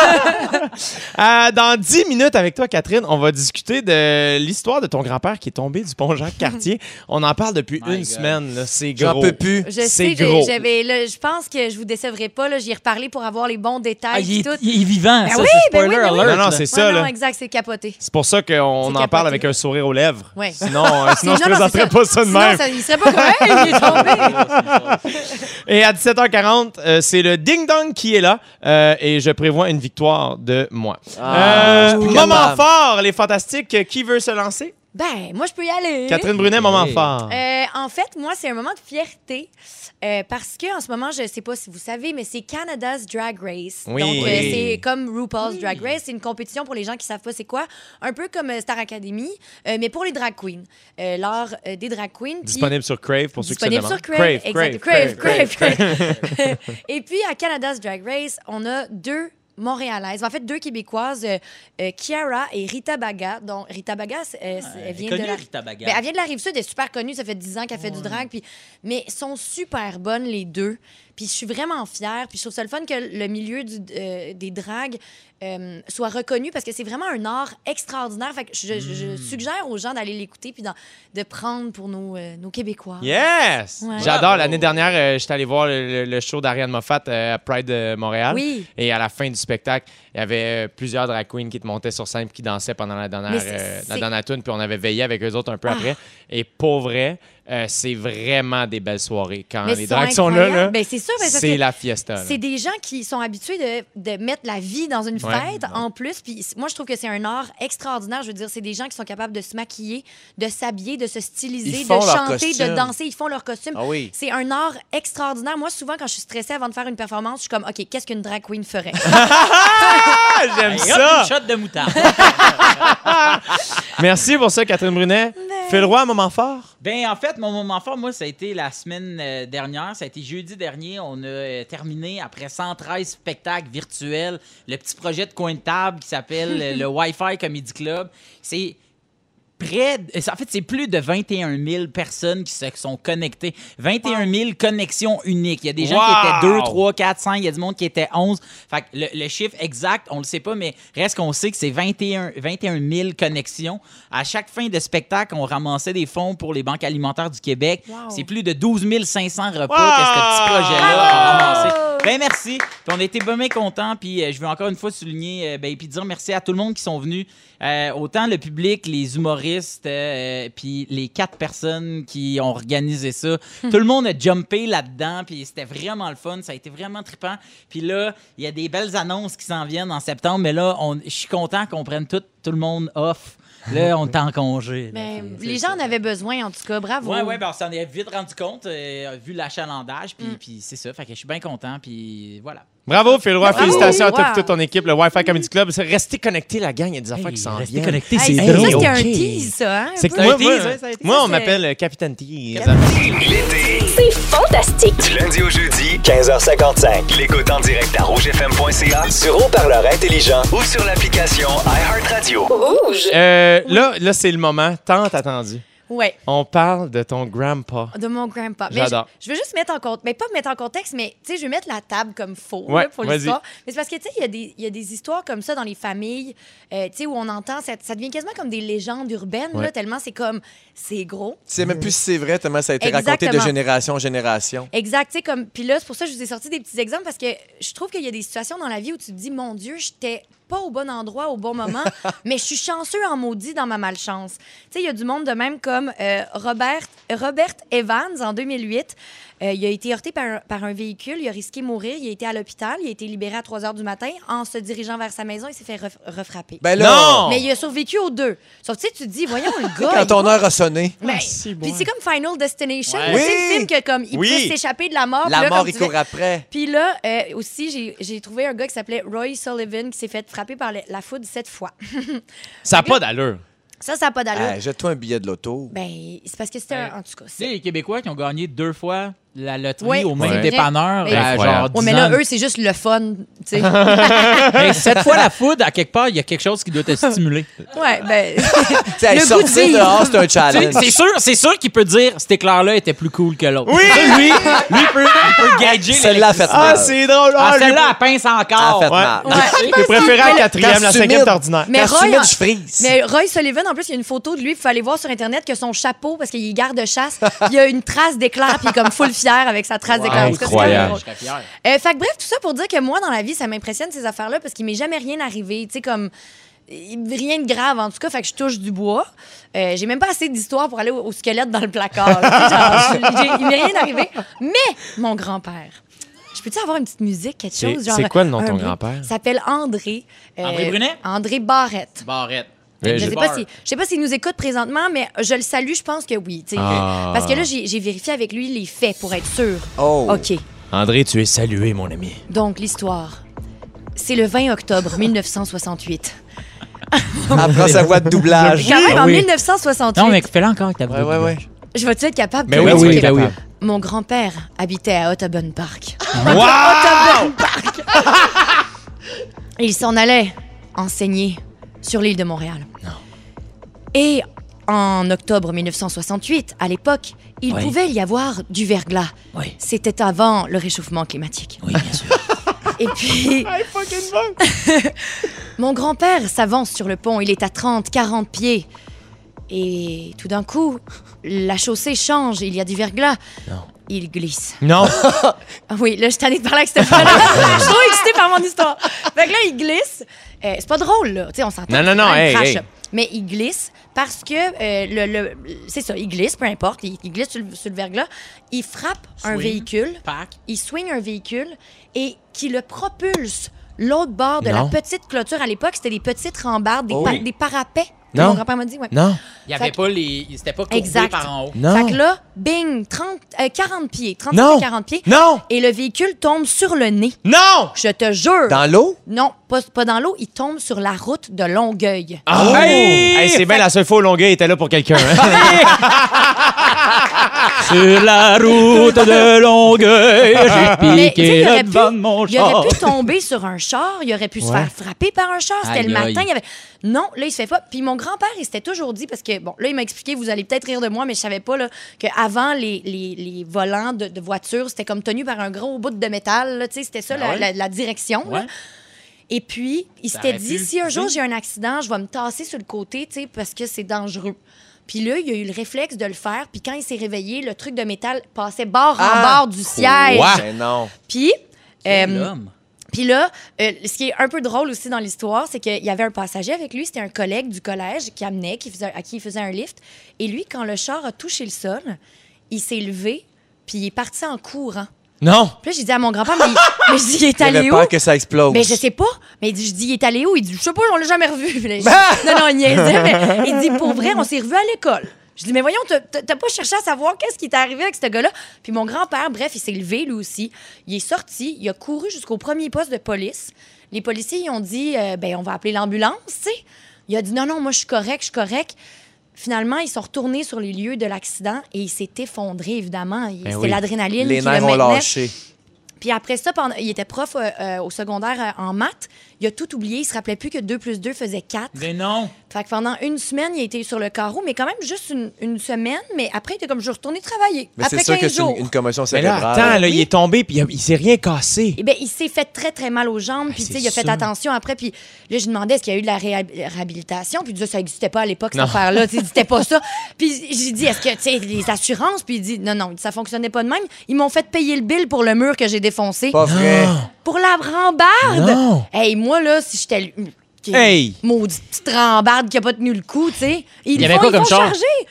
[SPEAKER 3] Euh, dans 10 minutes avec toi, Catherine, on va discuter de l'histoire de ton grand-père qui est tombé du pont Jacques-Cartier. on en parle depuis
[SPEAKER 5] My
[SPEAKER 3] une
[SPEAKER 5] God.
[SPEAKER 3] semaine, là, c'est gros.
[SPEAKER 2] J'en peux plus.
[SPEAKER 4] Je
[SPEAKER 3] C'est
[SPEAKER 4] sais,
[SPEAKER 3] gros.
[SPEAKER 4] j'ai- j'avais, là, je pense que je vous décevrai pas. là, J'y ai reparlé pour avoir les bons détails.
[SPEAKER 5] Ah, il,
[SPEAKER 4] et
[SPEAKER 5] est,
[SPEAKER 4] tout.
[SPEAKER 5] il est vivant,
[SPEAKER 4] Ben
[SPEAKER 5] ça,
[SPEAKER 4] oui,
[SPEAKER 5] c'est
[SPEAKER 4] ben
[SPEAKER 5] spoiler
[SPEAKER 4] oui, ben oui.
[SPEAKER 5] alert.
[SPEAKER 3] Non, non,
[SPEAKER 5] là.
[SPEAKER 3] c'est
[SPEAKER 4] Ouais,
[SPEAKER 3] ça,
[SPEAKER 4] non,
[SPEAKER 3] là.
[SPEAKER 4] exact, c'est capoté.
[SPEAKER 3] C'est pour ça qu'on
[SPEAKER 4] C'est
[SPEAKER 3] en parle
[SPEAKER 4] capoté.
[SPEAKER 3] avec un sourire aux lèvres.
[SPEAKER 4] Ouais.
[SPEAKER 3] Sinon, euh, sinon je ne
[SPEAKER 4] Non,
[SPEAKER 3] présenterais
[SPEAKER 4] non, Ah, c'est
[SPEAKER 3] pas ça de
[SPEAKER 4] Sinon,
[SPEAKER 3] même.
[SPEAKER 4] ça- il serait pas comme Hey, il est tombé.
[SPEAKER 3] Et à 17h40, euh, c'est le ding-dong qui est là euh, et je prévois une victoire de moi.
[SPEAKER 2] Ah,
[SPEAKER 3] Euh,
[SPEAKER 2] je suis plus
[SPEAKER 3] moment
[SPEAKER 2] capable.
[SPEAKER 3] fort, les fantastiques. Euh, Qui veut se lancer?
[SPEAKER 4] Ben, moi, je peux y aller.
[SPEAKER 3] Catherine
[SPEAKER 2] Eh.
[SPEAKER 3] Brunet, moment fort.
[SPEAKER 4] Euh, en fait, moi, c'est un moment de fierté euh, parce que en ce moment, je sais pas si vous savez, mais c'est Canada's Drag Race.
[SPEAKER 3] Oui.
[SPEAKER 4] Donc, euh,
[SPEAKER 3] Oui.
[SPEAKER 4] c'est comme RuPaul's Drag Race. C'est une compétition pour les gens qui savent pas c'est quoi. Un peu comme euh, Star Academy, euh, mais pour les drag queens. Euh, L'art euh, des drag queens. puis-
[SPEAKER 3] Disponible sur Crave pour ceux qui se
[SPEAKER 4] Disponible
[SPEAKER 3] demandent.
[SPEAKER 4] sur Crave. exact.
[SPEAKER 3] Crave,
[SPEAKER 4] Crave, Crave, Crave. Et puis, à Canada's Drag Race, on a deux montréalaises. En fait, deux Québécoises, euh, euh, Kiara et Rita Baga. Donc, Rita Baga, c'est-
[SPEAKER 3] Ah,
[SPEAKER 4] euh, c'est- elle vient de la...
[SPEAKER 6] Rita Baga.
[SPEAKER 4] Ben, elle vient de la Rive-Sud, elle est super connue, ça fait 10 ans qu'elle fait du drag. Puis... Mais elles sont super bonnes, les deux. Puis je suis vraiment fière. Puis je trouve ça le fun que le milieu du- euh, des dragues euh, soit reconnu parce que c'est vraiment un art extraordinaire. Fait que je, je- je
[SPEAKER 3] Mm.
[SPEAKER 4] suggère aux gens d'aller l'écouter puis d'en- de prendre pour nos, euh, nos Québécois.
[SPEAKER 3] Yes!
[SPEAKER 4] Ouais.
[SPEAKER 3] J'adore. L'année dernière, euh, j'étais allé voir le, le- le show d'Ariane Moffat euh, à Pride de Montréal.
[SPEAKER 4] Oui.
[SPEAKER 3] Et à la fin du spectacle, il y avait euh, plusieurs drag queens qui te montaient sur scène puis qui dansaient pendant la dernière,
[SPEAKER 4] Mais c'est-
[SPEAKER 3] euh, la
[SPEAKER 4] c'est- Ah.
[SPEAKER 3] dernière tune. Puis on avait veillé avec eux autres un peu après. Et pour vrai, euh, c'est vraiment des belles soirées. Quand
[SPEAKER 4] Mais
[SPEAKER 3] Hein, les
[SPEAKER 4] ils
[SPEAKER 3] drags sont là,
[SPEAKER 4] incroyables.
[SPEAKER 3] là,
[SPEAKER 4] Ben, c'est ça, ben, parce
[SPEAKER 3] c'est
[SPEAKER 4] que
[SPEAKER 3] la fiesta. là.
[SPEAKER 4] C'est des gens qui sont habitués de, de mettre la vie dans une fête
[SPEAKER 3] Ouais, ouais.
[SPEAKER 4] en plus. Puis c- moi, je trouve que c'est un art extraordinaire. Je veux dire, c'est des gens qui sont capables de se maquiller, de s'habiller, de se styliser,
[SPEAKER 2] Ils
[SPEAKER 4] de
[SPEAKER 2] font leur
[SPEAKER 4] chanter,
[SPEAKER 2] costume.
[SPEAKER 4] de danser. Ils font leur costume.
[SPEAKER 2] Ah oui.
[SPEAKER 4] C'est un art extraordinaire. Moi, souvent, quand je suis stressée avant de faire une performance, je suis comme, OK, qu'est-ce qu'une drag queen ferait?
[SPEAKER 3] Ah,
[SPEAKER 6] Et
[SPEAKER 3] j'aime
[SPEAKER 6] hop,
[SPEAKER 3] ça!
[SPEAKER 6] Une shot de moutarde.
[SPEAKER 3] Merci pour ça, Catherine Brunet.
[SPEAKER 4] Mais-
[SPEAKER 3] Fais le roi, moment fort.
[SPEAKER 5] Ben, en fait, mon moment fort, moi, ça a été la semaine euh, dernière. Ça a été jeudi dernier. On a euh, terminé, après 113 spectacles virtuels, le petit projet de coin de table qui s'appelle euh, le Wi-Fi Comedy Club. C'est près. de- En fait, c'est plus de 21 000 personnes qui se sont connectées. 21 000 connexions uniques. Il y a des gens qui étaient
[SPEAKER 3] Wow!
[SPEAKER 5] 2, 3, 4, 5. Il y a du monde qui était 11. Fait que le, le chiffre exact, on le sait pas, mais reste qu'on sait que c'est 21, 21 000 connexions. À chaque fin de spectacle, on ramassait des fonds pour les banques alimentaires du Québec.
[SPEAKER 4] Wow.
[SPEAKER 5] C'est plus de 12 500 repas
[SPEAKER 3] Wow!
[SPEAKER 5] que ce petit projet-là a
[SPEAKER 4] Bravo!
[SPEAKER 5] ramassé. Ben merci. Puis on était bien contents. Puis euh, je veux encore une fois souligner, euh, ben, puis dire merci à tout le monde qui sont venus. Euh, autant le public, les humoristes, euh, puis les quatre personnes qui ont organisé ça. tout le monde a jumpé là-dedans. Puis c'était vraiment le fun. Ça a été vraiment trippant. Puis là, il y a des belles annonces qui s'en viennent en septembre. Mais là, on- je suis content qu'on prenne tout, tout le monde off. Là, on est en congé. là.
[SPEAKER 4] Mais
[SPEAKER 5] C'est-
[SPEAKER 4] Ben, les
[SPEAKER 5] c'est-
[SPEAKER 4] gens en avaient besoin, en tout cas. Bravo.
[SPEAKER 5] Ouais, ouais, ben on s'en est vite rendu compte, euh, vu l'achalandage, puis puis c'est ça. Fait que je suis bien content, puis voilà.
[SPEAKER 3] Bravo, Phil Roy.
[SPEAKER 4] Bravo.
[SPEAKER 3] Félicitations à toi
[SPEAKER 4] Wow.
[SPEAKER 3] et toute ton équipe, le Wi-Fi Comedy Club. Restez connectés, la gang. Il y a des affaires qui s'en viennent.
[SPEAKER 5] connecté,
[SPEAKER 4] Hey,
[SPEAKER 3] drôle.
[SPEAKER 4] Ça, c'était un
[SPEAKER 3] Ok.
[SPEAKER 4] tease, ça. Hein, un
[SPEAKER 3] C'est
[SPEAKER 4] peu.
[SPEAKER 3] que moi, moi,
[SPEAKER 5] tease, ouais, ça a été-
[SPEAKER 3] moi,
[SPEAKER 4] ça,
[SPEAKER 3] on
[SPEAKER 4] c'est-
[SPEAKER 3] m'appelle euh, Capitaine Tease.
[SPEAKER 1] L'été,
[SPEAKER 7] C'est fantastique.
[SPEAKER 1] du lundi au jeudi, 15h55. L'écoute en direct à rougefm.ca, sur haut-parleur intelligent ou sur l'application iHeartRadio.
[SPEAKER 7] Rouge.
[SPEAKER 3] Euh, là, là c'est le moment tant attendu.
[SPEAKER 4] Ouais.
[SPEAKER 3] On parle de ton grandpa.
[SPEAKER 4] De mon grandpa. Mais
[SPEAKER 3] J'adore.
[SPEAKER 4] Je, je veux juste mettre en compte, mais pas mettre en contexte, mais tu sais, je vais mettre la table comme faux là,
[SPEAKER 3] Ouais,
[SPEAKER 4] pour
[SPEAKER 3] vas-y.
[SPEAKER 4] l'histoire. Mais c'est parce que tu sais, il y a des- il y, a des histoires comme ça dans les familles, euh, tu sais, où on entend, ça, ça devient quasiment comme des légendes urbaines,
[SPEAKER 3] Ouais.
[SPEAKER 4] là, tellement c'est comme, c'est gros.
[SPEAKER 2] Tu sais même plus si c'est vrai, tellement ça a été raconté de
[SPEAKER 4] Exactement.
[SPEAKER 2] génération en génération.
[SPEAKER 4] Exact, tu sais, comme. Puis là, c'est pour ça que je vous ai sorti des petits exemples parce que je trouve qu'il y a des situations dans la vie où tu te dis, mon Dieu, j'étais pas au bon endroit au bon moment, mais je suis chanceux en maudit dans ma malchance. Tu sais, il y a du monde de même comme euh, Robert, Robert Evans en 2008. Euh, il a été heurté par, un- par un véhicule, il a risqué mourir, il a été à l'hôpital, il a été libéré à 3 h du matin. En se dirigeant vers sa maison, il s'est fait ref- refrapper.
[SPEAKER 2] Ben là,
[SPEAKER 3] Non!
[SPEAKER 4] mais il a survécu aux deux. Sauf que tu sais, tu te dis, voyons le gars.
[SPEAKER 2] quand
[SPEAKER 4] il-
[SPEAKER 2] ton heure a sonné,
[SPEAKER 4] ben,
[SPEAKER 3] si,
[SPEAKER 4] puis
[SPEAKER 3] bon.
[SPEAKER 4] c'est comme Final Destination,
[SPEAKER 2] Ouais.
[SPEAKER 4] là, tu sais,
[SPEAKER 2] Oui.
[SPEAKER 4] le film que comme il
[SPEAKER 3] Oui.
[SPEAKER 4] peut s'échapper de la mort. Ah, puis
[SPEAKER 2] la
[SPEAKER 4] là,
[SPEAKER 2] mort,
[SPEAKER 4] comme
[SPEAKER 2] il
[SPEAKER 4] tu fais-
[SPEAKER 2] court après.
[SPEAKER 4] Puis là euh, aussi j'ai- j'ai trouvé un gars qui s'appelait Roy Sullivan qui s'est fait frapper par le- la foudre sept fois.
[SPEAKER 3] Ça n'a pas d'allure.
[SPEAKER 4] Ça ça n'a pas d'allure.
[SPEAKER 2] Ah, Jette-toi un billet de l'auto.
[SPEAKER 4] Ben c'est parce que c'était un- en tout cas
[SPEAKER 5] Tu sais,
[SPEAKER 4] c'est
[SPEAKER 5] les Québécois qui ont gagné deux fois la loterie
[SPEAKER 4] Ouais,
[SPEAKER 5] au même
[SPEAKER 4] c'est vrai.
[SPEAKER 5] dépanneur,
[SPEAKER 4] Mais-
[SPEAKER 5] à genre
[SPEAKER 3] Incroyable.
[SPEAKER 5] 10
[SPEAKER 4] Ouais, mais là,
[SPEAKER 5] ans.
[SPEAKER 4] eux, c'est juste le fun, tu sais.
[SPEAKER 5] Mais cette fois, la foudre, à quelque part, il y a quelque chose qui doit te stimuler.
[SPEAKER 4] ouais, ben...
[SPEAKER 2] Tu sais,
[SPEAKER 4] le goût de
[SPEAKER 2] sortir
[SPEAKER 4] vivre.
[SPEAKER 2] dehors, c'est un
[SPEAKER 5] Tu sais,
[SPEAKER 2] challenge.
[SPEAKER 5] c'est sûr, c'est sûr qu'il peut dire cet éclair-là était plus cool que l'autre.
[SPEAKER 3] Oui!
[SPEAKER 5] Tu sais, lui, lui il peut, il peut gager.
[SPEAKER 2] Celle-là a fait
[SPEAKER 3] Ah,
[SPEAKER 2] mal.
[SPEAKER 3] c'est drôle.
[SPEAKER 5] Ah,
[SPEAKER 3] lui-
[SPEAKER 5] celle-là, elle pince encore.
[SPEAKER 2] Elle a fait
[SPEAKER 3] Ouais.
[SPEAKER 2] mal.
[SPEAKER 4] Ouais.
[SPEAKER 3] T'es préféré à la quatrième,
[SPEAKER 2] Quand
[SPEAKER 3] la
[SPEAKER 2] c'est
[SPEAKER 3] cinquième,
[SPEAKER 2] humide.
[SPEAKER 3] t'es ordinaire.
[SPEAKER 4] Mais
[SPEAKER 2] Quand je suis
[SPEAKER 4] Roy,
[SPEAKER 2] humide, je frise.
[SPEAKER 4] Mais Roy Sullivan, en plus, il y a une photo de lui, il fallait voir sur Internet que son chapeau, parce qu'il est garde-chasse, il y a une trace d'éclair, puis il est comme full fier avec sa trace d'éclair. En tout cas, c'est quand même
[SPEAKER 3] Incroyable.
[SPEAKER 4] drôle.
[SPEAKER 5] Je serais fier.
[SPEAKER 4] Euh, fait que bref, tout ça pour dire que moi, dans la vie, ça m'impressionne ces affaires-là parce qu'il m'est jamais rien arrivé. Tu sais, comme. il- Rien de grave, en tout cas, fait que je touche du bois. Euh, j'ai même pas assez d'histoire pour aller au, au squelette dans le placard. là. Tu sais, genre, je- j'ai- il m'est rien arrivé. Mais mon grand-père. Je peux-tu avoir une petite musique, quelque
[SPEAKER 3] C'est-
[SPEAKER 4] chose? genre
[SPEAKER 3] c'est quoi le nom de
[SPEAKER 4] un
[SPEAKER 3] ton
[SPEAKER 4] bruit?
[SPEAKER 3] grand-père?
[SPEAKER 4] Il s'appelle André. euh,
[SPEAKER 5] André Brunet?
[SPEAKER 4] André Barrette.
[SPEAKER 5] Barrette.
[SPEAKER 3] Mais
[SPEAKER 4] Je
[SPEAKER 3] je-
[SPEAKER 4] sais pas si, je sais pas s'il nous écoute présentement, mais je le salue, je pense que oui. tu sais.
[SPEAKER 3] Ah.
[SPEAKER 4] Parce que là, j'ai j'ai vérifié avec lui les faits pour être sûr.
[SPEAKER 2] Oh.
[SPEAKER 4] OK.
[SPEAKER 3] André, tu es salué, mon ami.
[SPEAKER 4] Donc, l'histoire. C'est le 20 octobre 1968.
[SPEAKER 2] Après sa voix de doublage. Oh.
[SPEAKER 4] Quand même, en
[SPEAKER 5] oui.
[SPEAKER 4] 1968,
[SPEAKER 5] Non, mais fais-la encore avec ta
[SPEAKER 2] Ouais, ouais, ouais.
[SPEAKER 4] je vais-tu être capable?
[SPEAKER 3] Mais
[SPEAKER 4] de-
[SPEAKER 3] oui,
[SPEAKER 4] Ok.
[SPEAKER 3] oui,
[SPEAKER 5] ben oui.
[SPEAKER 4] Mon grand-père habitait à Ottoburn Park.
[SPEAKER 3] Wow!
[SPEAKER 4] Et il s'en allait enseigner sur l'île de Montréal. Et en octobre 1968, à l'époque, il
[SPEAKER 6] Oui.
[SPEAKER 4] pouvait y avoir du verglas.
[SPEAKER 6] Oui.
[SPEAKER 4] C'était avant le réchauffement climatique.
[SPEAKER 6] Oui, bien sûr.
[SPEAKER 4] Et puis, mon grand-père s'avance sur le pont. Il est à 30, 40 pieds. Et tout d'un coup, la chaussée change. Il y a du verglas. Il glisse.
[SPEAKER 3] Non. Ah,
[SPEAKER 4] Ah Oui, là, je suis tannée de parler avec cette fois-là. je suis trop excitée par mon histoire. Fait que là, il glisse. Euh, c'est pas drôle, là. Tu sais, on s'entend.
[SPEAKER 3] Non, non, non,
[SPEAKER 4] Ah, il
[SPEAKER 3] hey,
[SPEAKER 4] crache.
[SPEAKER 3] hey.
[SPEAKER 4] Mais il glisse parce que euh, le, le- c'est ça, il glisse, peu importe. Il, il glisse sur le, sur le verglas. Il frappe un
[SPEAKER 5] Swing.
[SPEAKER 4] véhicule.
[SPEAKER 5] Pac.
[SPEAKER 4] Il swing un véhicule et qui le propulse l'autre bord de
[SPEAKER 3] Non.
[SPEAKER 4] la petite clôture. À l'époque, c'était des petites rambardes, des,
[SPEAKER 2] Oh
[SPEAKER 4] pa-
[SPEAKER 2] oui.
[SPEAKER 4] des parapets. que
[SPEAKER 3] Non.
[SPEAKER 4] Mon grand-père m'a dit, ouais.
[SPEAKER 3] Non.
[SPEAKER 5] Il y avait
[SPEAKER 4] Fait que-
[SPEAKER 5] pas les. C'était pas courbé
[SPEAKER 4] Exact.
[SPEAKER 5] par en haut.
[SPEAKER 3] Non.
[SPEAKER 4] Fait que là, bing, 30, euh, 40 pieds, 30
[SPEAKER 3] Non.
[SPEAKER 4] 40 pieds.
[SPEAKER 3] Non.
[SPEAKER 4] Et le véhicule tombe sur le nez.
[SPEAKER 3] Non.
[SPEAKER 4] Je te jure.
[SPEAKER 2] Dans l'eau?
[SPEAKER 4] Non, pas, pas dans l'eau. Il tombe sur la route de Longueuil.
[SPEAKER 3] Oh! Hey, c'est bien la seule fois où Longueuil était là pour quelqu'un. hein.
[SPEAKER 6] Sur la route de Longueuil,
[SPEAKER 4] Ah, Mais,
[SPEAKER 6] j'ai
[SPEAKER 4] tu sais,
[SPEAKER 6] piqué
[SPEAKER 4] il aurait
[SPEAKER 6] le
[SPEAKER 4] pu-
[SPEAKER 6] devant de mon
[SPEAKER 4] Il aurait
[SPEAKER 6] char.
[SPEAKER 4] pu tomber sur un char, il aurait pu se faire frapper par un char. C'était le
[SPEAKER 6] Aïe, aïe.
[SPEAKER 4] matin, il y avait. Non, là, il se fait pas. Puis mon grand-père, il s'était toujours dit, parce que, bon, là, il m'a expliqué, vous allez peut-être rire de moi, mais je savais pas, là, qu'avant, les, les, les volants de, de voiture, c'était comme tenu par un gros bout de métal, là, tu sais, c'était ça, la,
[SPEAKER 5] ouais?
[SPEAKER 4] la- la direction, là.
[SPEAKER 5] Ouais.
[SPEAKER 4] Et puis, il
[SPEAKER 5] Ça
[SPEAKER 4] s'était
[SPEAKER 5] aurait
[SPEAKER 4] dit,
[SPEAKER 5] pu
[SPEAKER 4] si un jour
[SPEAKER 5] pousser.
[SPEAKER 4] j'ai un accident, je vais me tasser sur le côté, tu sais, parce que c'est dangereux. Puis là, il a eu le réflexe de le faire. Puis quand il s'est réveillé, le truc de métal passait bord en
[SPEAKER 2] Ah!
[SPEAKER 4] bord du siège.
[SPEAKER 2] Ben non.
[SPEAKER 4] Puis,
[SPEAKER 5] Quel
[SPEAKER 4] euh,
[SPEAKER 5] homme.
[SPEAKER 4] puis là, euh, ce qui est un peu drôle aussi dans l'histoire, c'est qu'il y avait un passager avec lui, c'était un collègue du collège qui amenait, qui faisait, à qui il faisait un lift. Et lui, quand le char a touché le sol, il s'est levé, puis il est parti en courant.
[SPEAKER 3] Non.
[SPEAKER 4] Puis là, j'ai dit à mon grand-père, mais, il- mais je dis, il est
[SPEAKER 2] Il avait
[SPEAKER 4] allé où?
[SPEAKER 2] peur que ça explose.
[SPEAKER 4] Mais je sais pas. Mais il dit- je dis, il est allé où? Il dit, je sais pas, on l'a jamais revu. Puis là, je dis, non, non, il niaisait, mais il dit, pour vrai, on s'est revu à l'école. Je dis, mais voyons, t'as- t'as t'as pas cherché à savoir qu'est-ce qui t'est arrivé avec ce gars-là? Puis mon grand-père, bref, il s'est levé, lui aussi. Il est sorti, il a couru jusqu'au premier poste de police. Les policiers, ils ont dit, euh, ben, on va appeler l'ambulance, tu sais. Il a dit, non, non, moi, je suis correct, je suis correct. Finalement, ils sont retournés sur les lieux de l'accident et il s'est effondré, évidemment. Il- C'était
[SPEAKER 3] oui.
[SPEAKER 4] l'adrénaline
[SPEAKER 2] Ben Les
[SPEAKER 4] qui
[SPEAKER 2] nerfs
[SPEAKER 4] le
[SPEAKER 2] ont
[SPEAKER 4] maintenait.
[SPEAKER 2] lâché.
[SPEAKER 4] Puis après ça, pendant- il était prof euh, euh, au secondaire euh, en maths. Il a tout oublié. Il se rappelait plus que 2 plus 2 faisait 4.
[SPEAKER 5] Mais non.
[SPEAKER 4] Fait que pendant une semaine, il a été sur le carreau, mais quand même juste une, une semaine. Mais après, il était comme, je retournais travailler.
[SPEAKER 2] Mais c'est
[SPEAKER 4] après
[SPEAKER 2] sûr que
[SPEAKER 4] 15
[SPEAKER 2] c'est une,
[SPEAKER 4] jours.
[SPEAKER 2] une commotion
[SPEAKER 3] Mais là,
[SPEAKER 2] cérébrale.
[SPEAKER 3] attends, là, il est tombé puis il a- il s'est rien cassé.
[SPEAKER 4] Eh bien, il s'est fait très, très mal aux
[SPEAKER 2] Ah,
[SPEAKER 4] jambes. Puis,
[SPEAKER 3] c'est
[SPEAKER 4] tu sais, il a fait
[SPEAKER 3] sûr.
[SPEAKER 4] attention après. Puis là, je lui demandais est-ce qu'il y a eu de la réhab- réhabilitation. Puis il disait, ça n'existait pas à l'époque, cette affaire-là. Tu sais, il disait, C'était pas ça. Puis j'ai dit, est-ce que, tu sais, les assurances? Puis il dit, non, non, ça fonctionnait pas de même. Ils m'ont fait payer le bill pour le mur que j'ai défoncé.
[SPEAKER 2] Pas vrai.
[SPEAKER 4] Pour la rambarde?
[SPEAKER 3] Non.
[SPEAKER 4] Hey, moi, là, si j'étais. le- qui-
[SPEAKER 3] Hey!
[SPEAKER 4] Maudite petite rambarde qui a pas tenu le coup, tu sais. Ils
[SPEAKER 5] Il y avait
[SPEAKER 4] vont-
[SPEAKER 5] quoi
[SPEAKER 4] ils
[SPEAKER 5] comme
[SPEAKER 4] vont
[SPEAKER 5] char?
[SPEAKER 4] charger.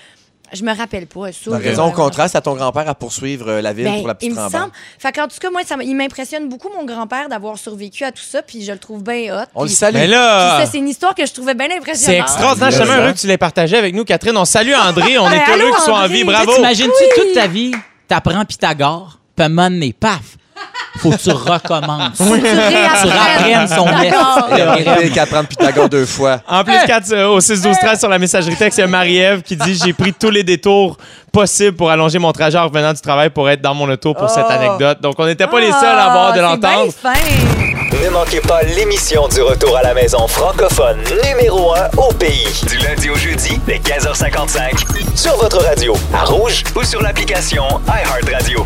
[SPEAKER 4] Je me rappelle pas. Ça,
[SPEAKER 2] T'as
[SPEAKER 4] là,
[SPEAKER 2] raison, au
[SPEAKER 4] vraiment.
[SPEAKER 2] contraste à ton grand-père à poursuivre euh, la ville
[SPEAKER 4] Ben,
[SPEAKER 2] pour la
[SPEAKER 4] il
[SPEAKER 2] petite
[SPEAKER 4] me
[SPEAKER 2] rambarde.
[SPEAKER 4] semble. Fait qu'en tout cas, moi, ça, m- il m'impressionne beaucoup, mon grand-père, d'avoir survécu à tout ça, puis je le trouve bien hot.
[SPEAKER 2] On le
[SPEAKER 4] puis-
[SPEAKER 2] salue.
[SPEAKER 3] Mais
[SPEAKER 4] puis
[SPEAKER 3] là,
[SPEAKER 4] ça, c'est une histoire que je trouvais bien
[SPEAKER 3] Ah!
[SPEAKER 4] impressionnante.
[SPEAKER 3] c'est extraordinaire. Je suis tellement heureux que tu l'aies partagé avec nous, Catherine. On salue André. On
[SPEAKER 4] Ben,
[SPEAKER 3] est
[SPEAKER 4] allô,
[SPEAKER 3] heureux qu'il soit en
[SPEAKER 4] André.
[SPEAKER 3] vie. Bravo.
[SPEAKER 5] T'imagines-tu toute ta vie, t'apprends Pythagore, puis à un moment donné, paf, faut que tu recommences.
[SPEAKER 4] Tu réapprennes.
[SPEAKER 5] rapprennes son
[SPEAKER 4] D'accord.
[SPEAKER 2] Il y a rien qu'apprendre Pythagore deux fois.
[SPEAKER 3] En plus, quatre, euh, au 6 12 13 sur la messagerie texte, il y a Marie-Ève qui dit J'ai pris tous les détours possibles pour allonger mon trajet en revenant du travail pour être dans mon auto pour cette anecdote. Donc, on n'était pas les seuls à avoir de
[SPEAKER 4] Oh! Ah,
[SPEAKER 3] l'entendre.
[SPEAKER 4] C'est bien fin.
[SPEAKER 1] Ne manquez pas l'émission du retour à la maison francophone numéro 1 au pays. Du lundi au jeudi, dès 15h55. Sur votre radio, à Rouge ou sur l'application iHeartRadio.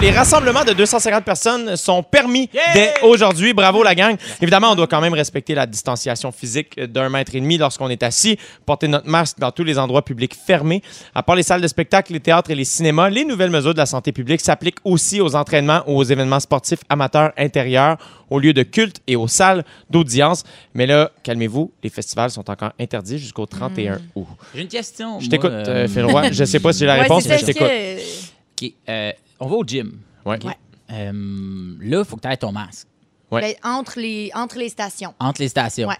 [SPEAKER 3] Les rassemblements de 250 personnes sont permis dès aujourd'hui. Bravo, la gang. Évidemment, on doit quand même respecter la distanciation physique d'un mètre et demi lorsqu'on est assis, porter notre masque dans tous les endroits publics fermés. À part les salles de spectacle, les théâtres et les cinémas, les nouvelles mesures de la santé publique s'appliquent aussi aux entraînements ou aux événements sportifs amateurs intérieurs, aux lieux de culte et aux salles d'audience. Mais là, calmez-vous, les festivals sont encore interdits jusqu'au 31 août.
[SPEAKER 5] J'ai une question.
[SPEAKER 3] Je
[SPEAKER 5] moi,
[SPEAKER 3] t'écoute,
[SPEAKER 5] euh,
[SPEAKER 3] euh, Phil Roy. Je sais pas si j'ai la
[SPEAKER 4] Ouais,
[SPEAKER 3] réponse,
[SPEAKER 4] c'est
[SPEAKER 3] mais
[SPEAKER 4] ça,
[SPEAKER 3] je
[SPEAKER 4] est-ce
[SPEAKER 3] t'écoute.
[SPEAKER 4] que-
[SPEAKER 5] OK, euh, on va au gym.
[SPEAKER 3] Ouais.
[SPEAKER 5] OK. Euh, là, faut que tu aies ton masque
[SPEAKER 3] Ouais.
[SPEAKER 4] Ben, entre, les, entre les stations.
[SPEAKER 5] entre les stations.
[SPEAKER 4] Ouais.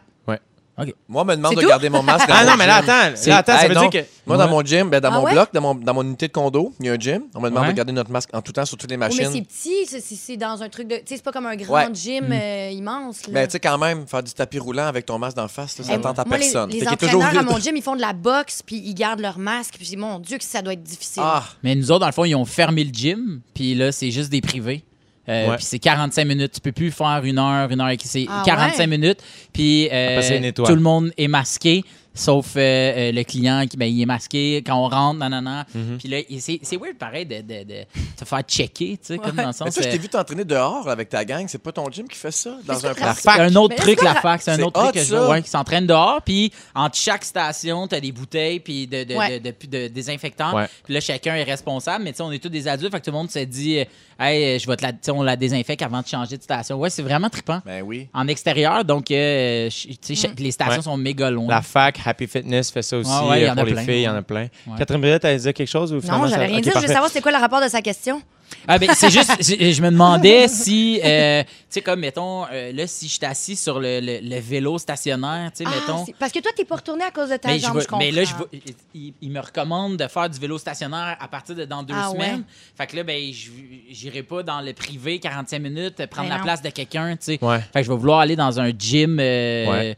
[SPEAKER 3] Ouais.
[SPEAKER 2] Moi, on me demande
[SPEAKER 4] C'est
[SPEAKER 2] de
[SPEAKER 4] tout?
[SPEAKER 2] garder mon masque. dans
[SPEAKER 3] Ah
[SPEAKER 2] mon
[SPEAKER 3] non, mais là,
[SPEAKER 2] gym.
[SPEAKER 3] attends.
[SPEAKER 5] C'est-
[SPEAKER 3] Là, attends, ça
[SPEAKER 2] Hey,
[SPEAKER 3] veut
[SPEAKER 2] non.
[SPEAKER 3] dire que.
[SPEAKER 2] Moi, dans mon gym, ben, dans
[SPEAKER 4] Ah
[SPEAKER 2] mon
[SPEAKER 4] ouais?
[SPEAKER 2] bloc, dans mon, dans mon unité de condo, il y a un gym. On me demande
[SPEAKER 5] Ouais.
[SPEAKER 2] de garder notre masque en tout temps sur toutes les
[SPEAKER 4] Oh,
[SPEAKER 2] machines.
[SPEAKER 4] mais c'est petit, c'est- c'est c'est dans un truc de. Tu sais, c'est pas comme un grand
[SPEAKER 2] Ouais.
[SPEAKER 3] Mm.
[SPEAKER 4] gym euh, immense. là.
[SPEAKER 2] Mais Ben, tu sais, quand même, faire du tapis roulant avec ton masque d'en face, là, ça
[SPEAKER 4] Eh,
[SPEAKER 2] ne tente à
[SPEAKER 4] moi, les-
[SPEAKER 2] personne.
[SPEAKER 4] Les,
[SPEAKER 2] Fait qu'il est toujours
[SPEAKER 4] entraîneurs à
[SPEAKER 2] vide.
[SPEAKER 4] mon gym, ils font de la boxe, puis ils gardent leur masque. Puis je dis, mon Dieu, que ça doit être difficile.
[SPEAKER 2] Ah,
[SPEAKER 5] Mais nous autres, dans le fond, ils ont fermé le gym, puis là, c'est juste des privés. Euh,
[SPEAKER 3] Ouais.
[SPEAKER 5] Puis c'est 45 minutes. Tu peux plus faire une heure, une heure. et- C'est
[SPEAKER 4] Ah
[SPEAKER 5] 45
[SPEAKER 4] ouais?
[SPEAKER 5] minutes. Puis euh,
[SPEAKER 3] Après, c'est une étoile.
[SPEAKER 5] tout le monde est masqué, sauf euh, euh, le client qui ben, il est masqué quand on rentre, nanana.
[SPEAKER 3] Mm-hmm.
[SPEAKER 5] Puis là, il- c'est c'est weird pareil de, de, de te faire checker, tu sais, comme dans le
[SPEAKER 2] mais
[SPEAKER 5] sens.
[SPEAKER 2] toi, je
[SPEAKER 5] euh,
[SPEAKER 2] t'ai vu t'entraîner dehors là, avec ta gang. C'est pas ton gym qui fait ça? Dans
[SPEAKER 4] c'est
[SPEAKER 2] un
[SPEAKER 4] pas
[SPEAKER 2] parc.
[SPEAKER 5] C'est un autre
[SPEAKER 4] Mais
[SPEAKER 5] truc,
[SPEAKER 4] c'est
[SPEAKER 5] la
[SPEAKER 4] pas-
[SPEAKER 5] fac. C'est un
[SPEAKER 2] c'est
[SPEAKER 5] autre truc
[SPEAKER 2] hot,
[SPEAKER 5] que je
[SPEAKER 2] ça.
[SPEAKER 5] vois qui s'entraîne dehors. Puis, entre chaque station, t'as des bouteilles puis de, de,
[SPEAKER 4] Ouais.
[SPEAKER 5] de, de- de- de désinfectants.
[SPEAKER 3] Ouais.
[SPEAKER 5] Puis là, chacun est responsable. Mais tu sais, on est tous des adultes. Fait que tout le monde se dit, euh, hey, euh, je vais te la, tu sais, on la désinfecte avant de changer de station. Ouais, c'est vraiment trippant.
[SPEAKER 2] Ben oui.
[SPEAKER 5] En extérieur, donc, euh, je- tu sais,
[SPEAKER 4] Mm.
[SPEAKER 5] chaque- les stations
[SPEAKER 3] Ouais.
[SPEAKER 5] sont méga longues.
[SPEAKER 3] La fac, Happy Fitness fait ça aussi
[SPEAKER 5] Ouais, ouais,
[SPEAKER 3] euh,
[SPEAKER 5] y en a
[SPEAKER 3] pour les
[SPEAKER 5] plein.
[SPEAKER 3] filles, il y en a plein.
[SPEAKER 5] Ouais.
[SPEAKER 3] Catherine Brillet, t'allais dire quelque chose ou finalement,
[SPEAKER 4] Non, j'avais
[SPEAKER 3] ça-
[SPEAKER 4] rien
[SPEAKER 3] Ok,
[SPEAKER 4] dit. Je
[SPEAKER 3] parfait.
[SPEAKER 4] voulais savoir c'est quoi le rapport de sa question.
[SPEAKER 5] Ah ben c'est juste, je, je me demandais si, euh, tu sais comme mettons, euh, là si je suis assis sur le, le- le vélo stationnaire, tu sais
[SPEAKER 4] Ah,
[SPEAKER 5] mettons,
[SPEAKER 4] c'est- Parce que toi, t'es pas retourné à cause de ta
[SPEAKER 5] Mais, je
[SPEAKER 4] jambe,
[SPEAKER 5] vais-
[SPEAKER 4] je comprends.
[SPEAKER 5] mais là, je vais- il, il me recommande de faire du vélo stationnaire à partir de dans deux
[SPEAKER 4] Ah ouais.
[SPEAKER 5] semaines. Fait que là, ben, je- j'irai pas dans le privé 45 minutes euh, prendre
[SPEAKER 4] Mais
[SPEAKER 5] la
[SPEAKER 4] Ben non.
[SPEAKER 5] place de quelqu'un, tu sais.
[SPEAKER 3] Ouais,
[SPEAKER 5] Fait que je vais vouloir aller dans un gym, euh,
[SPEAKER 3] Ouais.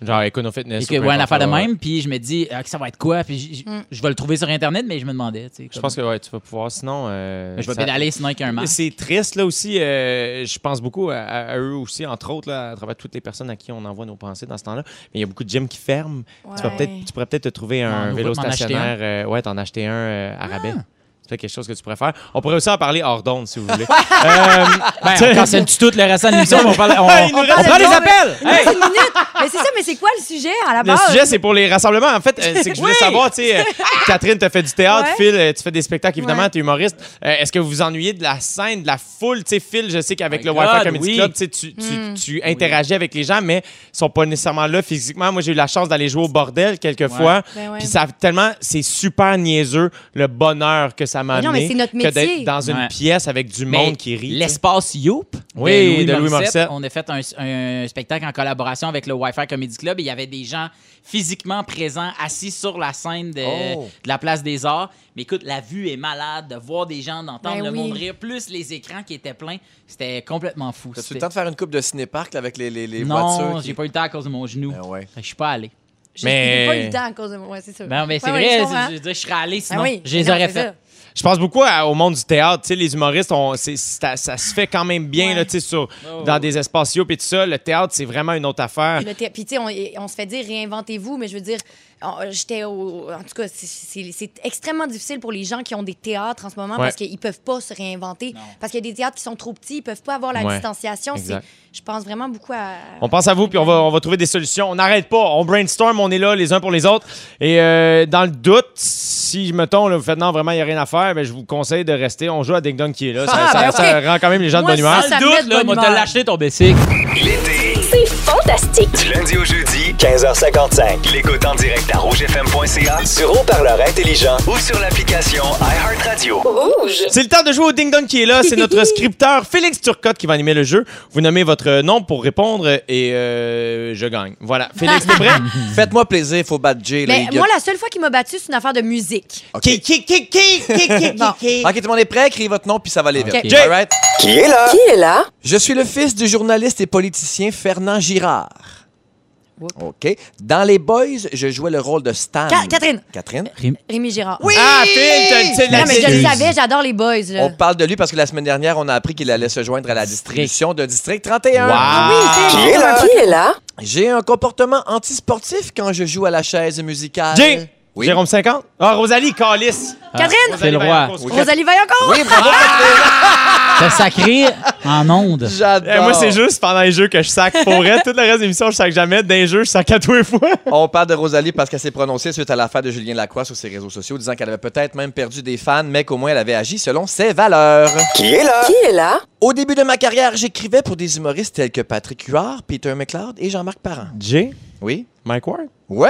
[SPEAKER 3] genre Econo-Fitness.
[SPEAKER 5] et que,
[SPEAKER 3] ou peu
[SPEAKER 5] ouais,
[SPEAKER 3] importe,
[SPEAKER 5] une
[SPEAKER 3] euh,
[SPEAKER 5] affaire de
[SPEAKER 3] ouais.
[SPEAKER 5] même, puis je me dis, ah, que ça va être quoi? Puis je- je-
[SPEAKER 4] Mm.
[SPEAKER 5] je vais le trouver sur Internet, mais je me demandais, tu sais.
[SPEAKER 3] Je pense que ouais, tu vas pouvoir, sinon... euh,
[SPEAKER 5] Je vais
[SPEAKER 3] ça-
[SPEAKER 5] pédaler sinon avec un masque.
[SPEAKER 3] C'est triste, là aussi. euh, je pense beaucoup à, à eux aussi, entre autres, là, à travers toutes les personnes à qui on envoie nos pensées dans ce temps-là. Mais il y a beaucoup de gyms qui ferment. Tu, vas
[SPEAKER 4] Ouais.
[SPEAKER 3] peut-être- tu pourrais peut-être te trouver
[SPEAKER 5] on
[SPEAKER 3] un
[SPEAKER 5] pourrait
[SPEAKER 3] vélo
[SPEAKER 5] m'en acheter Ah.
[SPEAKER 3] stationnaire. euh, ouais, t'en acheter un euh, à rabais. C'est quelque chose que tu pourrais faire. On pourrait aussi en parler hors d'onde, si vous voulez. Euh, ben,
[SPEAKER 5] On cancelle-tu tout le restant de l'émission? on parle- on-
[SPEAKER 3] Hey, il nous
[SPEAKER 4] On
[SPEAKER 3] reste-
[SPEAKER 4] parle
[SPEAKER 3] on prend
[SPEAKER 4] de
[SPEAKER 3] les
[SPEAKER 4] John.
[SPEAKER 3] appels! Hey!
[SPEAKER 4] C'est une minute. mais c'est ça, mais c'est quoi le sujet à la
[SPEAKER 3] Le
[SPEAKER 4] base?
[SPEAKER 3] sujet, c'est pour les rassemblements. En fait, euh, c'est que je voulais savoir, tu sais, euh, Catherine, tu fait du théâtre,
[SPEAKER 4] Ouais.
[SPEAKER 3] Phil, euh, tu fais des spectacles, évidemment,
[SPEAKER 4] Ouais.
[SPEAKER 3] tu es humoriste. Euh, Est-ce que vous vous ennuyez de la scène, de la foule? Tu sais, Phil, je sais qu'avec
[SPEAKER 5] My
[SPEAKER 3] le Wi-Fi
[SPEAKER 5] God,
[SPEAKER 3] Comedy
[SPEAKER 5] oui.
[SPEAKER 3] Club, tu, sais, tu, tu-
[SPEAKER 4] Hmm.
[SPEAKER 3] tu interagis avec les gens, mais ils sont pas nécessairement là physiquement. Moi, j'ai eu la chance d'aller jouer au bordel quelques fois.
[SPEAKER 4] Ben ouais.
[SPEAKER 3] Puis ça, tellement, c'est super niaiseux le bonheur que ça m'a
[SPEAKER 4] Mais non,
[SPEAKER 3] amené.
[SPEAKER 4] mais c'est notre
[SPEAKER 3] que d'être
[SPEAKER 4] métier.
[SPEAKER 3] dans une
[SPEAKER 5] Ouais.
[SPEAKER 3] pièce avec du
[SPEAKER 5] Mais
[SPEAKER 3] monde qui rit. tu sais.
[SPEAKER 5] L'espace Youp
[SPEAKER 3] Oui,
[SPEAKER 5] de Louis,
[SPEAKER 3] de Louis Morissette.
[SPEAKER 5] Morissette. On a fait un, un spectacle en collaboration avec le Wi-Fi Comedy Club et il y avait des gens physiquement présents, assis sur la scène de,
[SPEAKER 2] Oh.
[SPEAKER 5] de la place des arts. Mais écoute, la vue est malade, de voir des gens, d'entendre
[SPEAKER 4] Ben
[SPEAKER 5] le
[SPEAKER 4] oui.
[SPEAKER 5] monde rire, plus les écrans qui étaient pleins, c'était complètement fou.
[SPEAKER 2] T'as-tu
[SPEAKER 5] C'était-
[SPEAKER 2] le temps de faire une coupe de cinéparc là, avec les, les, les voitures?
[SPEAKER 5] non,
[SPEAKER 2] qui-
[SPEAKER 5] j'ai pas eu le temps à cause de mon genou.
[SPEAKER 2] Ben ouais.
[SPEAKER 5] Fait que Je suis pas allé.
[SPEAKER 4] J'ai
[SPEAKER 3] Mais-
[SPEAKER 4] pas eu le temps à cause de moi, ouais, c'est sûr.
[SPEAKER 5] Ben, mais c'est
[SPEAKER 4] Ouais, ouais,
[SPEAKER 5] vrai,
[SPEAKER 4] je
[SPEAKER 5] je,
[SPEAKER 4] comprends.
[SPEAKER 5] je veux dire, je serais allé sinon.
[SPEAKER 4] Ben oui,
[SPEAKER 5] Je les
[SPEAKER 4] non,
[SPEAKER 5] aurais
[SPEAKER 4] c'est
[SPEAKER 5] fait.
[SPEAKER 4] ça.
[SPEAKER 3] Je pense beaucoup à- au monde du théâtre. Tu sais, les humoristes, on, c'est- ça, ça se fait quand même bien
[SPEAKER 4] Ouais.
[SPEAKER 3] là, tu sais, sur- dans des espaces et tout ça. Le théâtre, c'est vraiment une autre affaire.
[SPEAKER 4] Le thé- Puis, tu sais, on, on se fait dire réinventez-vous, mais je veux dire, on- j'étais au. En tout cas, c'est- c'est c'est extrêmement difficile pour les gens qui ont des théâtres en ce moment
[SPEAKER 3] Ouais.
[SPEAKER 4] parce qu'ils peuvent pas se réinventer. Parce qu'il y a des théâtres qui sont trop petits, ils peuvent pas avoir la
[SPEAKER 3] Ouais.
[SPEAKER 4] distanciation. C'est-
[SPEAKER 3] Exact.
[SPEAKER 4] Je pense vraiment beaucoup à.
[SPEAKER 3] On pense à vous, puis on va, on va trouver des solutions. On n'arrête pas. On brainstorm, on est là les uns pour les autres. Et euh, dans le doute, si, mettons, là, vous faites non, vraiment, il n'y a rien à faire, ben, je vous conseille de rester. On joue à Ding Dong qui est là. Ça,
[SPEAKER 4] Ah,
[SPEAKER 3] ça-
[SPEAKER 4] ben, ok.
[SPEAKER 3] ça rend quand même les gens de
[SPEAKER 4] Moi,
[SPEAKER 3] bonne humeur.
[SPEAKER 4] ça, ça me met de bonne
[SPEAKER 5] moi,
[SPEAKER 4] humeur.
[SPEAKER 5] lâché ton bicycle.
[SPEAKER 1] L'été,
[SPEAKER 7] C'est fantastique.
[SPEAKER 1] du lundi au jeudi, 15h55. L'écoute en direct à rougefm.ca, sur haut-parleur intelligent ou sur l'application iHeartRadio.
[SPEAKER 7] Rouge.
[SPEAKER 3] C'est le temps de jouer au Ding Dong qui est là. C'est notre scripteur Félix Turcotte qui va animer le jeu. Vous nommez votre nom pour répondre et euh, je gagne. Voilà. Félix, t'es prêt?
[SPEAKER 2] Faites-moi plaisir, il faut battre Jay. là,
[SPEAKER 4] Mais
[SPEAKER 2] les gars.
[SPEAKER 4] moi, la seule fois qui m'a battue, c'est une affaire de musique.
[SPEAKER 2] OK.
[SPEAKER 3] Qui, qui, qui, qui, qui, qui,
[SPEAKER 4] Bon.
[SPEAKER 3] qui, qui?
[SPEAKER 2] OK, tout le monde est prêt? Criez votre nom, puis ça va
[SPEAKER 5] Ah,
[SPEAKER 2] aller vite.
[SPEAKER 4] OK.
[SPEAKER 3] Jay.
[SPEAKER 2] All right.
[SPEAKER 1] Qui est là?
[SPEAKER 7] Qui est là?
[SPEAKER 2] Je suis le fils du journaliste et politicien Fernand Girard.
[SPEAKER 4] Oups.
[SPEAKER 2] OK. Dans Les Boys, je jouais le rôle de Stan.
[SPEAKER 4] Ca- Catherine.
[SPEAKER 2] Catherine.
[SPEAKER 4] Rémi Girard.
[SPEAKER 3] Ah, Phil, tu
[SPEAKER 4] Non,
[SPEAKER 3] l'as
[SPEAKER 4] mais je le savais, j'adore les boys. Là.
[SPEAKER 3] Euh.
[SPEAKER 2] On parle de lui parce que la semaine dernière, on a appris qu'il allait se joindre à la distribution de District 31.
[SPEAKER 4] oui,
[SPEAKER 1] Qui est là?
[SPEAKER 7] Qui est là?
[SPEAKER 2] Ah J'ai un comportement antisportif quand je joue à la chaise musicale.
[SPEAKER 3] Jay!
[SPEAKER 2] Oui.
[SPEAKER 3] Jérôme 50? Ah, Rosalie Calis.
[SPEAKER 4] Catherine!
[SPEAKER 5] C'est le roi.
[SPEAKER 3] Ah. Oui.
[SPEAKER 4] Rosalie Vaillancourt!
[SPEAKER 2] Oui, bravo,
[SPEAKER 3] Ah!
[SPEAKER 2] Catherine.
[SPEAKER 5] T'as sacré en ondes.
[SPEAKER 2] J'adore.
[SPEAKER 3] Eh, moi, c'est juste pendant les jeux que je sac. Pour vrai, tout le reste de l'émission, je sac jamais. D'un jeu, je sac à tous les fois.
[SPEAKER 2] On parle de Rosalie parce qu'elle s'est prononcée suite à l'affaire de Julien Lacroix sur ses réseaux sociaux, disant qu'elle avait peut-être même perdu des fans, mais qu'au moins elle avait agi selon ses valeurs.
[SPEAKER 1] Qui est là?
[SPEAKER 7] Qui est là?
[SPEAKER 2] Au début de ma carrière, j'écrivais pour des humoristes tels que Patrick Huard, Peter McLeod et Jean-Marc Parent.
[SPEAKER 3] Jay?
[SPEAKER 2] Oui?
[SPEAKER 3] Mike Ward?
[SPEAKER 2] Ouais!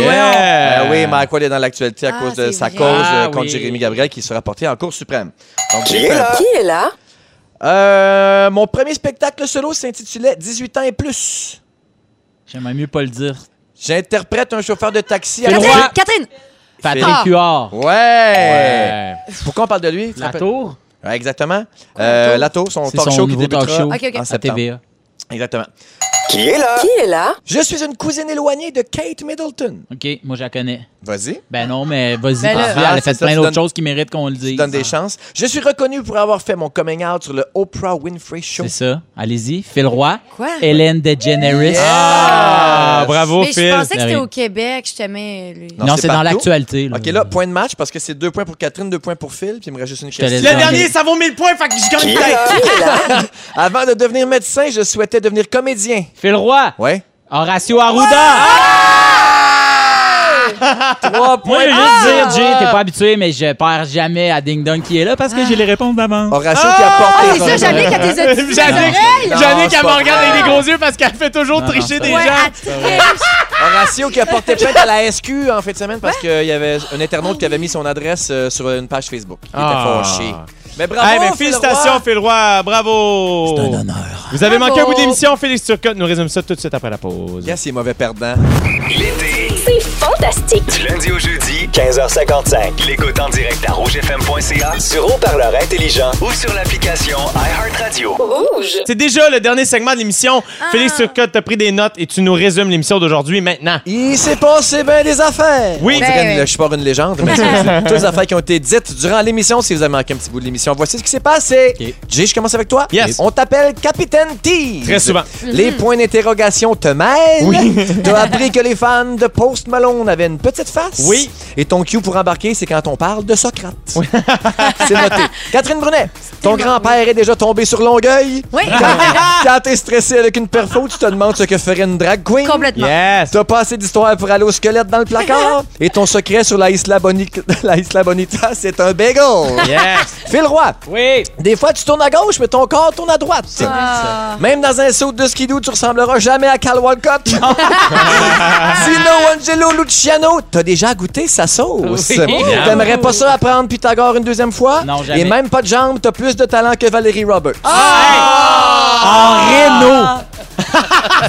[SPEAKER 2] Ben
[SPEAKER 3] voyons.
[SPEAKER 2] oui, Mike Ward est dans l'actualité à
[SPEAKER 4] Ah,
[SPEAKER 2] cause de
[SPEAKER 4] c'est
[SPEAKER 2] sa
[SPEAKER 4] vrai.
[SPEAKER 2] cause euh,
[SPEAKER 5] Ah
[SPEAKER 2] contre
[SPEAKER 5] oui.
[SPEAKER 2] Jérémy Gabriel qui sera portée en Cour suprême. Donc,
[SPEAKER 1] Qui
[SPEAKER 2] j'ai
[SPEAKER 1] est
[SPEAKER 2] fait un-
[SPEAKER 1] là?
[SPEAKER 7] Qui est là?
[SPEAKER 2] Euh, mon premier spectacle solo s'intitulait 18 ans et plus.
[SPEAKER 5] J'aimerais mieux pas le dire.
[SPEAKER 2] J'interprète un chauffeur de taxi.
[SPEAKER 5] Fais-le.
[SPEAKER 2] à-
[SPEAKER 5] droit.
[SPEAKER 4] Catherine! Catherine!
[SPEAKER 5] Patrick
[SPEAKER 4] Ah.
[SPEAKER 5] Huard.
[SPEAKER 2] Ouais.
[SPEAKER 5] Ouais.
[SPEAKER 2] Pourquoi on parle de lui? Tu te
[SPEAKER 5] La
[SPEAKER 2] rappelles-
[SPEAKER 5] tour,
[SPEAKER 2] Ouais, exactement. Euh, Lato, son
[SPEAKER 5] c'est
[SPEAKER 2] talk
[SPEAKER 5] son
[SPEAKER 2] show qui
[SPEAKER 5] nouveau
[SPEAKER 2] débutera
[SPEAKER 5] talk show
[SPEAKER 4] Ok, ok.
[SPEAKER 2] en
[SPEAKER 5] à
[SPEAKER 2] septembre.
[SPEAKER 5] TVA.
[SPEAKER 2] Exactement.
[SPEAKER 1] Qui est là?
[SPEAKER 7] Qui est là?
[SPEAKER 2] Je suis une cousine éloignée de Kate Middleton.
[SPEAKER 5] OK, moi, je la connais.
[SPEAKER 2] Vas-y.
[SPEAKER 5] Ben non, mais vas-y,
[SPEAKER 4] Ben là-
[SPEAKER 5] parce qu'elle
[SPEAKER 2] Ah,
[SPEAKER 5] a
[SPEAKER 2] c'est
[SPEAKER 5] fait
[SPEAKER 2] ça,
[SPEAKER 5] plein
[SPEAKER 2] tu
[SPEAKER 5] d'autres
[SPEAKER 2] donnes-
[SPEAKER 5] choses qui méritent qu'on le dise.
[SPEAKER 2] Tu donnes des chances. Je suis reconnue pour avoir fait mon coming out sur le Oprah Winfrey Show.
[SPEAKER 5] C'est ça. Allez-y. Phil Roy.
[SPEAKER 4] Quoi?
[SPEAKER 5] Hélène DeGeneres.
[SPEAKER 3] Ah, bravo,
[SPEAKER 4] Mais je
[SPEAKER 3] Phil.
[SPEAKER 4] pensais que c'était
[SPEAKER 5] Ben oui.
[SPEAKER 4] au Québec, je t'aimais. lui.
[SPEAKER 2] Non,
[SPEAKER 5] Non,
[SPEAKER 2] c'est
[SPEAKER 5] c'est dans
[SPEAKER 2] partout.
[SPEAKER 5] l'actualité. là.
[SPEAKER 2] OK, là, point de match parce que c'est deux points pour Catherine, deux points pour Phil, puis il me reste juste une
[SPEAKER 5] te laisse
[SPEAKER 2] question.
[SPEAKER 3] Le
[SPEAKER 5] Non,
[SPEAKER 3] dernier,
[SPEAKER 5] mais-
[SPEAKER 3] ça vaut 1000 points, fait que je gagne peut-être.
[SPEAKER 7] Qui est là?
[SPEAKER 2] Avant de devenir médecin, je souhaitais devenir comédien.
[SPEAKER 5] Phil Roy.
[SPEAKER 2] Ouais.
[SPEAKER 5] Horacio Arruda.
[SPEAKER 2] Trois
[SPEAKER 5] Moi, je
[SPEAKER 2] points.
[SPEAKER 5] veux juste dire, Jay, t'es pas habitué, mais je perds jamais à Ding Dong qui est là parce que j'ai les réponses d'avance.
[SPEAKER 2] Horatio qui a porté.
[SPEAKER 4] Ah, c'est ça, Jannick, elle tes oreilles!
[SPEAKER 3] Jannick,
[SPEAKER 2] Non,
[SPEAKER 3] Jannick,
[SPEAKER 2] c'est
[SPEAKER 3] elle me
[SPEAKER 2] pas
[SPEAKER 3] regarde avec des gros yeux parce qu'elle fait toujours
[SPEAKER 5] Non, non,
[SPEAKER 3] tricher
[SPEAKER 5] c'est
[SPEAKER 3] des
[SPEAKER 4] Ouais,
[SPEAKER 3] gens.
[SPEAKER 4] elle triche.
[SPEAKER 2] Horatio qui a porté plainte à la SQ en fin de semaine parce qu'il y avait un internaute qui avait mis son adresse euh, sur une page Facebook. Il était
[SPEAKER 3] Ah.
[SPEAKER 2] fâché. Mais bravo,
[SPEAKER 3] Eh mais
[SPEAKER 2] Phil
[SPEAKER 3] félicitations,
[SPEAKER 2] Roy.
[SPEAKER 3] Phil Roy. Bravo. C'est un honneur. Vous avez
[SPEAKER 4] Bravo.
[SPEAKER 3] manqué un bout d'émission. Félix Turcotte nous résume ça tout de suite après la pause.
[SPEAKER 2] Yes, c'est mauvais perdant.
[SPEAKER 7] C'est fantastique!
[SPEAKER 1] Du lundi au jeudi, 15h55. L'écoute en direct à rougefm.ca, sur haut-parleur intelligent ou sur l'application iHeartRadio.
[SPEAKER 7] Rouge!
[SPEAKER 3] C'est déjà le dernier segment de l'émission.
[SPEAKER 2] Ah.
[SPEAKER 3] Félix Turcotte, t'as pris des notes et tu nous résumes l'émission d'aujourd'hui maintenant.
[SPEAKER 2] Il s'est passé bien des affaires.
[SPEAKER 3] Oui.
[SPEAKER 2] On
[SPEAKER 3] Ben
[SPEAKER 2] dirait une-
[SPEAKER 4] oui.
[SPEAKER 2] je suis pas une légende, mais c'est toutes les affaires qui ont été dites durant l'émission. Si vous avez manqué un petit bout de l'émission, voici ce qui s'est passé.
[SPEAKER 5] Ok.
[SPEAKER 2] Jay, je commence avec toi.
[SPEAKER 3] Yes.
[SPEAKER 2] On t'appelle Capitaine T.
[SPEAKER 3] Très souvent.
[SPEAKER 2] Les points d'interrogation te mêlent. T'as appris que les fans de Post Malone avaient une petite face.
[SPEAKER 3] Oui.
[SPEAKER 2] Et ton cue pour embarquer, c'est quand on parle de Socrate. c'est noté. Catherine Brunet, ton grand-père est déjà tombé sur Longueuil.
[SPEAKER 4] Oui,
[SPEAKER 2] Quand, quand t'es stressé avec une perfo, tu te demandes ce que ferait une drag queen.
[SPEAKER 4] complètement.
[SPEAKER 3] Yes.
[SPEAKER 2] T'as pas assez d'histoire pour aller au squelette dans le placard. Et ton secret sur la Isla, Boni- la Isla Bonita, c'est un bagel.
[SPEAKER 3] Yes.
[SPEAKER 2] Fais le roi.
[SPEAKER 5] Oui.
[SPEAKER 2] Des fois, tu tournes à gauche, mais ton corps tourne à droite.
[SPEAKER 4] Ah.
[SPEAKER 2] Même dans un saut de skidoo, tu ressembleras jamais à Cal Walcott. Dino Angelo Luciano, t'as déjà goûté sa sauce.
[SPEAKER 5] Oui.
[SPEAKER 2] T'aimerais pas ça apprendre Pythagore une deuxième fois?
[SPEAKER 5] Non, jamais.
[SPEAKER 2] Et même pas de jambes, t'as plus de talent que Valérie Roberts.
[SPEAKER 3] Ah!
[SPEAKER 2] Ah!
[SPEAKER 5] En Renault.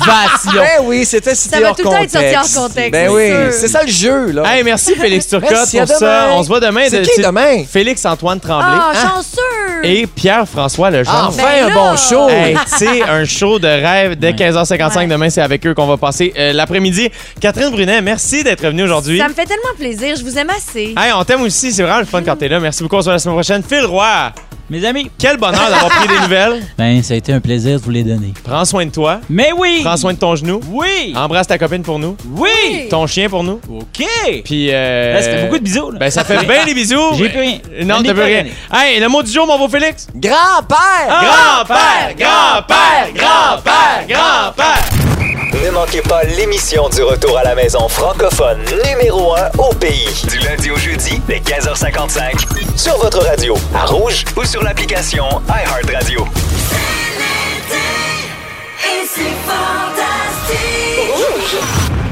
[SPEAKER 5] Vacillon.
[SPEAKER 2] Ben oui, c'était cité
[SPEAKER 4] va
[SPEAKER 2] hors
[SPEAKER 4] tout le temps être sorti hors contexte,
[SPEAKER 2] Ben
[SPEAKER 4] c'est
[SPEAKER 2] oui,
[SPEAKER 4] sûr.
[SPEAKER 2] c'est ça le jeu, là.
[SPEAKER 3] Hey, merci Félix Turcotte
[SPEAKER 2] Merci, à
[SPEAKER 3] pour ça.
[SPEAKER 2] demain.
[SPEAKER 3] On se voit demain.
[SPEAKER 2] C'est
[SPEAKER 3] de-
[SPEAKER 2] qui
[SPEAKER 3] tu-
[SPEAKER 2] demain?
[SPEAKER 3] Félix-Antoine Tremblay
[SPEAKER 4] Ah, chanceux!
[SPEAKER 3] et Pierre-François Legendre.
[SPEAKER 2] Enfin
[SPEAKER 4] Ben
[SPEAKER 2] un
[SPEAKER 4] là.
[SPEAKER 2] Ah, bon show!
[SPEAKER 3] Hey, c'est un show de rêve dès
[SPEAKER 5] Ouais.
[SPEAKER 3] 15h55. Demain, c'est avec eux qu'on va passer euh, l'après-midi. Catherine Brunet, merci d'être venue aujourd'hui.
[SPEAKER 4] Ça me fait tellement plaisir, je vous aime assez.
[SPEAKER 3] Hey, on t'aime aussi. C'est vraiment le fun quand t'es là. Merci beaucoup. On se voit la semaine prochaine. Phil Roy,
[SPEAKER 5] Mes amis.
[SPEAKER 3] quel bonheur d'avoir pris des nouvelles.
[SPEAKER 5] Ben, ça a été un plaisir de vous les donner.
[SPEAKER 3] Prends soin de toi.
[SPEAKER 5] Mais oui.
[SPEAKER 3] Prends soin de Ah, ton genou.
[SPEAKER 5] Oui.
[SPEAKER 3] Embrasse ta copine pour nous.
[SPEAKER 5] Oui.
[SPEAKER 3] Ton chien pour nous.
[SPEAKER 5] OK.
[SPEAKER 3] Puis. euh,
[SPEAKER 5] Là, ça fait beaucoup de bisous. là.
[SPEAKER 3] Ben, ça fait bien des bisous.
[SPEAKER 5] J'ai plus rien.
[SPEAKER 3] Non,
[SPEAKER 5] Je n'ai
[SPEAKER 3] t'as plus
[SPEAKER 5] pas
[SPEAKER 3] rien.
[SPEAKER 5] donné.
[SPEAKER 3] Hey, le mot du jour, mon beau Félix. Ah!
[SPEAKER 2] Grand-père!
[SPEAKER 3] Grand-père, grand-père, grand-père, grand-père.
[SPEAKER 1] Ne manquez pas l'émission du retour à la maison francophone numéro 1 au pays. Du lundi au jeudi, dès 15h55. Sur votre radio, à Rouge ou sur l'application iHeartRadio.
[SPEAKER 7] Et c'est fantastique! Rouge!